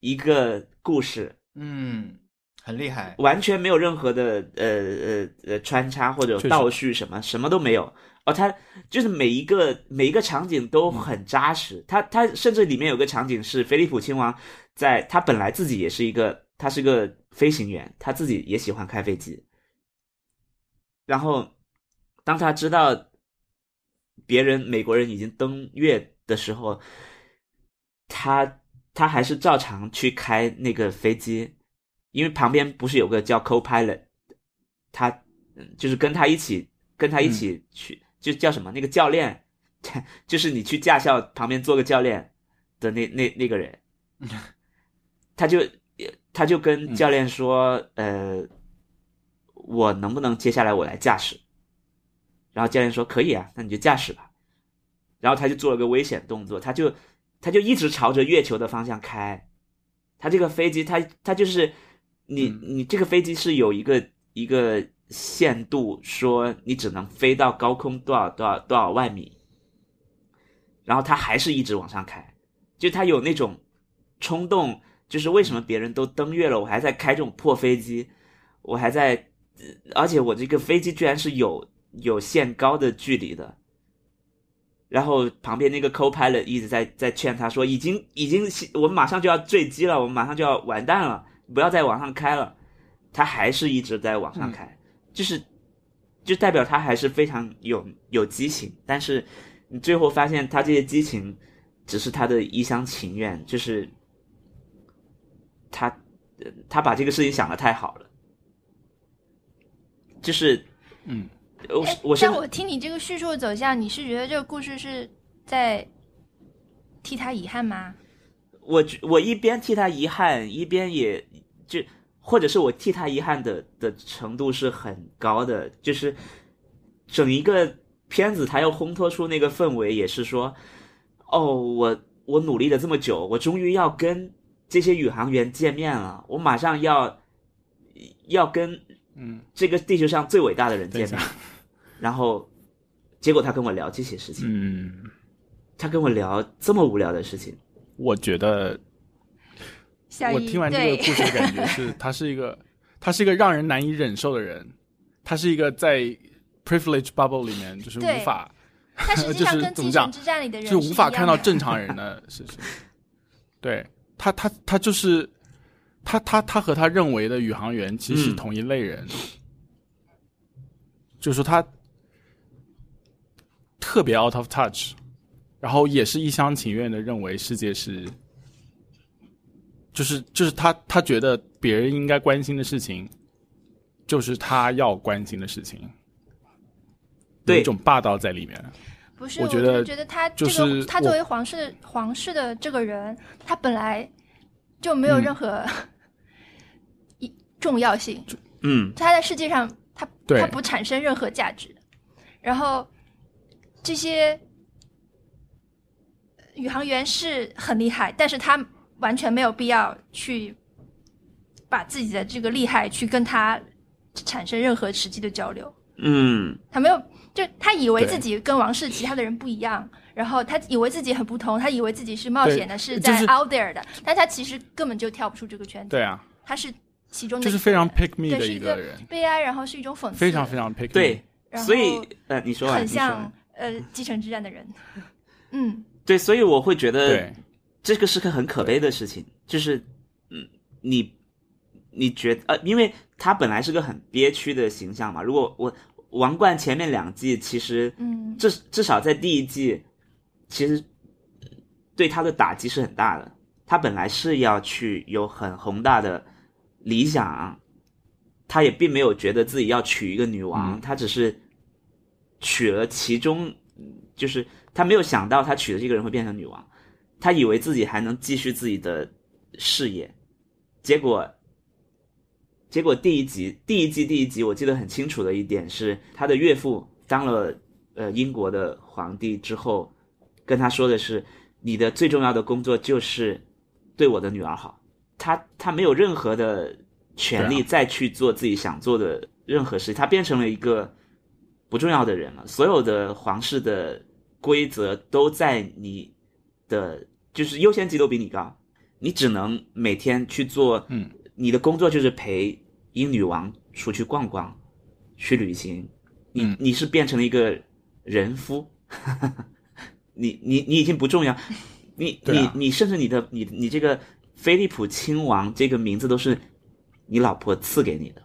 Speaker 2: 一个故事，
Speaker 4: 嗯，很厉害。
Speaker 2: 完全没有任何的呃呃呃穿插或者
Speaker 1: 确实
Speaker 2: 倒叙什么，什么都没有。哦，它就是每一个每一个场景都很扎实。它它甚至里面有个场景是菲利普亲王在他本来自己也是一个他是个飞行员，他自己也喜欢开飞机。然后当他知道别人美国人已经登月的时候，他他还是照常去开那个飞机，因为旁边不是有个叫 co-pilot，他嗯就是跟他一起跟他一起去，就叫什么那个 教练，就是你去驾校旁边做个教练的那那那个人，他就他就跟教练说，呃，我能不能接下来我来驾驶？然后教练说可以啊，那你就驾驶吧。然后他就做了个危险动作，他就他就一直朝着月球的方向开。他这个飞机，他他就是你
Speaker 1: 嗯
Speaker 2: 你这个飞机是有一个一个限度，说你只能飞到高空多少多少多少万米。然后他还是一直往上开，就他有那种冲动，就是为什么别人都登月了，我还在开这种破飞机，我还在，呃而且我这个飞机居然是有有限高的距离的。然后旁边那个 co-pilot 一直在在劝他说，已经已经我们马上就要坠机了，我们马上就要完蛋了，不要再往上开了。他还是一直在往上开，就是就代表他还是非常有有激情，但是你最后发现他这些激情只是他的一厢情愿，就是他呃他把这个事情想的太好了，就是
Speaker 1: 嗯，
Speaker 2: 我
Speaker 3: 哎
Speaker 2: 我是
Speaker 3: 但我听你这个叙述的走向，你是觉得这个故事是在替他遗憾吗？
Speaker 2: 我觉我一边替他遗憾，一边也就或者是我替他遗憾的的程度是很高的，就是整一个片子他要烘托出那个氛围，也是说，哦，我我努力了这么久，我终于要跟这些宇航员见面了，我马上要要跟
Speaker 1: 嗯
Speaker 2: 这个地球上最伟大的人见
Speaker 1: 等
Speaker 2: 面
Speaker 1: 一，
Speaker 2: 然后结果他跟我聊这些事情，
Speaker 1: 嗯，
Speaker 2: 他跟我聊这么无聊的事情，
Speaker 1: 我觉得
Speaker 3: 小
Speaker 1: 我
Speaker 3: 姨
Speaker 1: 听完这个
Speaker 3: 对
Speaker 1: 故事的感觉 是，他是一个他是一个让人难以忍受的人，他是一个在 privilege bubble 里面就是
Speaker 3: 对
Speaker 1: 无法
Speaker 3: 他实际
Speaker 1: 就
Speaker 3: 上
Speaker 1: 是
Speaker 3: 跟《
Speaker 1: 怎么
Speaker 3: 精
Speaker 1: 讲
Speaker 3: 神之战》里的人
Speaker 1: 是无法
Speaker 3: 一样
Speaker 1: 看到
Speaker 3: 的
Speaker 1: 正常人 的事情。对他，他他就是他他他和他认为的宇航员其实是
Speaker 2: 嗯
Speaker 1: 同一类人，就是说他特别 out of touch，然后也是一厢情愿的认为世界是，就是就是他他觉得别人应该关心的事情，就是他要关心的事情，有
Speaker 2: 对
Speaker 1: 一种霸道在里面。
Speaker 3: 不是，
Speaker 1: 我
Speaker 3: 我
Speaker 1: 觉
Speaker 3: 就
Speaker 1: 得
Speaker 3: 觉得他
Speaker 1: 就
Speaker 3: 这个、
Speaker 1: 是
Speaker 3: 他
Speaker 1: 我
Speaker 3: 作为皇室皇室的这个人，他本来就没有
Speaker 1: 嗯
Speaker 3: 任何 一、重要性，
Speaker 2: 嗯。
Speaker 3: 他在世界上他
Speaker 1: 对
Speaker 3: 他不产生任何价值。然后这些宇航员是很厉害，但是他完全没有必要去把自己的这个厉害去跟他产生任何实际的交流。
Speaker 2: 嗯
Speaker 3: 他没有，就他以为
Speaker 1: 对
Speaker 3: 自己跟王室其他的人不一样，然后他以为自己很不同，他以为自己是冒险的，是在
Speaker 1: 就是
Speaker 3: out there 的，但他其实根本就跳不出这个圈子，
Speaker 1: 对啊，
Speaker 3: 他是其中的
Speaker 1: 就是
Speaker 3: 一个
Speaker 1: 非常
Speaker 3: 人
Speaker 1: pick me
Speaker 3: 对
Speaker 1: 的
Speaker 3: 是一
Speaker 1: 个
Speaker 3: 个
Speaker 1: 人。
Speaker 3: 悲哀，然后是一种讽刺，
Speaker 1: 非常非常 pick，
Speaker 2: 对，，
Speaker 3: 然后
Speaker 2: 所以呃，你说完，
Speaker 3: 很
Speaker 2: 你说
Speaker 3: 像
Speaker 2: 完，
Speaker 3: 呃《继承之战》的人， 嗯，
Speaker 2: 对，所以我会觉得
Speaker 1: 对，
Speaker 2: 这个是个很可悲的事情，就是嗯，你你觉得呃，因为他本来是个很憋屈的形象嘛。如果我王冠前面两季其实，
Speaker 3: 嗯
Speaker 2: 至至少在第一季，其实对他的打击是很大的。他本来是要去有很宏大的理想，他也并没有觉得自己要娶一个女王，
Speaker 1: 嗯
Speaker 2: 他只是娶了其中，就是他没有想到他娶的这个人会变成女王，他以为自己还能继续自己的事业，结果。结果第一集，第一季第一集，我记得很清楚的一点是，他的岳父当了呃英国的皇帝之后，跟他说的是，你的最重要的工作就是对我的女儿好。他他没有任何的权
Speaker 1: 对
Speaker 2: 利再去做自己想做的任何事，他变成了一个不重要的人了。所有的皇室的规则都在你的，就是优先级都比你高，你只能每天去做，
Speaker 1: 嗯，
Speaker 2: 你的工作就是陪英女王出去逛逛，去旅行。你、
Speaker 1: 嗯
Speaker 2: 你是变成了一个人夫， 你你你已经不重要，你、
Speaker 1: 对啊
Speaker 2: 你你甚至你的你你这个菲利普亲王这个名字都是你老婆赐给你的，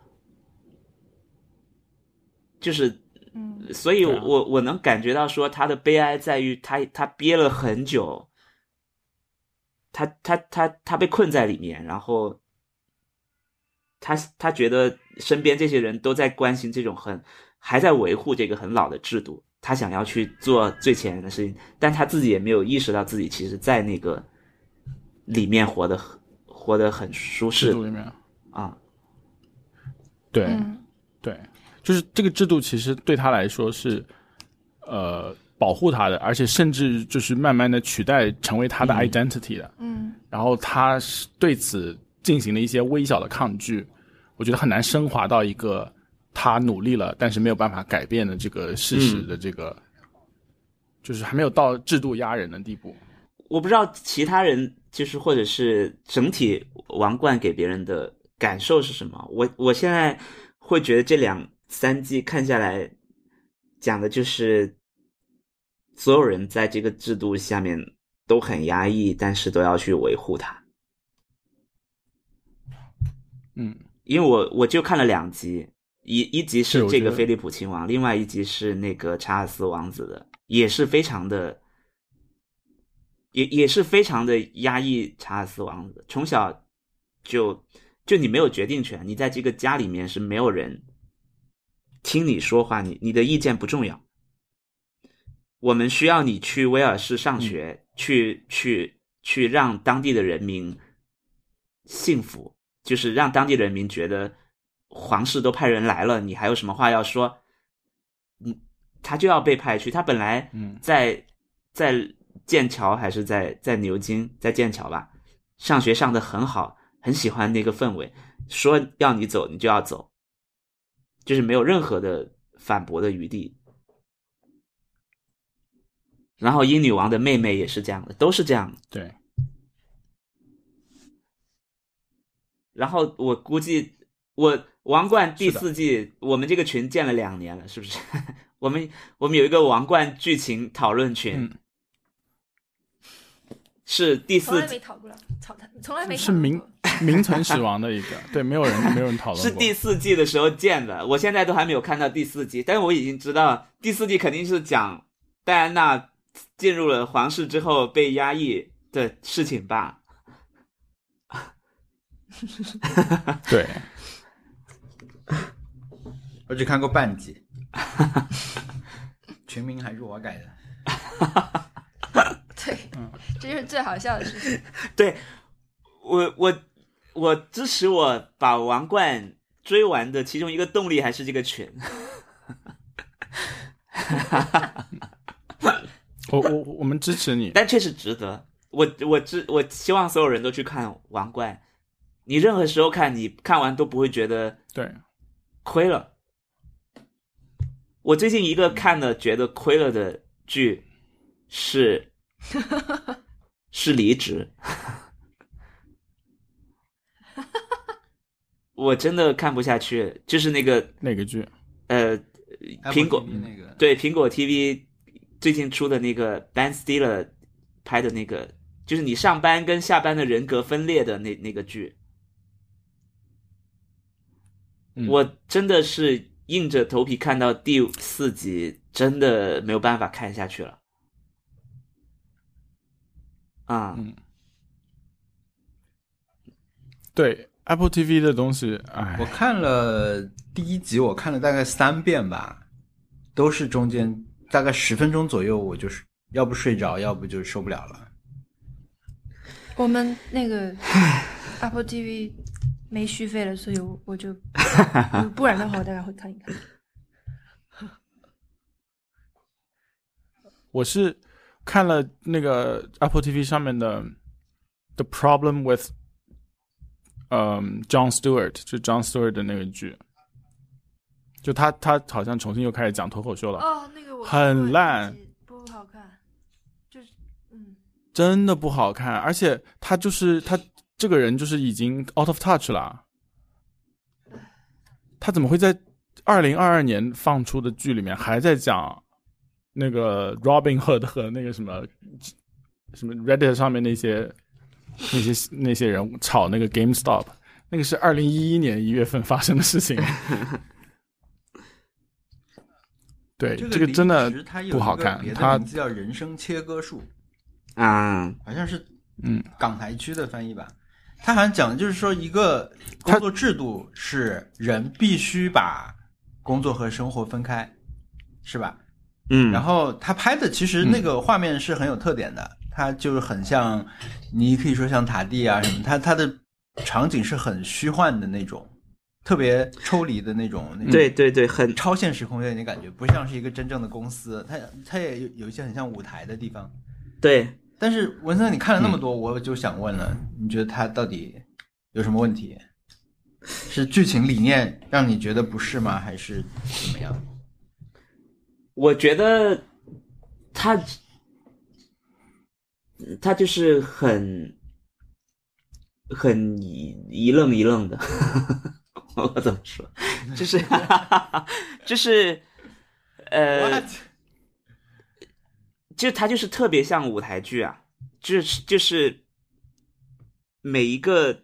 Speaker 2: 就是
Speaker 3: 嗯，
Speaker 2: 所以
Speaker 1: 对啊
Speaker 2: 我我能感觉到说他的悲哀在于他他憋了很久，他他他他被困在里面，然后他他觉得身边这些人都在关心这种很还在维护这个很老的制度，他想要去做最前沿的事情，但他自己也没有意识到自己其实在那个里面活得很活得很舒
Speaker 1: 制
Speaker 2: 适
Speaker 1: 度里面，
Speaker 2: 啊。
Speaker 1: 对、
Speaker 3: 嗯，
Speaker 1: 对，就是这个制度其实对他来说是呃保护他的，而且甚至就是慢慢的取代成为他的 identity 的。
Speaker 3: 嗯，
Speaker 1: 然后他是对此进行了一些微小的抗拒，我觉得很难升华到一个他努力了但是没有办法改变的这个事实
Speaker 2: 嗯
Speaker 1: 的这个，就是还没有到制度压人的地步。
Speaker 2: 我不知道其他人就是或者是整体王冠给别人的感受是什么。我我现在会觉得这两三季看下来，讲的就是所有人在这个制度下面都很压抑，但是都要去维护它。
Speaker 1: 嗯，
Speaker 2: 因为我我就看了两集，一一集
Speaker 1: 对
Speaker 2: 是
Speaker 1: 我
Speaker 2: 这
Speaker 1: 觉
Speaker 2: 个
Speaker 1: 得
Speaker 2: 菲利普亲王，另外一集是那个查尔斯王子的，也是非常的，也也是非常的压抑查尔斯王子，从小就就你没有决定权，你在这个家里面是没有人听你说话，你你的意见不重要。我们需要你去威尔士
Speaker 1: 嗯
Speaker 2: 上学，去去去让当地的人民幸福，就是让当地人民觉得皇室都派人来了，你还有什么话要说？嗯，他就要被派去。他本来
Speaker 1: 嗯
Speaker 2: 在在剑桥还是在在牛津，在剑桥吧，上学上的很好，很喜欢那个氛围，说要你走你就要走，就是没有任何的反驳的余地。然后英女王的妹妹也是这样的，都是这样的。
Speaker 1: 对，
Speaker 2: 然后我估计，我王冠第
Speaker 1: 是的
Speaker 2: 四季，我们这个群建了两年了，是不是？ 我们我们有一个王冠剧情讨论群，
Speaker 1: 嗯
Speaker 2: 是第
Speaker 3: 从
Speaker 2: 四
Speaker 3: 来没讨过了，讨他从来没
Speaker 1: 是
Speaker 3: 讨论
Speaker 1: 明
Speaker 3: 过
Speaker 1: 名存实亡的一个，对，没有人没有人讨论
Speaker 2: 是
Speaker 1: 过。
Speaker 2: 第四季的时候建的，我现在都还没有看到第四季，但是我已经知道第四季肯定是讲戴安娜进入了皇室之后被压抑的事情吧。
Speaker 1: 对，
Speaker 4: 我只看过 半集，群名还是我改的。
Speaker 3: 对，
Speaker 1: 嗯
Speaker 3: 这就是最好笑的事 情。
Speaker 2: 我我我支持我把王冠追完的其中一个动力还是这个群。
Speaker 1: 我我我们支持你，
Speaker 2: 但确实值得。我我知我希望所有人都去看《王冠》，你任何时候看，你看完都不会觉得
Speaker 1: 对，
Speaker 2: 亏了。我最近一个看了觉得亏了的剧是是《离职》，我真的看不下去，就是那个
Speaker 1: 那个剧，
Speaker 2: 呃，苹果
Speaker 4: Apple TV 那个
Speaker 2: 对，苹果 TV 最近出的那个 Ben Stiller 拍的那个，就是你上班跟下班的人格分裂的那那个剧，
Speaker 1: 嗯
Speaker 2: 我真的是硬着头皮看到第四集，真的没有办法看下去了。啊、
Speaker 1: 嗯对 Apple TV 的东西，哎
Speaker 4: 我，看了第一集，我看了大概三遍吧，都是中间大概十分钟左右，我就是要不睡着，要不就受不了了。
Speaker 3: 我们 那个 Apple TV 没续费了，所以我 我就不然的话，我大概会看一看。
Speaker 1: 我是看了那个 Apple TV 上面的《The Problem with》，嗯，John Stewart，就 John Stewart 的那个剧，就他他好像重新又开始讲脱口秀了，
Speaker 3: 哦，那个我
Speaker 1: 很
Speaker 3: 看过
Speaker 1: 烂
Speaker 3: 一集，不好看，就是嗯，
Speaker 1: 真的不好看，而且他就是他这个人就是已经 out of touch 了，啊他怎么会在二零二二年放出的剧里面还在讲那个 Robin Hood 和那个什么什么 Reddit 上面那些那些那些人炒那个 GameStop，那个是二零一一年一月份发生的事 情。对，这个真的
Speaker 4: 它有
Speaker 1: 不好
Speaker 4: 一个
Speaker 1: 看
Speaker 4: 别
Speaker 1: 它
Speaker 4: 的名字叫人生切割术，
Speaker 2: 啊，
Speaker 4: 好像是
Speaker 1: 嗯
Speaker 4: 港台区的翻译吧。它好像讲的就是说，一个工作制度是人必须把工作和生活分开，是吧？
Speaker 2: 嗯，
Speaker 1: 嗯
Speaker 4: 然后他拍的其实那个画面是很有特点的，它就是很像，你可以说像塔地啊什么，它它的场景是很虚幻的那种，特别抽离的那种，那种
Speaker 2: 对
Speaker 1: 嗯
Speaker 2: 对对，很
Speaker 4: 超现实空间，你感觉不像是一个真正的公司，它它也有有一些很像舞台的地方。
Speaker 2: 对，
Speaker 4: 但是文森，你看了
Speaker 2: 嗯
Speaker 4: 那么多，我就想问了，你觉得它到底有什么问题？是剧情理念让你觉得不适吗？还是怎么样？
Speaker 2: 我觉得他他就是很很一一愣一愣的， 我怎么说？就是 就是呃，就他就是特别像舞台剧啊，就是就是每一个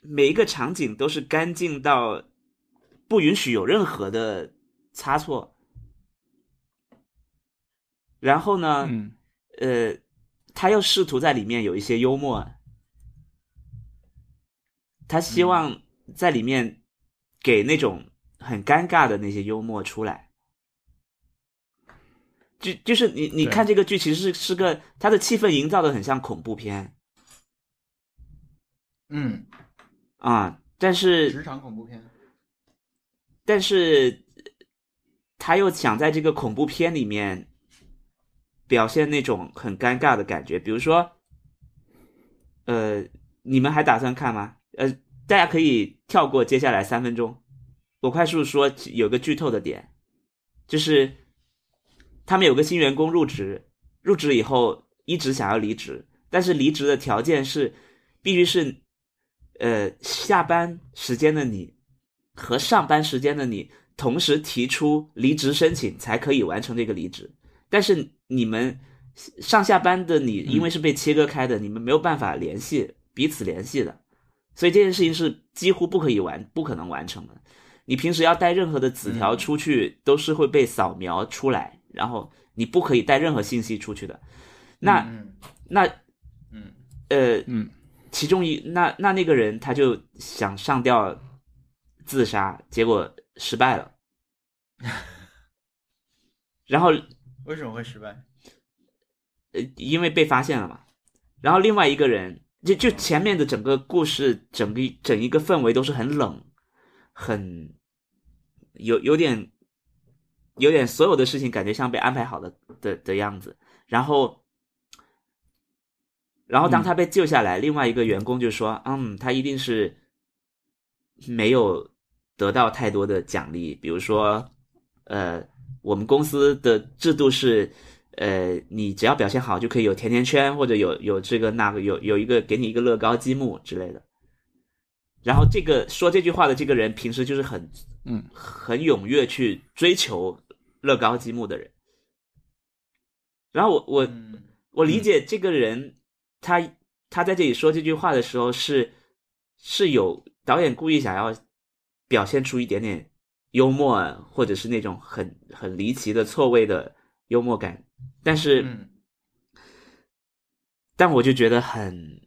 Speaker 2: 每一个场景都是干净到不允许有任何的擦错。然后呢，
Speaker 1: 嗯，
Speaker 2: 呃，他又试图在里面有一些幽默，啊他希望在里面给那种很尴尬的那些幽默出来。就就是你你
Speaker 1: 对
Speaker 2: 看这个剧，其实是是个它的气氛营造的很像恐怖片
Speaker 4: 嗯，
Speaker 2: 啊、但是
Speaker 4: 职场恐怖片。
Speaker 2: 但是呃他又想在这个恐怖片里面表现那种很尴尬的感觉，比如说，呃，你们还打算看吗？呃，大家可以跳过接下来三分钟，我快速说有个剧透的点，就是他们有个新员工入职，入职以后一直想要离职，但是离职的条件是必须是，呃，下班时间的你和上班时间的你同时提出离职申请，才可以完成这个离职。但是你们上下班的你，因为是被切割开的，你们没有办法联系彼此联系的，所以这件事情是几乎不可以完、不可能完成的。你平时要带任何的纸条出去，都是会被扫描出来，然后你不可以带任何信息出去的。那
Speaker 4: 嗯
Speaker 2: 那
Speaker 4: 嗯
Speaker 2: 呃，
Speaker 1: 嗯，
Speaker 2: 其中一那那那个人他就想上吊自杀，结果失败了。然后
Speaker 4: 为什么会失败？
Speaker 2: 呃，因为被发现了嘛。然后另外一个人，就就前面的整个故事，整个整一个氛围都是很冷，很有有点有点所有的事情感觉像被安排好的的的样子。然后，然后当他被救下来，另外一个员工就说：“嗯，他一定是没有得到太多的奖励，比如说，呃，我们公司的制度是，呃，你只要表现好就可以有甜甜圈，或者有有这个那个，有有一个给你一个乐高积木之类的。然后这个说这句话的这个人，平时就是很，
Speaker 1: 嗯，
Speaker 2: 很踊跃去追求乐高积木的人。然后我我
Speaker 4: 嗯
Speaker 2: 我理解这个人，他他在这里说这句话的时候是是有导演故意想要表现出一点点幽默啊，或者是那种很很离奇的错位的幽默感，但是、
Speaker 4: 嗯
Speaker 2: 但我就觉得很，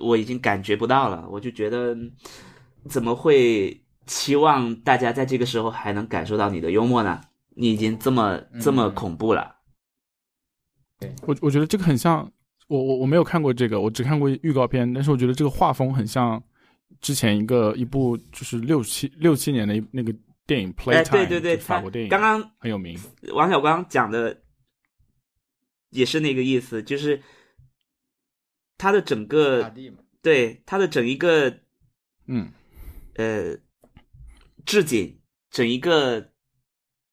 Speaker 2: 我已经感觉不到了，我就觉得嗯怎么会期望大家在这个时候还能感受到你的幽默呢？你已经这么这么
Speaker 4: 嗯
Speaker 2: 恐怖了，
Speaker 1: 我我觉得这个很像，我我我没有看过这个，我只看过预告片，但是我觉得这个画风很像之前一个一部就是六七六七年的一那个电影《Playtime、
Speaker 2: 哎，对对对，
Speaker 1: 就法
Speaker 2: 他
Speaker 1: 国电影，
Speaker 2: 刚刚
Speaker 1: 很有名。
Speaker 2: 王小光讲的也是那个意思，就是他的整
Speaker 4: 大
Speaker 2: 个
Speaker 4: 地嘛，
Speaker 2: 对他的整一个
Speaker 1: 嗯
Speaker 2: 呃置景，整一个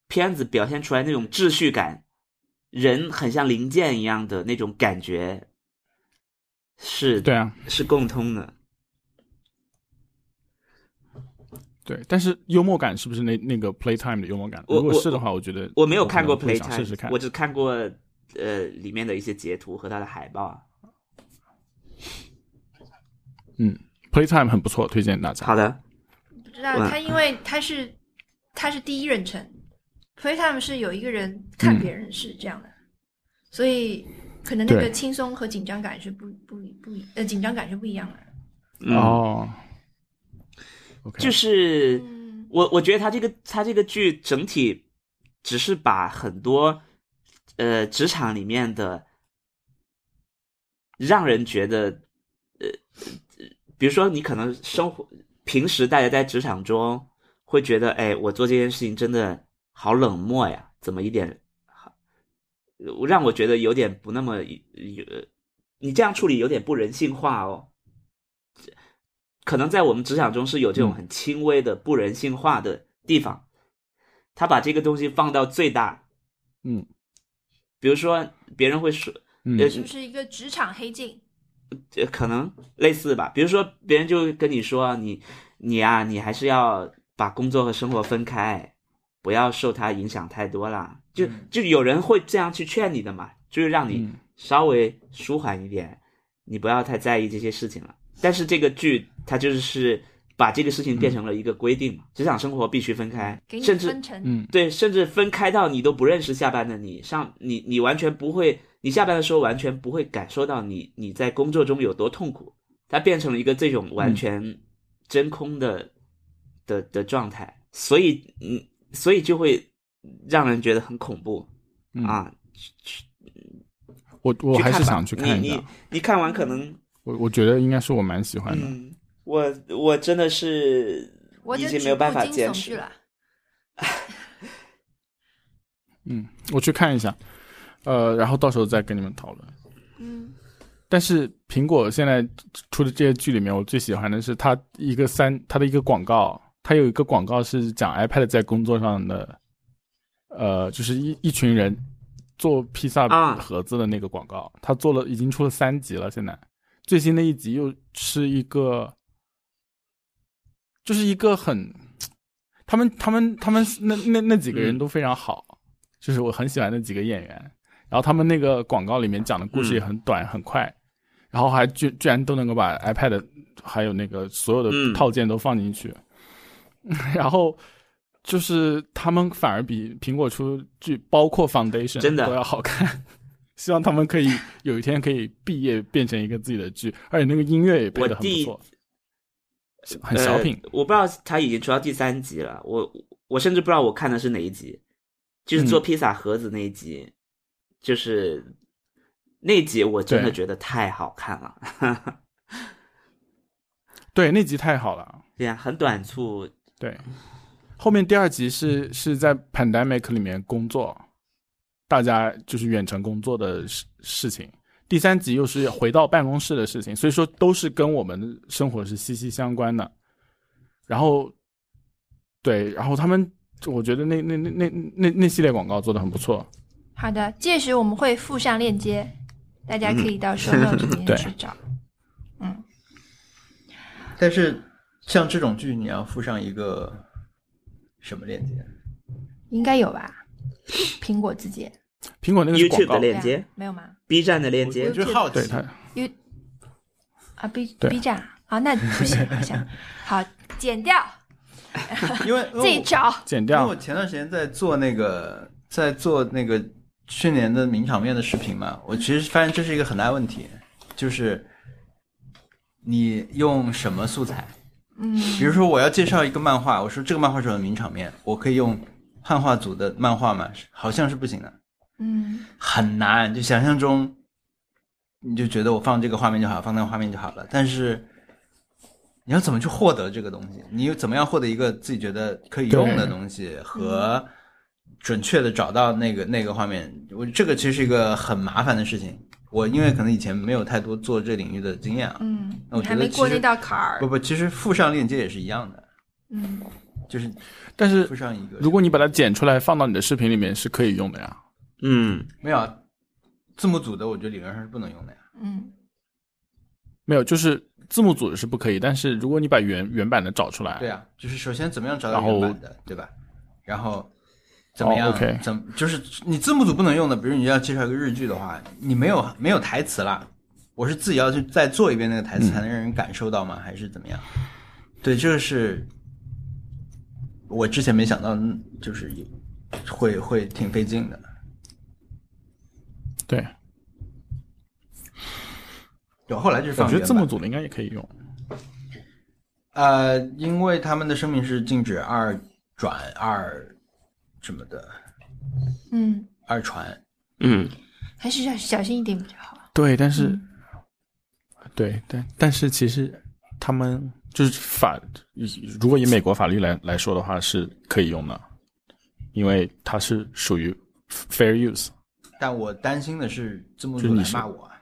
Speaker 2: 片子表现出来那种秩序感，人很像零件一样的那种感觉，是，
Speaker 1: 对啊，
Speaker 2: 是共通的。
Speaker 1: 对，但是幽默感是不是那那个 Playtime 的幽默感？
Speaker 2: 我
Speaker 1: 如果
Speaker 2: 我
Speaker 1: 是的话，我觉得
Speaker 2: 我没有看过
Speaker 1: 可能会想试试
Speaker 2: Playtime，
Speaker 1: 看
Speaker 2: 我。只看过呃里面的一些截图和它的海报啊。
Speaker 1: Playtime 很不错，推荐大家。
Speaker 2: 好的，
Speaker 3: 不知道
Speaker 2: 哇
Speaker 3: 他，因为他是他是第一人称，Playtime 是有一个人看别人是这样的，所以可能那个
Speaker 1: 对
Speaker 3: 轻松和紧张感是不不不一呃紧张感是不一样的。
Speaker 2: 嗯、
Speaker 1: 哦，OK，
Speaker 2: 就是。
Speaker 3: 嗯，
Speaker 2: 我我觉得他这个他这个剧整体只是把很多呃职场里面的让人觉得，呃，比如说你可能生活平时大家在职场中会觉得，哎，我做这件事情真的好冷漠呀，怎么一点，呃让我觉得有点不那么有，呃你这样处理有点不人性化哦。可能在我们职场中是有
Speaker 1: 嗯
Speaker 2: 这种很轻微的不人性化的地方，他把这个东西放到最大，
Speaker 1: 嗯，
Speaker 2: 比如说别人会说，
Speaker 1: 嗯
Speaker 2: 呃
Speaker 3: 是不是一个职场黑镜？
Speaker 2: 呃，可能类似吧。比如说，别人就跟你说你你啊，你还是要把工作和生活分开，不要受它影响太多啦。就
Speaker 4: 嗯
Speaker 2: 就有人会这样去劝你的嘛，就是让你
Speaker 1: 嗯
Speaker 2: 稍微舒缓一点，你不要太在意这些事情了。但是这个剧它就是把这个事情变成了一个规定嘛，职场生活必须分开
Speaker 3: 给，你
Speaker 2: 甚至
Speaker 3: 分成，
Speaker 1: 嗯
Speaker 2: 对，甚至分开到你都不认识下班的你，上你你完全不会，你下班的时候完全不会感受到你你在工作中有多痛苦，它变成了一个这种完全真空的、的的状态，所以嗯，所以就会让人觉得很恐怖
Speaker 1: 嗯，
Speaker 2: 啊。
Speaker 1: 我我
Speaker 2: 去
Speaker 1: 还是
Speaker 2: 吧
Speaker 1: 想去看
Speaker 2: 你
Speaker 1: 一下
Speaker 2: 你，你看完可能
Speaker 1: 我我觉得应该是我蛮喜欢的。
Speaker 2: 嗯，我我真的是
Speaker 3: 我
Speaker 2: 已
Speaker 3: 就
Speaker 2: 经没有办法坚持
Speaker 3: 了。
Speaker 1: 嗯，我去看一下，呃，然后到时候再跟你们讨论。
Speaker 3: 嗯，
Speaker 1: 但是苹果现在出的这些剧里面，我最喜欢的是它一个三，它的一个广告，它有一个广告是讲 iPad 在工作上的，呃，就是一一群人做披萨
Speaker 2: 啊
Speaker 1: 盒子的那个广告，它做了已经出了三集了，现在最新的一集又是一个，就是一个很，他们他们他们那那那几个人
Speaker 2: 嗯
Speaker 1: 都非常好，就是我很喜欢那几个演员。然后他们那个广告里面讲的故
Speaker 2: 嗯
Speaker 1: 事也很短、很快，然后还居居然都能够把 iPad 还有那个所有的
Speaker 2: 嗯
Speaker 1: 套件都放进去， 然后就是他们反而比苹果出剧，包括 Foundation
Speaker 2: 真的
Speaker 1: 都要好看。 希望他们可以有一天可以毕业变成一个自己的剧，而且那个音乐也配的很不错，很小品。
Speaker 2: 呃。我不知道他已经出到第三集了，我我甚至不知道我看的是哪一集，就是做
Speaker 1: 嗯
Speaker 2: 披萨盒子那一集，就是那一集我真的
Speaker 1: 对
Speaker 2: 觉得太好看了。
Speaker 1: 对，那集太好了。
Speaker 2: 对呀、很短促，
Speaker 1: 对，后面第二集是是在 pandemic 里面工作，大家就是远程工作的事事情。第三集又是回到办公室的事情，所以说都是跟我们的生活是息息相关的。然后，对，然后他们，我觉得那那那那那那系列广告做的很不错。
Speaker 3: 好的，届时我们会附上链接，大家可以到 show note 里面
Speaker 1: 对
Speaker 3: 去找。
Speaker 2: 嗯
Speaker 4: 但是像这种剧，你要附上一个什么链接？
Speaker 3: 应该有吧？苹果自己
Speaker 1: 苹果那个是广
Speaker 2: YouTube 的
Speaker 1: 告，
Speaker 2: 链接
Speaker 3: 对啊没有吗？
Speaker 2: B 站的链
Speaker 4: 我
Speaker 2: 接
Speaker 4: 我就是好奇
Speaker 1: 对，它
Speaker 3: 啊，B
Speaker 1: 对
Speaker 3: B 站啊啊，那不行，好像好剪掉
Speaker 4: 因为
Speaker 3: 自己找。
Speaker 1: 剪
Speaker 4: 因为
Speaker 1: 掉
Speaker 4: 我。前段时间在做那个，在做那个去年的名场面的视频嘛，我其实发现这是一个很大问题，就是你用什么素材？
Speaker 3: 嗯，
Speaker 4: 比如说我要介绍一个漫画，我说这个漫画是我的名场面，我可以用汉化组的漫画吗？好像是不行的，
Speaker 3: 嗯，
Speaker 4: 很难。就想象中，你就觉得我放这个画面就好，放那个画面就好了，但是。你要怎么去获得这个东西？你又怎么样获得一个自己觉得可以用的
Speaker 1: 对
Speaker 4: 东西和准确的找到那个那个画面？我这个其实是一个很麻烦的事情。我因为可能以前没有太多做这领域的经验啊，
Speaker 3: 嗯，
Speaker 4: 那我
Speaker 3: 你
Speaker 4: 觉
Speaker 3: 还
Speaker 4: 得
Speaker 3: 没
Speaker 4: 其
Speaker 3: 过
Speaker 4: 实
Speaker 3: 那道坎儿
Speaker 4: 不。不，其实附上链接也是一样的，
Speaker 3: 嗯，
Speaker 4: 就是
Speaker 1: 但是
Speaker 4: 附上一个。
Speaker 1: 如果你把它剪出来放到你的视频里面是可以用的呀。
Speaker 2: 嗯，
Speaker 4: 没有啊字幕组的，我觉得理论上是不能用的呀。
Speaker 3: 嗯，
Speaker 1: 没有，就是字幕组的是不可以，但是如果你把原原版的找出来，
Speaker 4: 对啊，就是首先怎么样找
Speaker 1: 然
Speaker 4: 到
Speaker 1: 后
Speaker 4: 原版的，对吧？然后怎么样？
Speaker 1: 哦，OK
Speaker 4: 怎么就是你字幕组不能用的，比如你要介绍一个日剧的话，你没有没有台词啦，我是自己要去再做一遍那个台
Speaker 1: 嗯
Speaker 4: 词，才能让人感受到吗？还是怎么样？对，这个是我之前没想到，嗯就是会会挺费劲的。
Speaker 1: 对，
Speaker 4: 对，后来就是
Speaker 1: 我
Speaker 4: 放
Speaker 1: 觉得
Speaker 4: 原
Speaker 1: 字幕
Speaker 4: 版
Speaker 1: 组的应该也可以用。
Speaker 4: 呃，因为他们的声明是禁止二转二什么的
Speaker 3: 嗯，
Speaker 4: 二传，
Speaker 2: 嗯，
Speaker 3: 还是要小心一点比较好。
Speaker 1: 嗯对，但是对，但但是其实他们就是法，如果以美国法律来来说的话，是可以用的，因为它是属于 fair use。
Speaker 4: 但我担心的是字幕
Speaker 1: 就
Speaker 4: 组
Speaker 1: 是
Speaker 4: 来
Speaker 1: 你是
Speaker 4: 骂我啊，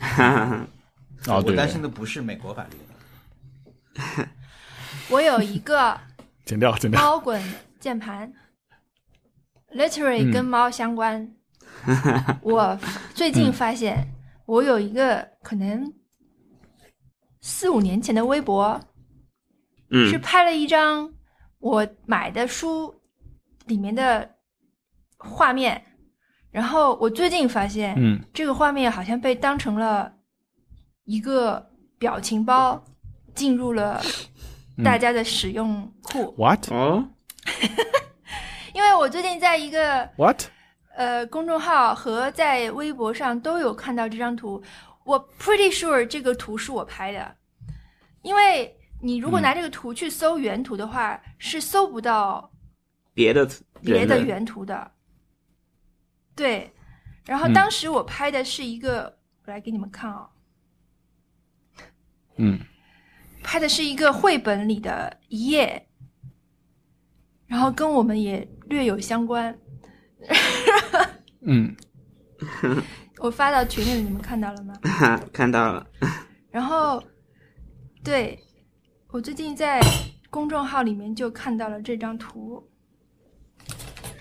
Speaker 2: 哈
Speaker 1: 哦，
Speaker 4: 我
Speaker 1: 对，
Speaker 4: 担心的不是美国法律，
Speaker 3: 我有一个
Speaker 1: 剪掉，剪
Speaker 4: 哦
Speaker 1: 掉。
Speaker 3: 猫滚键盘，literary
Speaker 1: 嗯
Speaker 3: 跟猫相关。我最近发现，我有一个可能四五年前的微博，是
Speaker 2: 嗯
Speaker 3: 拍了一张我买的书里面的画面，然后我最近发现，
Speaker 1: 嗯，
Speaker 3: 这个画面好像被当成了一个表情包，进入了大家的使用库。
Speaker 1: What?
Speaker 2: 哦，
Speaker 3: 因为我最近在一个
Speaker 1: What?
Speaker 3: 呃公众号和在微博上都有看到这张图，我 pretty sure 这个图是我拍的，因为你如果拿这个图去搜原图的话，是搜不到
Speaker 2: 别的
Speaker 3: 别
Speaker 2: 人
Speaker 3: 的
Speaker 2: 的
Speaker 3: 原图的。对，然后
Speaker 1: 嗯
Speaker 3: 当时我拍的是一个，我来给你们看啊、
Speaker 1: 嗯
Speaker 3: 拍的是一个绘本里的一页，然后跟我们也略有相关。
Speaker 1: 嗯
Speaker 3: 我发到群里，你们看到了吗？
Speaker 2: 哈 看到了，
Speaker 3: 然后，对我最近在公众号里面就看到了这张图。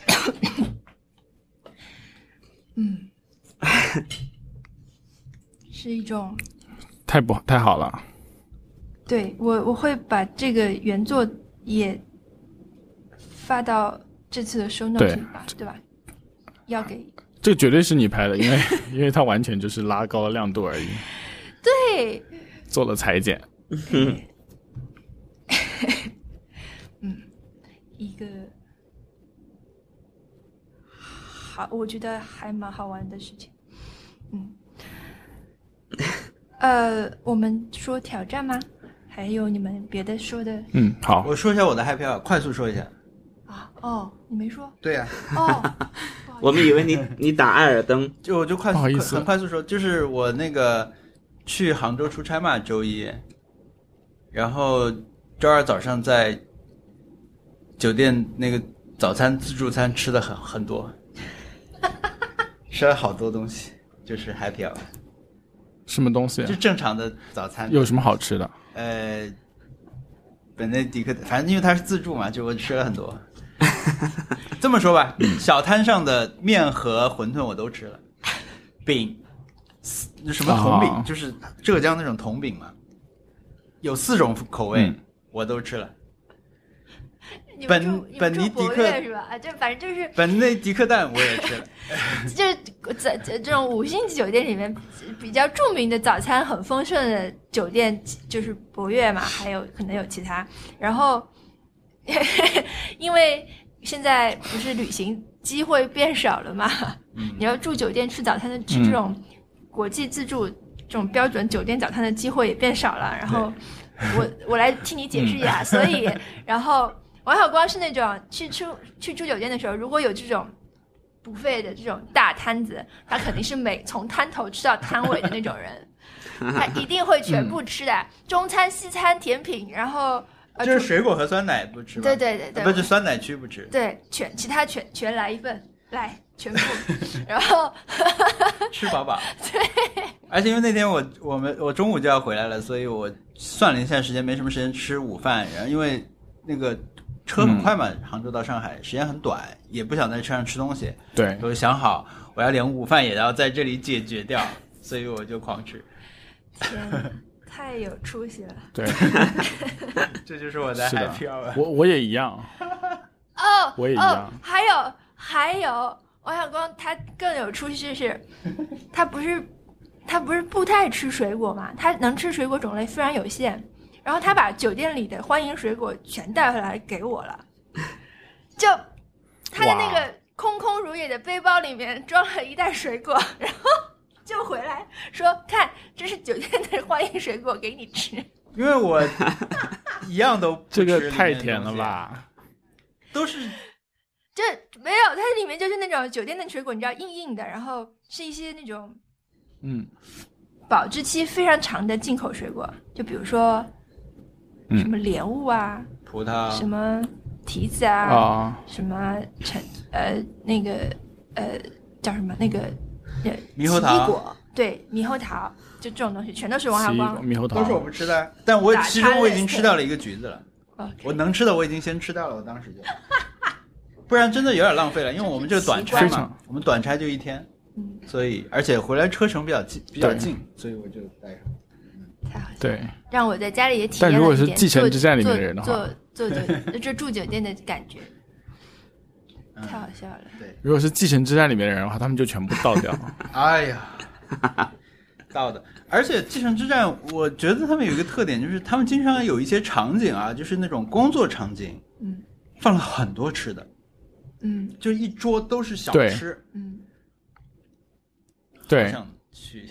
Speaker 3: 嗯，是一种
Speaker 1: 太不太好了。
Speaker 3: 对我我会把这个原作也发到这次的 show note
Speaker 1: 对
Speaker 3: 里吧，对吧？要给
Speaker 1: 这绝对是你拍的，因为 因为它完全就是拉高了亮度而已，
Speaker 3: 对，
Speaker 1: 做了裁剪。
Speaker 3: 一个好，我觉得还蛮好玩的事情。嗯，呃，我们说挑战吗？还有你们别的说的
Speaker 1: 嗯，好，
Speaker 4: 我说一下我的 happy hour，快速说一下。
Speaker 3: 啊？哦，你没说
Speaker 4: 对呀、
Speaker 3: 哦，
Speaker 2: 我们以为你 你打艾尔登，
Speaker 4: 就我就快
Speaker 1: 不
Speaker 4: 速
Speaker 1: 好意思
Speaker 4: 很快速说，就是我那个去杭州出差嘛，周一，然后周二早上在酒店那个早餐自助餐吃的很很多，吃了好多东西，就是 happy hour，
Speaker 1: 什么东西
Speaker 4: 就？正常的早餐，
Speaker 1: 啊有什么好吃的？
Speaker 4: 呃，本内迪克，反正因为它是自助嘛，就我吃了很多。这么说吧，小摊上的面和馄饨我都吃了，饼，那什么铜饼，
Speaker 1: 啊
Speaker 4: 就是浙江那种铜饼嘛，有四种口味、
Speaker 1: 嗯
Speaker 4: 我都吃了。
Speaker 3: 你们
Speaker 4: 本
Speaker 3: 住你们
Speaker 4: 本
Speaker 3: 住
Speaker 4: 尼
Speaker 3: 博
Speaker 4: 迪克
Speaker 3: 越是吧？啊，这反正就是
Speaker 4: 本内迪克蛋我也 吃了，
Speaker 3: 就是在在这种五星级酒店里面比较著名的早餐很丰盛的酒店，就是博悦嘛，还有可能有其他。然后， 因为现在不是旅行机会变少了嘛，你要住酒店吃早餐的吃
Speaker 1: 嗯
Speaker 3: 这种国际自助这种标准酒店早餐的机会也变少了。然后我我来替你解释一下，所以然后王小光是那种去吃去住酒店的时候，如果有这种不费的这种大摊子，他肯定是每从摊头吃到摊尾的那种 人，他一定会全部吃的，中餐、西餐、甜品，然后呃
Speaker 4: 就是
Speaker 3: 主
Speaker 4: 水果和酸奶不吃吗？啊
Speaker 3: 对对对对，
Speaker 4: 不是酸奶区不吃。
Speaker 3: 对全其他全全来一份，来全部， 然后
Speaker 4: 吃饱 饱。对， 而且因为那天我我们我中午就要回来了，所以我算了一下时间，没什么时间吃午饭。然后因为那个车
Speaker 1: 嗯
Speaker 4: 很快嘛，杭州到上海时间很短，也不想在车上吃东西，
Speaker 1: 对，
Speaker 4: 我就想好我要连午饭也要在这里解决掉，所以我就狂吃。
Speaker 3: 天哪，太有出息了。
Speaker 1: 对，
Speaker 4: 这就是我的
Speaker 1: 是的
Speaker 4: happy hour。
Speaker 1: 我我也一样。
Speaker 3: 哦，
Speaker 1: 我也一
Speaker 3: 哦
Speaker 1: 样，
Speaker 3: 还有还有，王小光他更有出息的是，他不是他不是不太吃水果嘛，他能吃水果种类非常有限，然后他把酒店里的欢迎水果全带回来给我了，就他的那
Speaker 1: 哇
Speaker 3: 个空空如也的背包里面装了一袋水果， 然后就回来说看这是酒店的欢迎水果给你吃，
Speaker 4: 因为 我一样都不
Speaker 1: 这个
Speaker 4: 吃
Speaker 1: 太
Speaker 4: 里面的
Speaker 1: 甜了
Speaker 4: 东西，
Speaker 1: 吧？
Speaker 4: 都是
Speaker 3: 这没有它里面就是那种酒店的水果，你知道硬硬的，然后是一些那种。
Speaker 1: 嗯，
Speaker 3: 保质期非常长的进口水果，就比如说
Speaker 1: 嗯
Speaker 3: 什么莲雾啊，
Speaker 4: 葡萄
Speaker 3: 什么提子啊，
Speaker 1: 啊，
Speaker 3: 什么橙呃那个呃叫什么那个呃
Speaker 4: 猕猴
Speaker 3: 奇异
Speaker 4: 桃
Speaker 3: 果，对猕猴桃，就这种东西全都是王小
Speaker 1: 奇异果
Speaker 3: 光。
Speaker 1: 猕猴
Speaker 4: 都是我
Speaker 1: 桃，
Speaker 4: 们吃的，但我
Speaker 3: 打
Speaker 4: 其
Speaker 3: 叉
Speaker 4: 中我已
Speaker 3: 类
Speaker 4: 经
Speaker 3: 似
Speaker 4: 吃到了一个橘子了。
Speaker 3: 哦，
Speaker 4: 我能吃的我已经先吃掉了，我当时就，不然真的有点浪费了，因为我们这个短差
Speaker 1: 非
Speaker 4: 嘛
Speaker 1: 常，
Speaker 4: 我们短差就一天，
Speaker 3: 嗯，
Speaker 4: 所以而且回来车程比较近，比较
Speaker 1: 对
Speaker 4: 近，所以我就带上。
Speaker 3: 太好笑了，
Speaker 1: 对，
Speaker 3: 让我在家里也体验
Speaker 1: 但
Speaker 3: 了
Speaker 1: 如果是
Speaker 3: 一点
Speaker 1: 继承
Speaker 3: 做
Speaker 1: 之战里面的人的话
Speaker 3: 做做做 酒就住酒店的感觉，
Speaker 4: 嗯
Speaker 3: 太好笑了。
Speaker 1: 如果是继承之战里面的人的话，他们就全部倒 掉。
Speaker 4: 哎呀，到的。而且《继承之战》，我觉得他们有一个特点，就是他们经常有一些场景啊，就是那种工作场景，
Speaker 3: 嗯，
Speaker 4: 放了很多吃的，
Speaker 3: 嗯
Speaker 4: 就一桌都是小
Speaker 1: 对
Speaker 4: 吃。
Speaker 3: 嗯
Speaker 4: 我
Speaker 1: 对，
Speaker 4: 想去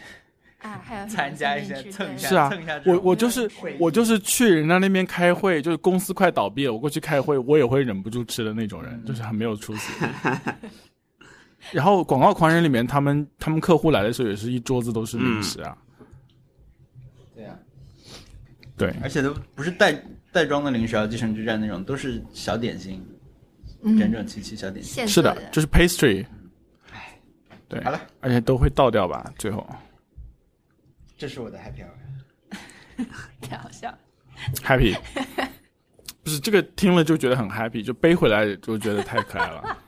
Speaker 3: 啊，还有什么
Speaker 4: 参加一
Speaker 3: 三
Speaker 4: 些，
Speaker 3: 明治
Speaker 4: 蹭一
Speaker 3: 对
Speaker 4: 下，
Speaker 1: 是啊
Speaker 4: 蹭一下这
Speaker 1: 我
Speaker 4: 种。
Speaker 1: 我就是我就是去人家那边开会，就是公司快倒闭了，我过去开会，我也会忍不住吃的那种
Speaker 4: 嗯
Speaker 1: 人，就是很没有出 息。然后《广告狂人》里面，他们他们客户来的时候也是一桌子都是零食啊，
Speaker 4: 对呀、
Speaker 1: 对，
Speaker 4: 而且都不是袋袋装的零食啊，《继承之战》那种都是小点心，整
Speaker 3: 嗯，
Speaker 4: 整齐齐小点心。
Speaker 3: 现
Speaker 1: 是
Speaker 3: 做
Speaker 1: 的，就是 pastry，对，
Speaker 4: 好了，
Speaker 1: 而且都会倒掉吧，最后
Speaker 4: 这是我的 happy hour。
Speaker 3: 太好笑了。
Speaker 1: happy，不是这个听了就觉得很 happy，就背回来就觉得太可爱了。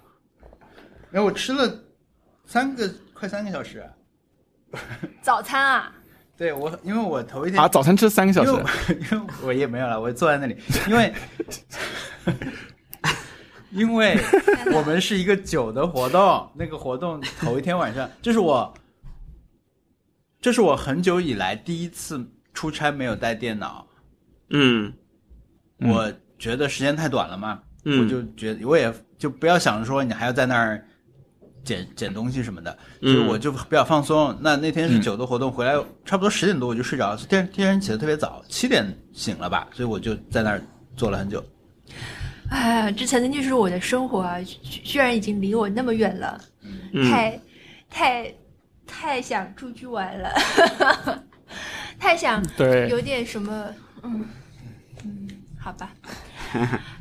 Speaker 4: 然后我吃了三个快三个小时啊、
Speaker 3: 早餐啊，
Speaker 4: 对我，因为我头一天
Speaker 1: 啊，早餐吃了三个小时，
Speaker 4: 因为我 因为我也没有了，我坐在那里，因为 因为我们是一个酒的活动，那个活动头一天晚上，这是我这是我很久以来第一次出差没有带电脑，
Speaker 2: 嗯
Speaker 1: 嗯
Speaker 4: 我觉得时间太短了嘛，我
Speaker 2: 嗯
Speaker 4: 就觉得我也就不要想着说你还要在那儿捡捡东西什么的，所
Speaker 2: 嗯
Speaker 4: 以我就比较放松。那那天是
Speaker 1: 嗯
Speaker 4: 酒的活动，回来差不多十点多我就睡着了，第二第二天起得特别早，七点醒了吧，所以我就在那儿坐了很久。
Speaker 3: 哎呀，这曾经就是我的生活啊，居居然已经离我那么远了，
Speaker 2: 嗯，
Speaker 3: 太太太想出去玩了， 太想
Speaker 1: 对，
Speaker 3: 有点什么，嗯嗯，好吧，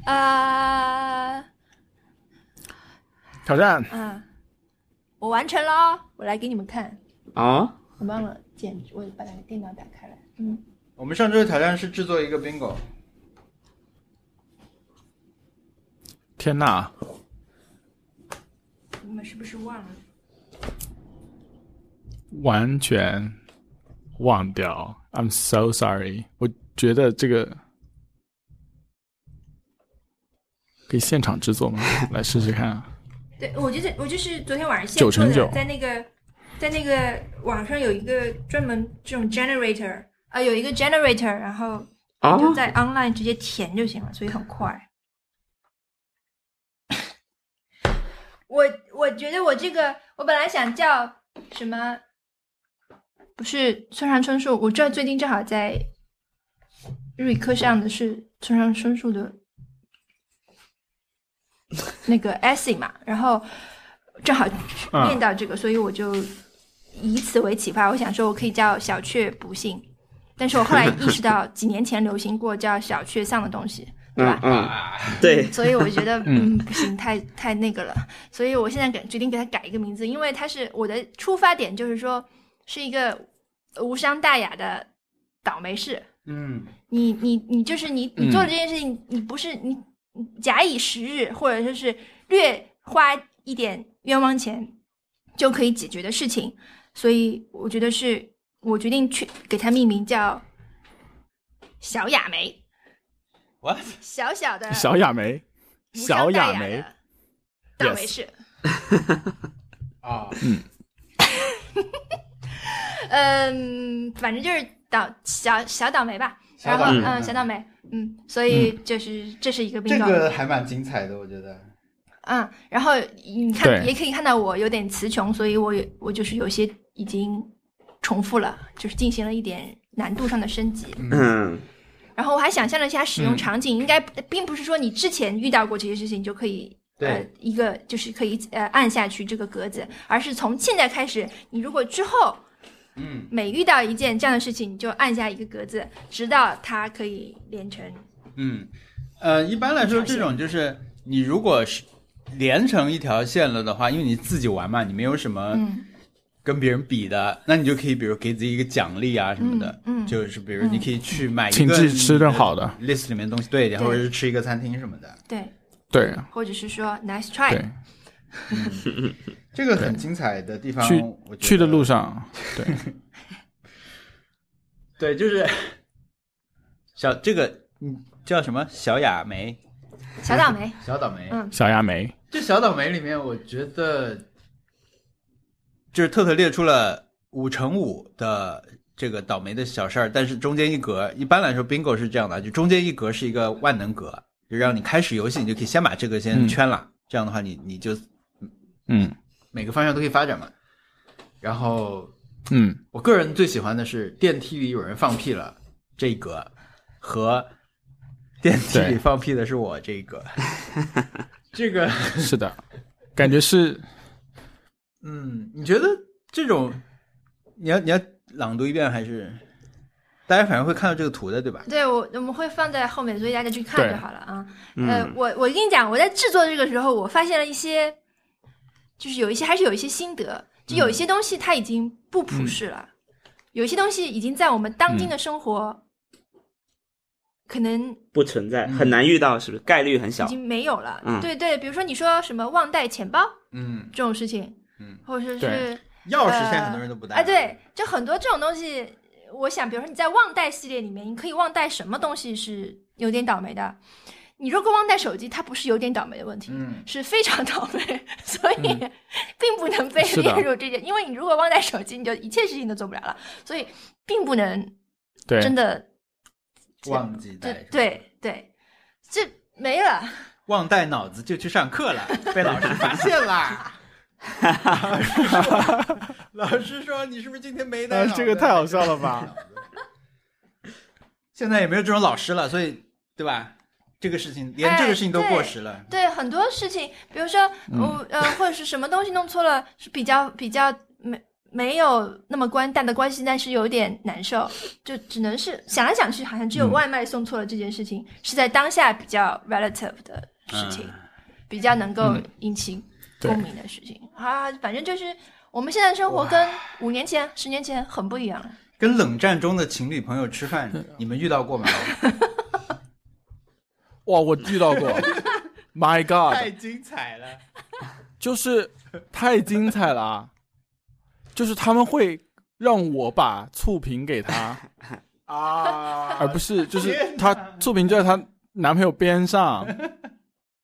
Speaker 3: 啊、
Speaker 1: 挑战
Speaker 3: 嗯，我完成了哦，我来给你们看，
Speaker 2: 哦，
Speaker 3: 我忘了剪，我把那个电脑打开来，嗯，
Speaker 4: 我们上周的挑战是制作一个 bingo，
Speaker 1: 天呐，
Speaker 3: 你们是不是忘了？
Speaker 1: 完全忘掉。I'm so sorry，我觉得这个可以现场制作吗？来试试看 啊。
Speaker 3: 对，我就是我就是昨天晚上现
Speaker 1: 九
Speaker 3: 做
Speaker 1: 乘
Speaker 3: 的
Speaker 1: 九，
Speaker 3: 在那个在那个网上有一个专门这种 generator 啊、有一个 generator，然后
Speaker 2: 哦
Speaker 3: 就在 online 直接填就行了，所以很快。 我我觉得我这个我本来想叫什么，不是村上春树，我这最近正好在日语课上的是村上春树的那个 essay 嘛，然后正好
Speaker 1: 嗯
Speaker 3: 念到这个，所以我就以此为启发，我想说我可以叫小雀不幸，但是我后来意识到几年前流行过叫小雀丧的东西，
Speaker 2: 嗯
Speaker 3: 对吧？
Speaker 2: 嗯，对，
Speaker 3: 所以我觉得，
Speaker 1: 嗯
Speaker 3: 嗯，不行，太太那个了。所以我现在改决定给它改一个名字，因为它是我的出发点，就是说是一个无伤大雅的倒霉事。
Speaker 4: 嗯，
Speaker 3: 你你你就是你你
Speaker 1: 嗯
Speaker 3: 做的这件事情，你不是你你假以时日，或者就是略花一点冤枉钱就可以解决的事情，所以我觉得是我决定去给它命名叫小雅梅，
Speaker 4: 我
Speaker 3: 小小的
Speaker 1: 小雅梅，
Speaker 3: 无
Speaker 1: 小
Speaker 3: 伤大
Speaker 1: 雅
Speaker 3: 雅
Speaker 1: 梅
Speaker 3: 的，倒霉
Speaker 1: Yes
Speaker 3: 事。
Speaker 4: 啊，
Speaker 3: 嗯，反正就是倒小小倒霉吧。然后
Speaker 2: 倒霉
Speaker 3: 嗯，小倒霉，嗯，所以就是、这是一个 bingo。
Speaker 4: 这个还蛮精彩的，我觉得。
Speaker 3: 嗯，然后你
Speaker 1: 对
Speaker 3: 看也可以看到我有点词穷，所以我有我就是有些已经重复了，就是进行了一点难度上的升级。
Speaker 2: 嗯
Speaker 3: 然后我还想象了一下使用
Speaker 1: 嗯
Speaker 3: 场景，应该并不是说你之前遇到过这些事情就可以。呃
Speaker 4: 对，
Speaker 3: 一个就是可以呃按下去这个格子，而是从现在开始，你如果之后
Speaker 4: 嗯，
Speaker 3: 每遇到一件这样的事情，你就按下一个格子，直到它可以连成。
Speaker 4: 嗯，呃，一般来说，这种就是你如果是连成一条线了的话，因为你自己玩嘛，你没有什么
Speaker 3: 嗯
Speaker 4: 跟别人比的，那你就可以比如给自己一个奖励啊什么的，
Speaker 3: 嗯嗯
Speaker 4: 就是比如你可以去买一个
Speaker 1: 请自己吃顿好的
Speaker 4: list 里面的东西，对，然后是吃一个餐厅什么的，
Speaker 3: 对，
Speaker 1: 对
Speaker 3: 或者是说 nice try。
Speaker 1: 对，
Speaker 4: 这个很精彩的地方，
Speaker 1: 去
Speaker 4: 我觉得
Speaker 1: 去的路上，对，
Speaker 4: 对，就是 小这个嗯叫什么小雅梅，
Speaker 3: 小倒霉，
Speaker 4: 小倒霉，
Speaker 3: 嗯
Speaker 1: 小亚梅，
Speaker 4: 这小倒霉里面，我觉得就是特特列出了五乘五的这个倒霉的小事儿，但是中间一格，一般来说 bingo 是这样的，啊就中间一格是一个万能格，就让你开始游戏，你就可以先把这个先
Speaker 1: 嗯
Speaker 4: 圈了，这样的话你你就
Speaker 1: 嗯
Speaker 4: 每个方向都可以发展嘛。然后
Speaker 1: 嗯，
Speaker 4: 我个人最喜欢的是电梯里有人放屁了这一格，和电梯里
Speaker 1: 对
Speaker 4: 放屁的是我这一格， 这个。
Speaker 1: 是的，感觉是
Speaker 4: 嗯，你觉得这种，你要你要朗读一遍还是？大家反正会看到这个图的，对吧？
Speaker 3: 对我我们会放在后面，所以大家去看
Speaker 1: 对
Speaker 3: 就好了啊。呃
Speaker 2: 嗯，，
Speaker 3: 我我跟你讲，我在制作这个时候，我发现了一些，就是有一些还是有一些心得，就
Speaker 2: 嗯
Speaker 3: 有一些东西它已经不普世了，有一些东西已经在我们当今
Speaker 2: 嗯
Speaker 3: 的生活，可能
Speaker 2: 不存在，
Speaker 4: 嗯
Speaker 2: 很难遇到，是不是？概率很
Speaker 3: 已
Speaker 2: 小。
Speaker 3: 经没有了。
Speaker 2: 嗯
Speaker 3: 对对，比如说你说什么忘带钱包
Speaker 4: 嗯，
Speaker 3: 这种事情，
Speaker 4: 嗯，
Speaker 3: 或者是
Speaker 1: 对
Speaker 4: 钥匙现在很多人都不带。
Speaker 3: 哎、对，就很多这种东西，我想，比如说你在忘带系列里面，你可以忘带什么东西是有点倒霉的。你如果忘带手机，它不是有点倒霉的问题，
Speaker 4: 嗯
Speaker 3: 是非常倒霉，所以 并不能被
Speaker 1: 是的
Speaker 3: 列入这些。因为你如果忘带手机，你就一切事情都做不了了，所以并不能
Speaker 1: 对，
Speaker 3: 真的
Speaker 4: 忘记
Speaker 3: 这
Speaker 4: 带是吧，
Speaker 3: 对对，这没了。
Speaker 4: 忘带脑子就去上 课了，被老师发现啦。老师说：“老师说你是不是今天没带
Speaker 1: 哎
Speaker 4: 脑子？”
Speaker 1: 这个太好笑了吧！
Speaker 4: 现在也没有这种老师了，所以对吧？这个事情连这个事情都
Speaker 3: 哎对
Speaker 4: 过时了。
Speaker 3: 对很多事情，比如说
Speaker 1: 嗯
Speaker 3: 我、呃，或者是什么东西弄错了，是比较比较没没有那么关大的关系，但是有点难受，就只能是想来想去，好像只有
Speaker 1: 嗯
Speaker 3: 外卖送错了这件事情、是在当下比较 relative 的事情，比较能够
Speaker 1: 嗯
Speaker 3: 引起
Speaker 1: 对
Speaker 3: 共鸣的事情、啊。反正就是我们现在生活跟五年前、十年前很不一样了。
Speaker 4: 跟冷战中的情侣朋友吃饭，你们遇到 过吗？
Speaker 1: 哇，我遇到 过，My God，
Speaker 4: 精彩 了！
Speaker 1: 就是太精彩了啊，就是他们会让我把醋瓶给他，
Speaker 4: 啊
Speaker 1: 而不 是就是
Speaker 4: 天
Speaker 1: 她
Speaker 4: 哪
Speaker 1: 醋瓶就在她男朋友边上，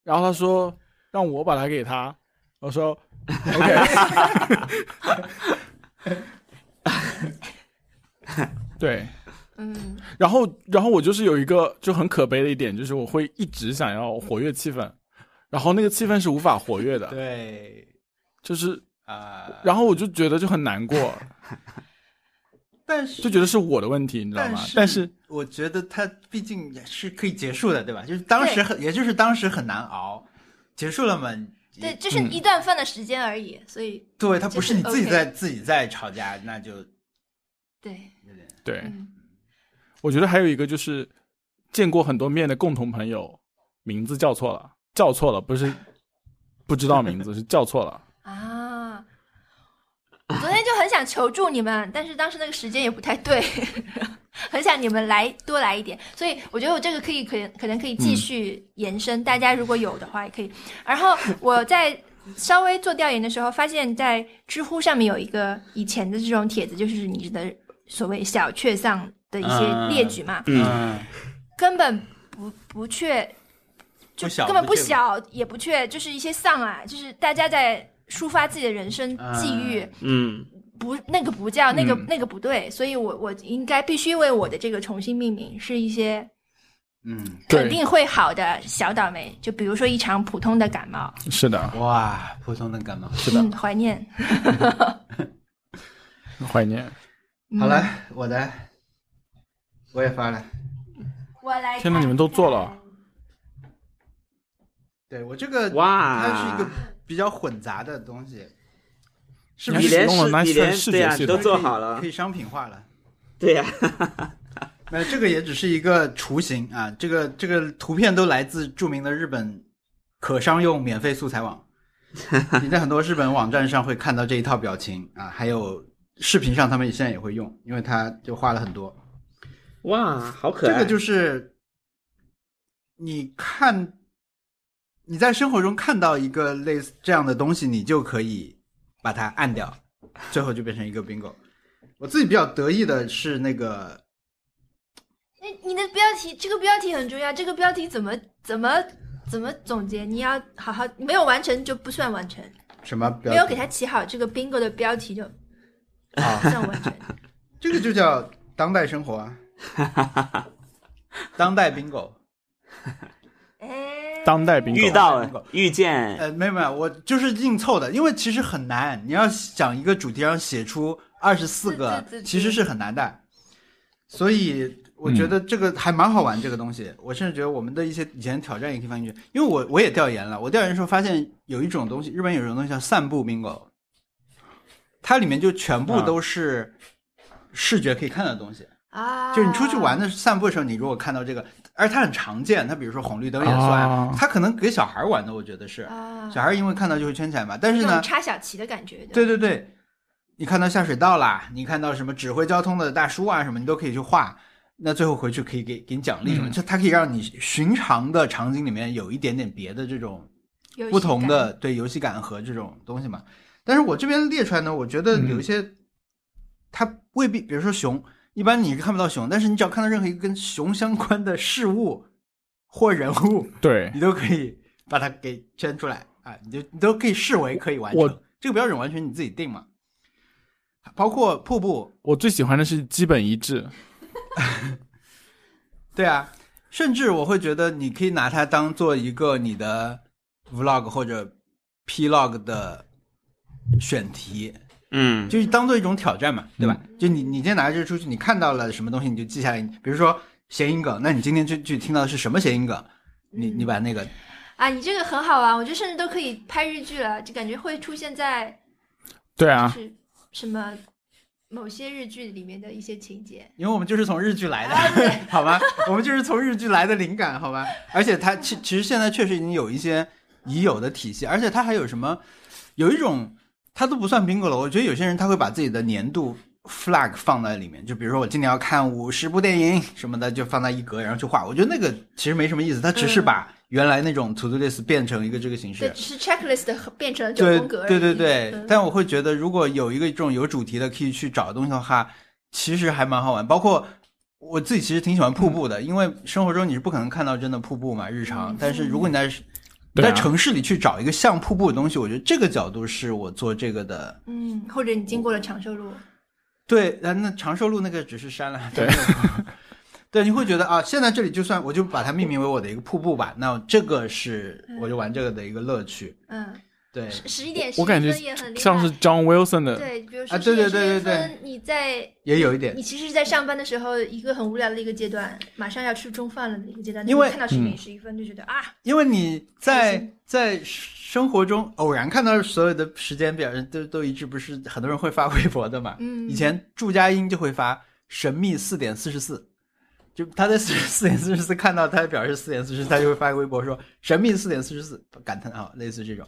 Speaker 1: 然后她说让我把它给她，我说 OK，对，
Speaker 3: 嗯，
Speaker 1: 然后然后我就是有一个就很可悲的一点，就是我会一直想要活跃气氛，然后那个气氛是无法活跃的，
Speaker 4: 对
Speaker 1: 就是
Speaker 4: 啊，
Speaker 1: 然后我就觉得就很难过，
Speaker 4: 但是
Speaker 1: 就觉得是我的问题，你知道吗？
Speaker 4: 但
Speaker 1: 但
Speaker 4: 是
Speaker 1: 是
Speaker 4: 我觉得它毕竟也是可以结束的，对吧？就是当时很，也就是当时很难熬，结束了嘛。
Speaker 3: 对，
Speaker 4: 也，
Speaker 3: 就是
Speaker 1: 嗯
Speaker 3: 一段饭的时间而已，所以
Speaker 4: 对，它不是你
Speaker 3: 就是
Speaker 4: 自己在自己在吵架，那就
Speaker 3: 对，
Speaker 1: 对，
Speaker 3: 嗯。
Speaker 1: 我觉得还有一个就是见过很多面的共同朋友，名字叫错了，叫错了，不是不知道 名字，是叫错了。
Speaker 3: 啊，我昨天就很想求助你们，但是当时那个时间也不太对， 很想你们来多来一点，所以我觉得我这个可以可可能可以继续延伸，大家如果有的话也可以。然后我在稍微做调研的时候，发现在知乎上面有一个以前的这种帖子，就是你的所谓小确丧的一些
Speaker 4: 嗯
Speaker 3: 列举嘛，
Speaker 2: 嗯，
Speaker 4: 嗯，
Speaker 3: 根本不不确，就
Speaker 4: 不小
Speaker 3: 根本
Speaker 4: 不
Speaker 3: 不
Speaker 4: 确
Speaker 3: 小，也不确，就是一些丧啊，就是大家在抒发自己的人生际遇，
Speaker 2: 嗯，
Speaker 3: 不那个不叫那个、
Speaker 1: 嗯
Speaker 3: 那个不对，所以我我应该必须为我的这个重新命名，是一些
Speaker 4: 嗯，
Speaker 3: 肯
Speaker 1: 对，
Speaker 3: 定会好的小倒霉，就比如说一场普通的感冒，
Speaker 1: 是的，
Speaker 4: 哇，普通的感冒。
Speaker 1: 是的
Speaker 3: 嗯，怀念。
Speaker 1: 怀念。
Speaker 3: 嗯
Speaker 4: 好了，，我的我也发了。
Speaker 3: 我来看看。
Speaker 1: 天哪你们都做
Speaker 4: 啊
Speaker 1: 了
Speaker 4: 对我这个，
Speaker 2: 哇，
Speaker 4: 它是一个比较混杂的东西。
Speaker 1: 是不
Speaker 2: 你
Speaker 1: 是使
Speaker 2: 连
Speaker 1: 用
Speaker 2: 视
Speaker 1: 了
Speaker 2: 你
Speaker 1: Nice
Speaker 2: 连
Speaker 1: 视
Speaker 2: 对
Speaker 1: 觉
Speaker 2: 啊
Speaker 1: 系
Speaker 2: 都
Speaker 1: 统？
Speaker 2: 做好了
Speaker 4: 可以商品化了。
Speaker 2: 对呀、
Speaker 4: 那这个也只是一个雏形啊，这个这个图片都来自著名的日本可商用免费素材网。 你在很多日本网站上会看到这一套表情啊，还有视频上他们现在也会用，因为它就花了很多。
Speaker 2: 哇，好可
Speaker 4: 这
Speaker 2: 爱！
Speaker 4: 个就是你看你在生活中看到一个类似这样的东西，你就可以把它按掉，最后就变成一个 bingo。我自己比较得意的是那个
Speaker 3: 那你的标题，这个标题很重要，这个标题怎么怎么怎么总结？你要好好，没有完成就不算完成，
Speaker 4: 什么标
Speaker 3: 没有
Speaker 4: 题
Speaker 3: 给它起好这个 bingo 的标题就
Speaker 4: 啊
Speaker 3: 不算完 成。
Speaker 4: 这个就叫当代生活啊， 当代 bingo。
Speaker 3: 哎，
Speaker 1: 当代 bingo
Speaker 2: 遇到
Speaker 4: 狗
Speaker 2: 了遇见，
Speaker 4: 呃，没有没有，我就是硬凑的，因为其实很难，你要想一个主题上写出二十四个
Speaker 3: 对对对，对
Speaker 4: 其实是很难的。所以我觉
Speaker 3: 嗯
Speaker 4: 得这个还蛮好玩，这个东西，我甚至觉得我们的一些以前的挑战也可以放进去，因为我我也调研了，我调研的时候发现有一种东西，日本有一种东西叫散步 bingo，它里面就全部
Speaker 1: 啊
Speaker 4: 都是视觉可以看到的东西。
Speaker 3: 啊，
Speaker 4: 就是你出去玩的散步的时候，你如果看到这个，而它很常见，它比如说红绿灯也算
Speaker 1: 啊，
Speaker 4: 它可能给小孩玩的，我觉得是
Speaker 3: 啊，
Speaker 4: 小孩因为看到就会圈起来嘛。但
Speaker 3: 这
Speaker 4: 是
Speaker 3: 种
Speaker 4: 呢，
Speaker 3: 插小旗的感觉，
Speaker 4: 对
Speaker 3: 吧，
Speaker 4: 对对，你看到下水道啦，你看到什么指挥交通的大叔啊什么，你都可以去画。那最后回去可以给给你奖励什么，
Speaker 1: 嗯
Speaker 4: 就它可以让你寻常的场景里面有一点点别的这种
Speaker 3: 有
Speaker 4: 不
Speaker 3: 喜
Speaker 4: 同
Speaker 3: 感
Speaker 4: 的对游戏感和这种东西嘛。但是我这边列出来呢，我觉
Speaker 1: 嗯
Speaker 4: 得有一些、它未必，比如说熊，一般你是看不到熊，但是你只要看到任何一个跟熊相关的事物或人物，
Speaker 1: 对，
Speaker 4: 你都可以把它给圈出来啊，你就你都可以视为可以完
Speaker 1: 我
Speaker 4: 成。这个标准完全你自己定嘛。包括瀑布，
Speaker 1: 我最喜欢的是基本一致。
Speaker 4: 对啊，甚至我会觉得你可以拿它当做一个你的 vlog 或者 plog 的选题，
Speaker 2: 嗯，
Speaker 4: 就是当做一种挑战嘛，对吧？就你你今天拿着这出去，你看到了什么东西你就记下来，比如说谐音梗，那你今天去去听到的是什么谐音梗？你你把那个
Speaker 3: 啊，你这个很好玩，我觉得甚至都可以拍日剧了，就感觉会出现在
Speaker 1: 对
Speaker 3: 就
Speaker 1: 啊，
Speaker 3: 是什么某些日剧里面的一些情节。
Speaker 4: 因为我们就是从日剧来的， 好吧？我们就是从日剧来的灵感，好吧？而且它其其实现在确实已经有一些已有的体系，而且它还有什么？有一种它都不算 bingo 了，我觉得有些人他会把自己的年度 flag 放在里面，就比如说我今年要看五十部电影什么的，就放在一格，然后去画。我觉得那个其实没什么意思，它只是把原来那种 to do list 变成一个这个形式。
Speaker 3: 对，只是 checklist 和变成了九
Speaker 4: 对
Speaker 3: 宫格而已。
Speaker 4: 对对对，
Speaker 3: 嗯
Speaker 4: 但我会觉得，如果有一个这种有主题的，可以去找东西的话，其实还蛮好玩。包括我自己其实挺喜欢瀑
Speaker 3: 嗯
Speaker 4: 布的，因为生活中你是不可能看到真的瀑布嘛，日常。但是如果你在、你
Speaker 1: 对
Speaker 4: 在
Speaker 1: 啊
Speaker 4: 城市里去找一个像瀑布的东西，我觉得这个角度是我做这 个的。
Speaker 3: 嗯，或者你经过了长寿路，
Speaker 4: 对，呃那长寿路那个只是山了，
Speaker 1: 对
Speaker 4: 没有。 对，你会觉得啊，现在这里就算我就把它命名为我的一个瀑布吧，那这个是我就玩这个的一个乐趣。
Speaker 3: 嗯，
Speaker 4: 对，
Speaker 3: 十十一点十
Speaker 1: 我感觉
Speaker 3: 也很厉害。
Speaker 1: 像是 John Wilson 的，
Speaker 3: 对，比如说
Speaker 4: 啊对对
Speaker 3: 11
Speaker 4: 对对对
Speaker 3: 11分你在
Speaker 4: 也有一点。
Speaker 3: 你其实是在上班的时候一个很无聊的一个阶段，马上要吃中饭了的一个阶段，
Speaker 4: 因为嗯
Speaker 3: 你看到十一点十一分就觉得啊，
Speaker 4: 因为你
Speaker 3: 开
Speaker 4: 在
Speaker 3: 心
Speaker 4: 在生活中偶然看到所有的时间表都都一致，不是很多人会发微博的嘛？
Speaker 3: 嗯
Speaker 4: 以前祝佳音就会发神秘四点四十四，就他在四四点四十四看到他表示四点四十，他就会发个微博说神秘四点四十四感叹号，类似这种。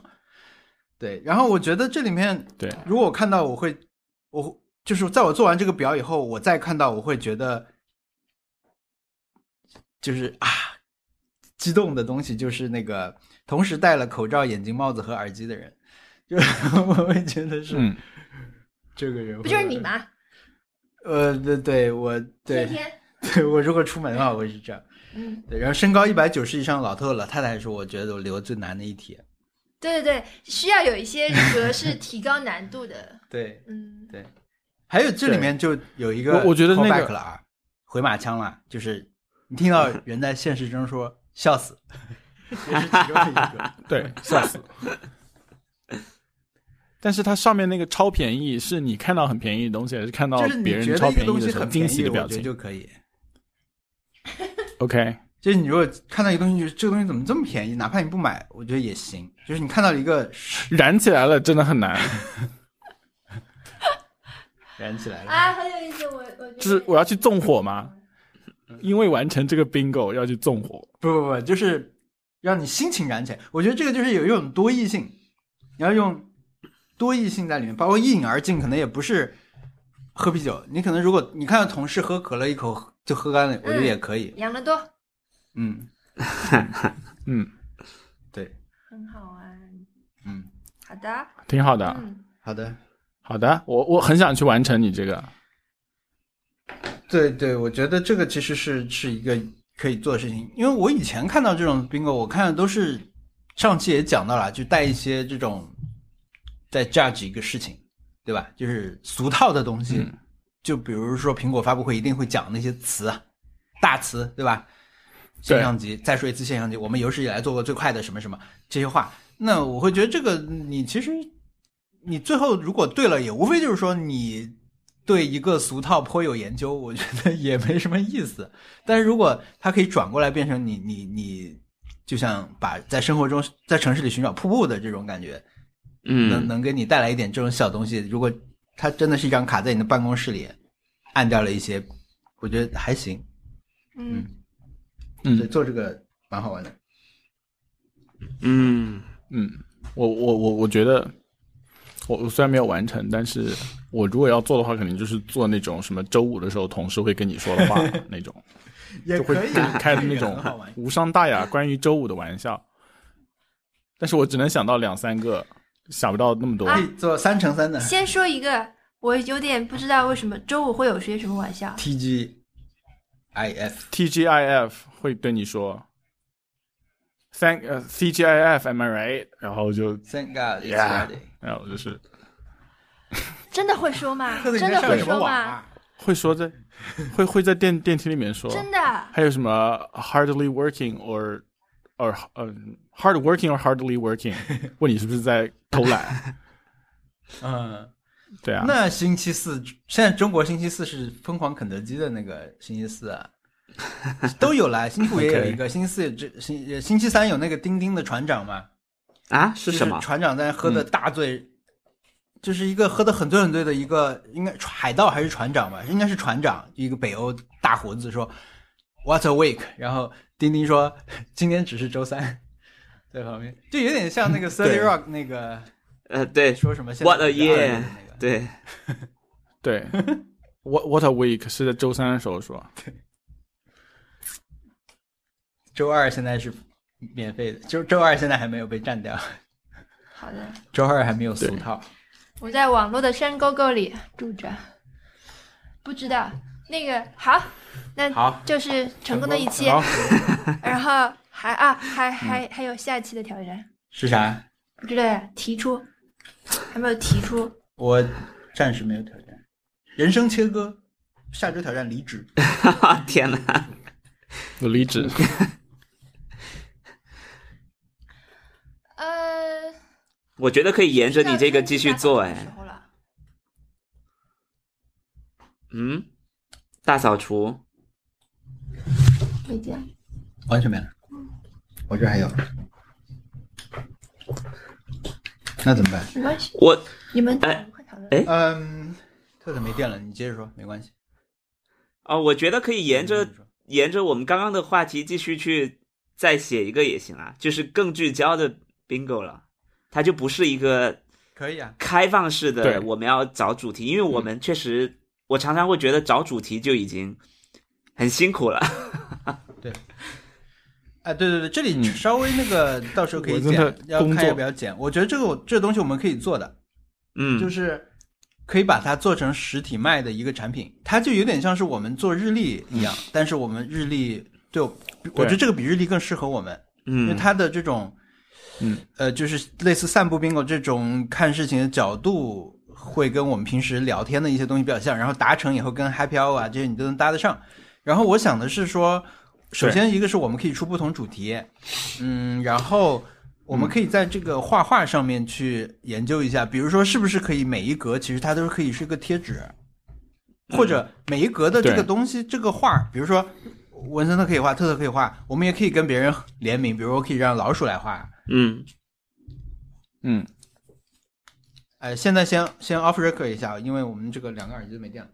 Speaker 4: 对，然后我觉得这里面
Speaker 1: 对，
Speaker 4: 如果我看到，我会，我就是在我做完这个表以后，我再看到，我会觉得，就是啊，激动的东西就是那个同时戴了口罩、眼镜、帽子和耳机的人，就是 我会觉得是
Speaker 1: 嗯，
Speaker 4: 这个人会，
Speaker 3: 不就是你吗？
Speaker 4: 呃，对对，我
Speaker 3: 天
Speaker 4: 对
Speaker 3: 天，
Speaker 4: 对，我如果出门的话，我会是这样。
Speaker 3: 嗯，
Speaker 4: 对，然后身高一百九十以上老特老太太说，我觉得我留最难的一题。
Speaker 3: 对对对，需要有一些格是提高难度的，
Speaker 4: 对，
Speaker 3: 嗯，
Speaker 4: 还有这里面就有一个
Speaker 1: 我我觉得那个
Speaker 4: callback 了啊，回马枪了，就是你听到人在现实中说“笑死”， 也是其中的一个。
Speaker 1: 对，笑死。但是它上面那个超便宜，是你看到很便宜的东西，还是看到
Speaker 4: 就是你
Speaker 1: 别
Speaker 4: 觉
Speaker 1: 人
Speaker 4: 得
Speaker 1: 超
Speaker 4: 一个
Speaker 1: 便宜
Speaker 4: 东
Speaker 1: 的
Speaker 4: 西
Speaker 1: 时候
Speaker 4: 很
Speaker 1: 惊
Speaker 4: 便
Speaker 1: 喜
Speaker 4: 宜，
Speaker 1: 的
Speaker 4: 我
Speaker 1: 表
Speaker 4: 觉得
Speaker 1: 情
Speaker 4: 就可以。
Speaker 1: ？OK，
Speaker 4: 就是你如果看到一个东西，就是这个东西怎么这么便宜，哪怕你 不买，我觉得也行。就是你看到一个
Speaker 1: 燃起来了真的很难。
Speaker 4: 燃起来了。
Speaker 3: 啊，很有意思，我我
Speaker 1: 就
Speaker 3: 就是
Speaker 1: 我要去纵火吗？因为完成这个 bingo 要去纵火，
Speaker 4: 不不不，就是让你心情燃起来。我觉得这个就是有一种多义性，你要用多义性在里面，包括一饮而尽，可能也不是喝啤酒。你可能如果你看到同事喝可乐一口就喝干了，我觉得也可以。
Speaker 3: 养乐多
Speaker 4: 嗯，
Speaker 1: 嗯，
Speaker 4: 对，
Speaker 3: 很好玩。
Speaker 4: 嗯，
Speaker 3: 好的，
Speaker 1: 挺好的。
Speaker 3: 嗯，
Speaker 4: 好的，
Speaker 1: 好的，我我很想去完成你这个，
Speaker 4: 对对，我觉得这个其实是是一个可以做的事情，因为我以前看到这种 bingo，我看的都是上期也讲到了，就带一些这种在 judge 一个事情，对吧？就是俗套的东西，就比如说苹果发布会一定会讲那些词啊，大词，对吧？
Speaker 1: 对
Speaker 4: 现象级，再说一次现象级，我们有史以来做过最快的什么什么这些话，那我会觉得这个你其实你最后如果对了，也无非就是说你对一个俗套颇有研究，我觉得也没什么意思。但是如果它可以转过来变成你你你，就像把在生活中在城市里寻找瀑布的这种感觉，能
Speaker 2: 嗯，
Speaker 4: 能给你带来一点这种小东西。如果它真的是一张卡在你的办公室里，按掉了一些，我觉得还行。
Speaker 3: 嗯，
Speaker 4: 对，
Speaker 1: 嗯
Speaker 4: 做这个蛮好玩的。
Speaker 2: 嗯，
Speaker 1: 嗯，我我我我觉得，我我虽然没有完成，但是我如果要做的话，肯定就是做那种什么周五的时候同事会跟你说的 话那种，
Speaker 4: 也啊
Speaker 1: 就会 开那 种
Speaker 4: 很好玩。
Speaker 1: 无伤大雅关于周五的玩笑。但是我只能想到两三个，想不到那么多。
Speaker 3: 啊
Speaker 4: 可以做三乘三的
Speaker 3: 嗯先说一个，我有点不知道为什么周五会有些什么玩笑，
Speaker 4: T G I F。
Speaker 1: TGIF 会对你说，Thank 呃 TGIF，am I right？然后就
Speaker 4: Thank God it's
Speaker 1: Yeah.
Speaker 4: Friday。
Speaker 1: 然后就是
Speaker 3: 真的会说 吗？
Speaker 4: 特
Speaker 3: 真的会说
Speaker 1: 啊
Speaker 3: 吗？？
Speaker 1: 会说在 会会在电电梯里面说，
Speaker 3: 真的，
Speaker 1: 还有什么 hardly working or or 呃 hard working or hardly working，问你是不是在偷懒？
Speaker 4: 嗯，
Speaker 1: 对啊，
Speaker 4: 那星期四，现在中国星期四是疯狂肯德基的那个星期四啊， 都 有啦，星期五也有一个，星期四有这星呃星期三有那个钉钉的船长嘛，
Speaker 2: 啊，是
Speaker 4: 就是
Speaker 2: 什么？嗯
Speaker 4: 船长在那喝的大醉，就是一个喝的很醉很醉的一个，应该海盗还是船长吧，应该是船长，一个北欧大胡子说 "What a week"，然后丁丁说 今天只是周三， 在旁边就有点像那 个 Thirty
Speaker 1: 对
Speaker 4: Rock 那个
Speaker 2: 呃，对
Speaker 4: 说什么现在
Speaker 2: ，What a
Speaker 4: 比较二流
Speaker 2: year，
Speaker 4: 的那个。
Speaker 2: 对，
Speaker 1: 对 ，what what a week 是在周三的时候说，
Speaker 4: 周二现在是免费的，周周二现在还没有被占掉，
Speaker 3: 好的，
Speaker 4: 周二还没有俗套。
Speaker 3: 我在网络的山沟沟里住着，不知道那个好，那
Speaker 4: 好
Speaker 3: 就是成功的一期，
Speaker 1: 好，
Speaker 3: 然后还啊
Speaker 2: 嗯
Speaker 3: 还还还有下期的挑战，
Speaker 4: 是啥？
Speaker 3: 不知道呀，提出还没有提出，
Speaker 4: 我暂时没有挑战，人生切割，下周挑战离职。
Speaker 2: 哈哈，天哪，
Speaker 1: 我离职，
Speaker 3: 呃，
Speaker 2: 我觉得可以沿着你这个继续做，
Speaker 3: 不知
Speaker 2: 哎，
Speaker 3: 道什么时候了
Speaker 2: 嗯，大扫除，
Speaker 3: 没见。
Speaker 4: 完全没了。我这还有，那怎么办？
Speaker 3: 没关系，
Speaker 2: 我
Speaker 3: 你们
Speaker 2: 哎
Speaker 3: 快讨论。
Speaker 2: 哎
Speaker 4: 嗯，特特没电了，你接着说，没关系。
Speaker 2: 啊、我觉得可以沿着
Speaker 4: 你说
Speaker 2: 沿着我们刚刚的话题继续去再写一个也行啊，就是更聚焦的 bingo 了，它就不是一个
Speaker 4: 可以啊，
Speaker 2: 开放式的
Speaker 1: 对，
Speaker 2: 我们要找主题，因为
Speaker 4: 嗯
Speaker 2: 我们确实，我常常会觉得找主题就已经很辛苦了。
Speaker 4: 哎，对对对，这里
Speaker 1: 嗯
Speaker 4: 稍微那个，到时候可以
Speaker 1: 我真
Speaker 4: 剪
Speaker 1: 的，
Speaker 4: 要
Speaker 1: 工
Speaker 4: 看
Speaker 1: 作
Speaker 4: 要不要剪。我觉得这个我这个东西我们可以做的，
Speaker 2: 嗯，
Speaker 4: 就是可以把它做成实体卖的一个产品，它就有点像是我们做日历一样，但是我们日历对我，我觉得这个比日历更适合我们。因为
Speaker 2: 嗯，
Speaker 4: 他的这种，
Speaker 1: 嗯，
Speaker 4: 呃，就是类似散步 bingo 这种看事情的角度，会跟我们平时聊天的一些东西比较像，然后达成以后跟 happy hour 啊这些你都能搭得上。然后我想的是说，首先一个是我们可以出不同主题，嗯，然后我们可以在这个画画上面去研究一下，比如说是不是可以每一格其实它都是可以是一个贴纸，或者每一格的这个
Speaker 1: 对
Speaker 4: 东西这个画儿，比如说文森特可以画，特特可以画，我们也可以跟别人联名，比如我可以让老鼠来画，
Speaker 2: 嗯，
Speaker 1: 嗯，
Speaker 4: 哎，现在先先 off record 一下，因为我们这个两个耳机都没电了。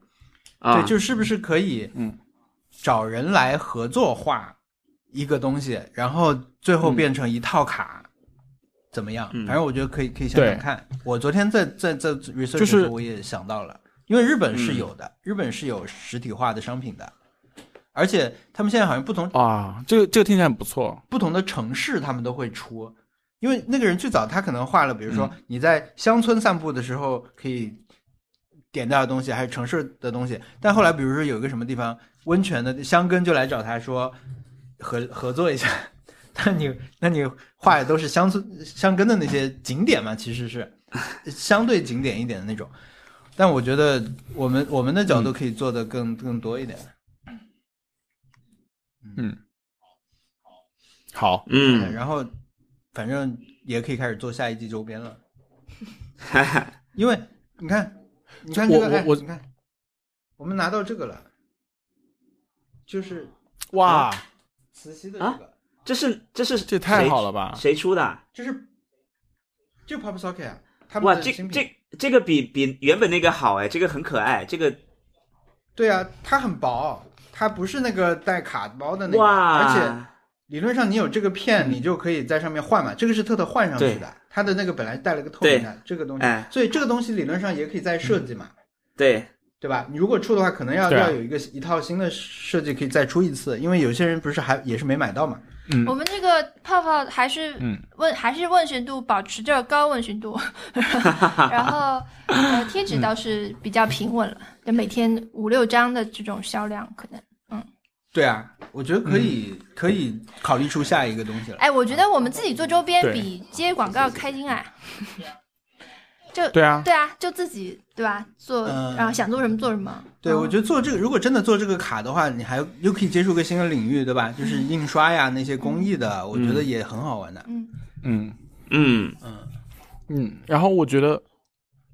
Speaker 2: 啊，
Speaker 4: 对，就是不是可以
Speaker 1: 嗯
Speaker 4: 找人来合作画一个东西，然后最
Speaker 1: 嗯
Speaker 4: 后变成一套卡，怎么样？
Speaker 2: 嗯
Speaker 4: 反正我觉得可以，可以想想
Speaker 1: 对
Speaker 4: 看。我昨天在在在 research
Speaker 1: 就
Speaker 4: 的
Speaker 1: 是
Speaker 4: 时候我也想到了，因为日本是
Speaker 2: 嗯
Speaker 4: 有的，日本是有实体化的商品的，而且他们现在好像不同
Speaker 1: 啊，这个这个听起来很不错，
Speaker 4: 不同的城市他们都会出，因为那个人最早他可能画了，比如说你在乡村散步的时候可以点到的东西，还有城市的东西。但后来比如说有一个什么地方温泉的香根就来找他说合合作一下， 那你那你画的都是乡村香根的那些景点嘛，其实是相对景点一点的那种。但我觉得我们我们的角度可以做的更、更多一点。
Speaker 1: 好，
Speaker 2: 嗯，
Speaker 4: 然后反正也可以开始做下一季周边了，因为你看，你看这
Speaker 1: 我
Speaker 4: 个，哎
Speaker 1: 我我
Speaker 4: 你看，我们拿到这个了，就是
Speaker 1: 哇，
Speaker 4: 慈禧的这
Speaker 2: 啊
Speaker 4: 个，
Speaker 2: 这是这是
Speaker 1: 这也太好了吧？
Speaker 2: 谁出的啊？
Speaker 4: 就是就 Pop Socket 啊，他
Speaker 2: 哇，
Speaker 4: 们的
Speaker 2: 这
Speaker 4: 新品，
Speaker 2: 这这个比比原本那个好哎，这个很可爱，这个
Speaker 4: 对啊，它很薄，它不是那个带卡包的那个，
Speaker 2: 哇，
Speaker 4: 而且理论上你有这个片，你就可以在上面换嘛。这个是特特换上去
Speaker 2: 对
Speaker 4: 的，它的那个本来带了个透明的这个东西，
Speaker 2: 哎嗯
Speaker 4: 所以这个东西理论上也可以再设计嘛。
Speaker 2: 对，
Speaker 4: 对吧？你如果出的话，可能要、
Speaker 1: 对啊
Speaker 4: 要有一个一套新的设计，可以再出一次，因为有些人不是还也是没买到嘛。
Speaker 1: 嗯
Speaker 3: 我们这个泡泡还是
Speaker 1: 嗯
Speaker 3: 问、还是问询度保持着高问询度， 然后呃贴纸倒是比较平稳了，就每天五六张的这种销量可能。
Speaker 4: 对啊，我觉得可以、
Speaker 1: 嗯
Speaker 4: 可以考虑出下一个东西了。
Speaker 3: 哎，我觉得我们自己做周边
Speaker 1: 对
Speaker 3: 比接广告开心啊。就
Speaker 1: 对啊，
Speaker 3: 对啊，就自己对吧？做
Speaker 4: 嗯
Speaker 3: 然后想做什么做什么。
Speaker 4: 对，
Speaker 1: 哦
Speaker 3: 嗯
Speaker 4: 我觉得做这个，如果真的做这个卡的话，你还又可以接触个新的领域，对吧？
Speaker 1: 嗯
Speaker 4: 就是印刷呀那些工艺的，我觉得也很好玩的。
Speaker 3: 嗯，
Speaker 1: 嗯
Speaker 2: 嗯，
Speaker 4: 嗯，
Speaker 1: 嗯，然后我觉得，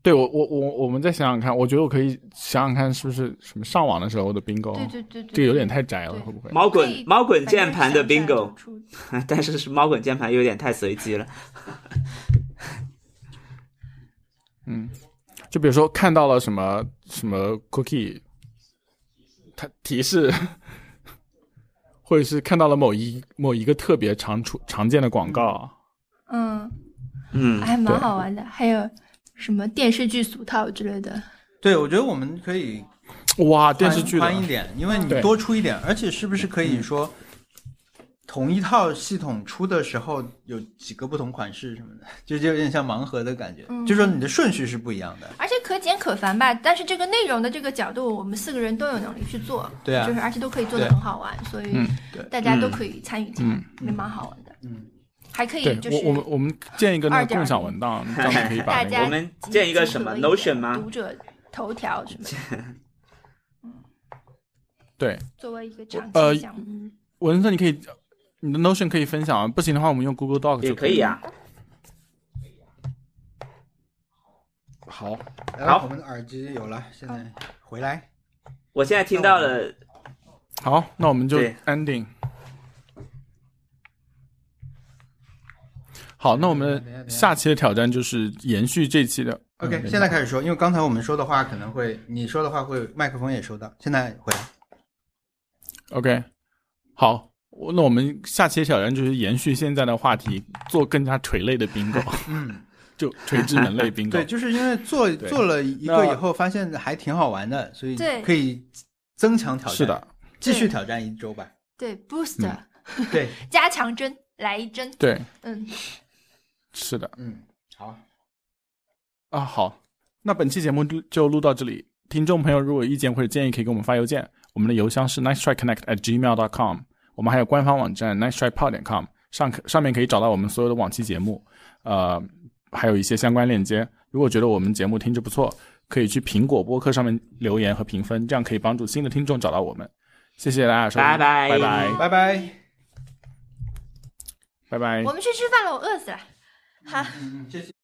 Speaker 1: 对我我我我们再想想看，我觉得我可以想想看是不是什么上网的时候的 bingo，
Speaker 3: 对对对对，
Speaker 1: 这个有点太窄了，
Speaker 3: 对
Speaker 1: 会不会？
Speaker 2: 猫
Speaker 3: 可
Speaker 2: 滚
Speaker 3: 以
Speaker 2: 猫滚
Speaker 3: 反正
Speaker 2: 键盘的
Speaker 3: 想一下就
Speaker 2: bingo，
Speaker 3: 出
Speaker 2: 但是是猫滚键盘有点太随机了，
Speaker 1: 嗯，就比如说看到了什么什么 cookie，它提示， 或者是看到了某一某一个特别常出常见的广告，
Speaker 3: 嗯，
Speaker 2: 嗯，
Speaker 3: 还蛮
Speaker 1: 对
Speaker 3: 好玩的。还有什么电视剧俗套之类的，
Speaker 4: 对，我觉得我们可以
Speaker 3: 嗯
Speaker 1: 哇，
Speaker 4: 宽
Speaker 1: 电视剧的
Speaker 4: 宽一点，因为你
Speaker 1: 对嗯
Speaker 4: 多出一点，而且是不是可以说？同一套系统出的时候有几个不同款式什么的， 就就有点像盲盒的感觉，
Speaker 3: 嗯
Speaker 4: 就说你的顺序是不一样的。
Speaker 3: 而且可简可繁吧。但是这个内容的这个角度，我们四个人都有能力去做，
Speaker 4: 对啊
Speaker 3: 就是而且都可以做
Speaker 4: 对
Speaker 3: 的很好玩，所以
Speaker 1: 嗯
Speaker 4: 对
Speaker 3: 大家都
Speaker 2: 嗯
Speaker 3: 可以参与进来
Speaker 1: 嗯，
Speaker 3: 也蛮好玩的。
Speaker 4: 嗯，
Speaker 3: 还可
Speaker 1: 对
Speaker 3: 以就
Speaker 1: 我我们
Speaker 3: 是
Speaker 1: 我们建一个那个
Speaker 3: 2.0
Speaker 1: 共享文 档，这样子可以把
Speaker 3: 大
Speaker 1: 那
Speaker 3: 家
Speaker 1: 个
Speaker 2: 我们建一个什么
Speaker 3: 集合点
Speaker 2: Notion 吗
Speaker 3: 读者头条什么的，
Speaker 1: 对
Speaker 3: 作为一个长
Speaker 1: 呃
Speaker 3: 期项目。
Speaker 1: 文森，你可以你的 Notion 可以分享，啊不行的话我们用 Google Doc
Speaker 2: 也
Speaker 1: 就
Speaker 2: 可
Speaker 1: 以
Speaker 2: 以。啊，
Speaker 1: 好，
Speaker 4: 来
Speaker 2: 好
Speaker 4: 我们的耳机有了，现在回来。
Speaker 2: 我现在听到了，
Speaker 1: 好，那我们就
Speaker 2: 对
Speaker 1: ending。好，那我们
Speaker 4: 等一下等一下
Speaker 1: 下期的挑战就是延续这期的。
Speaker 4: OK，
Speaker 1: 嗯
Speaker 4: 现在开始说，因为刚才我们说的话可能会，你说的话会麦克风也收到。现在回来，
Speaker 1: OK，好，我那我们下期的挑战就是延续现在的话题，做更加垂类的 bingo，
Speaker 4: 嗯，
Speaker 1: 就垂直门类
Speaker 4: 对，
Speaker 1: bingo。
Speaker 4: 就是因为做
Speaker 1: 对
Speaker 4: 做了一个以后，发现还挺好玩的，所以
Speaker 3: 对
Speaker 4: 可以增强挑战，
Speaker 1: 是，的，
Speaker 4: 继续挑战一周吧。
Speaker 3: 对，boost、
Speaker 1: 嗯
Speaker 3: e r
Speaker 4: 对，
Speaker 3: 加强针来一针，
Speaker 1: 对，
Speaker 3: 嗯，
Speaker 1: 是的
Speaker 4: 嗯，好，
Speaker 1: 啊。好，那本期节目就就录到这里。听众朋友如果有意见或者建议，可以给我们发邮件，我们的邮箱是 nice try connect at gmail dot com。我们还有官方网站 nice try pod 点 com，上可上面可以找到我们所有的往期节目，呃，还有一些相关链接。如果觉得我们节目听着不错，可以去苹果播客上面留言和评分，这样可以帮助新的听众找到我们。谢谢大家收听，
Speaker 2: 拜拜
Speaker 1: 拜拜，
Speaker 4: 拜拜。
Speaker 1: 拜拜哎
Speaker 3: 我。们去吃饭了，我饿死了。好。
Speaker 4: 嗯，谢谢。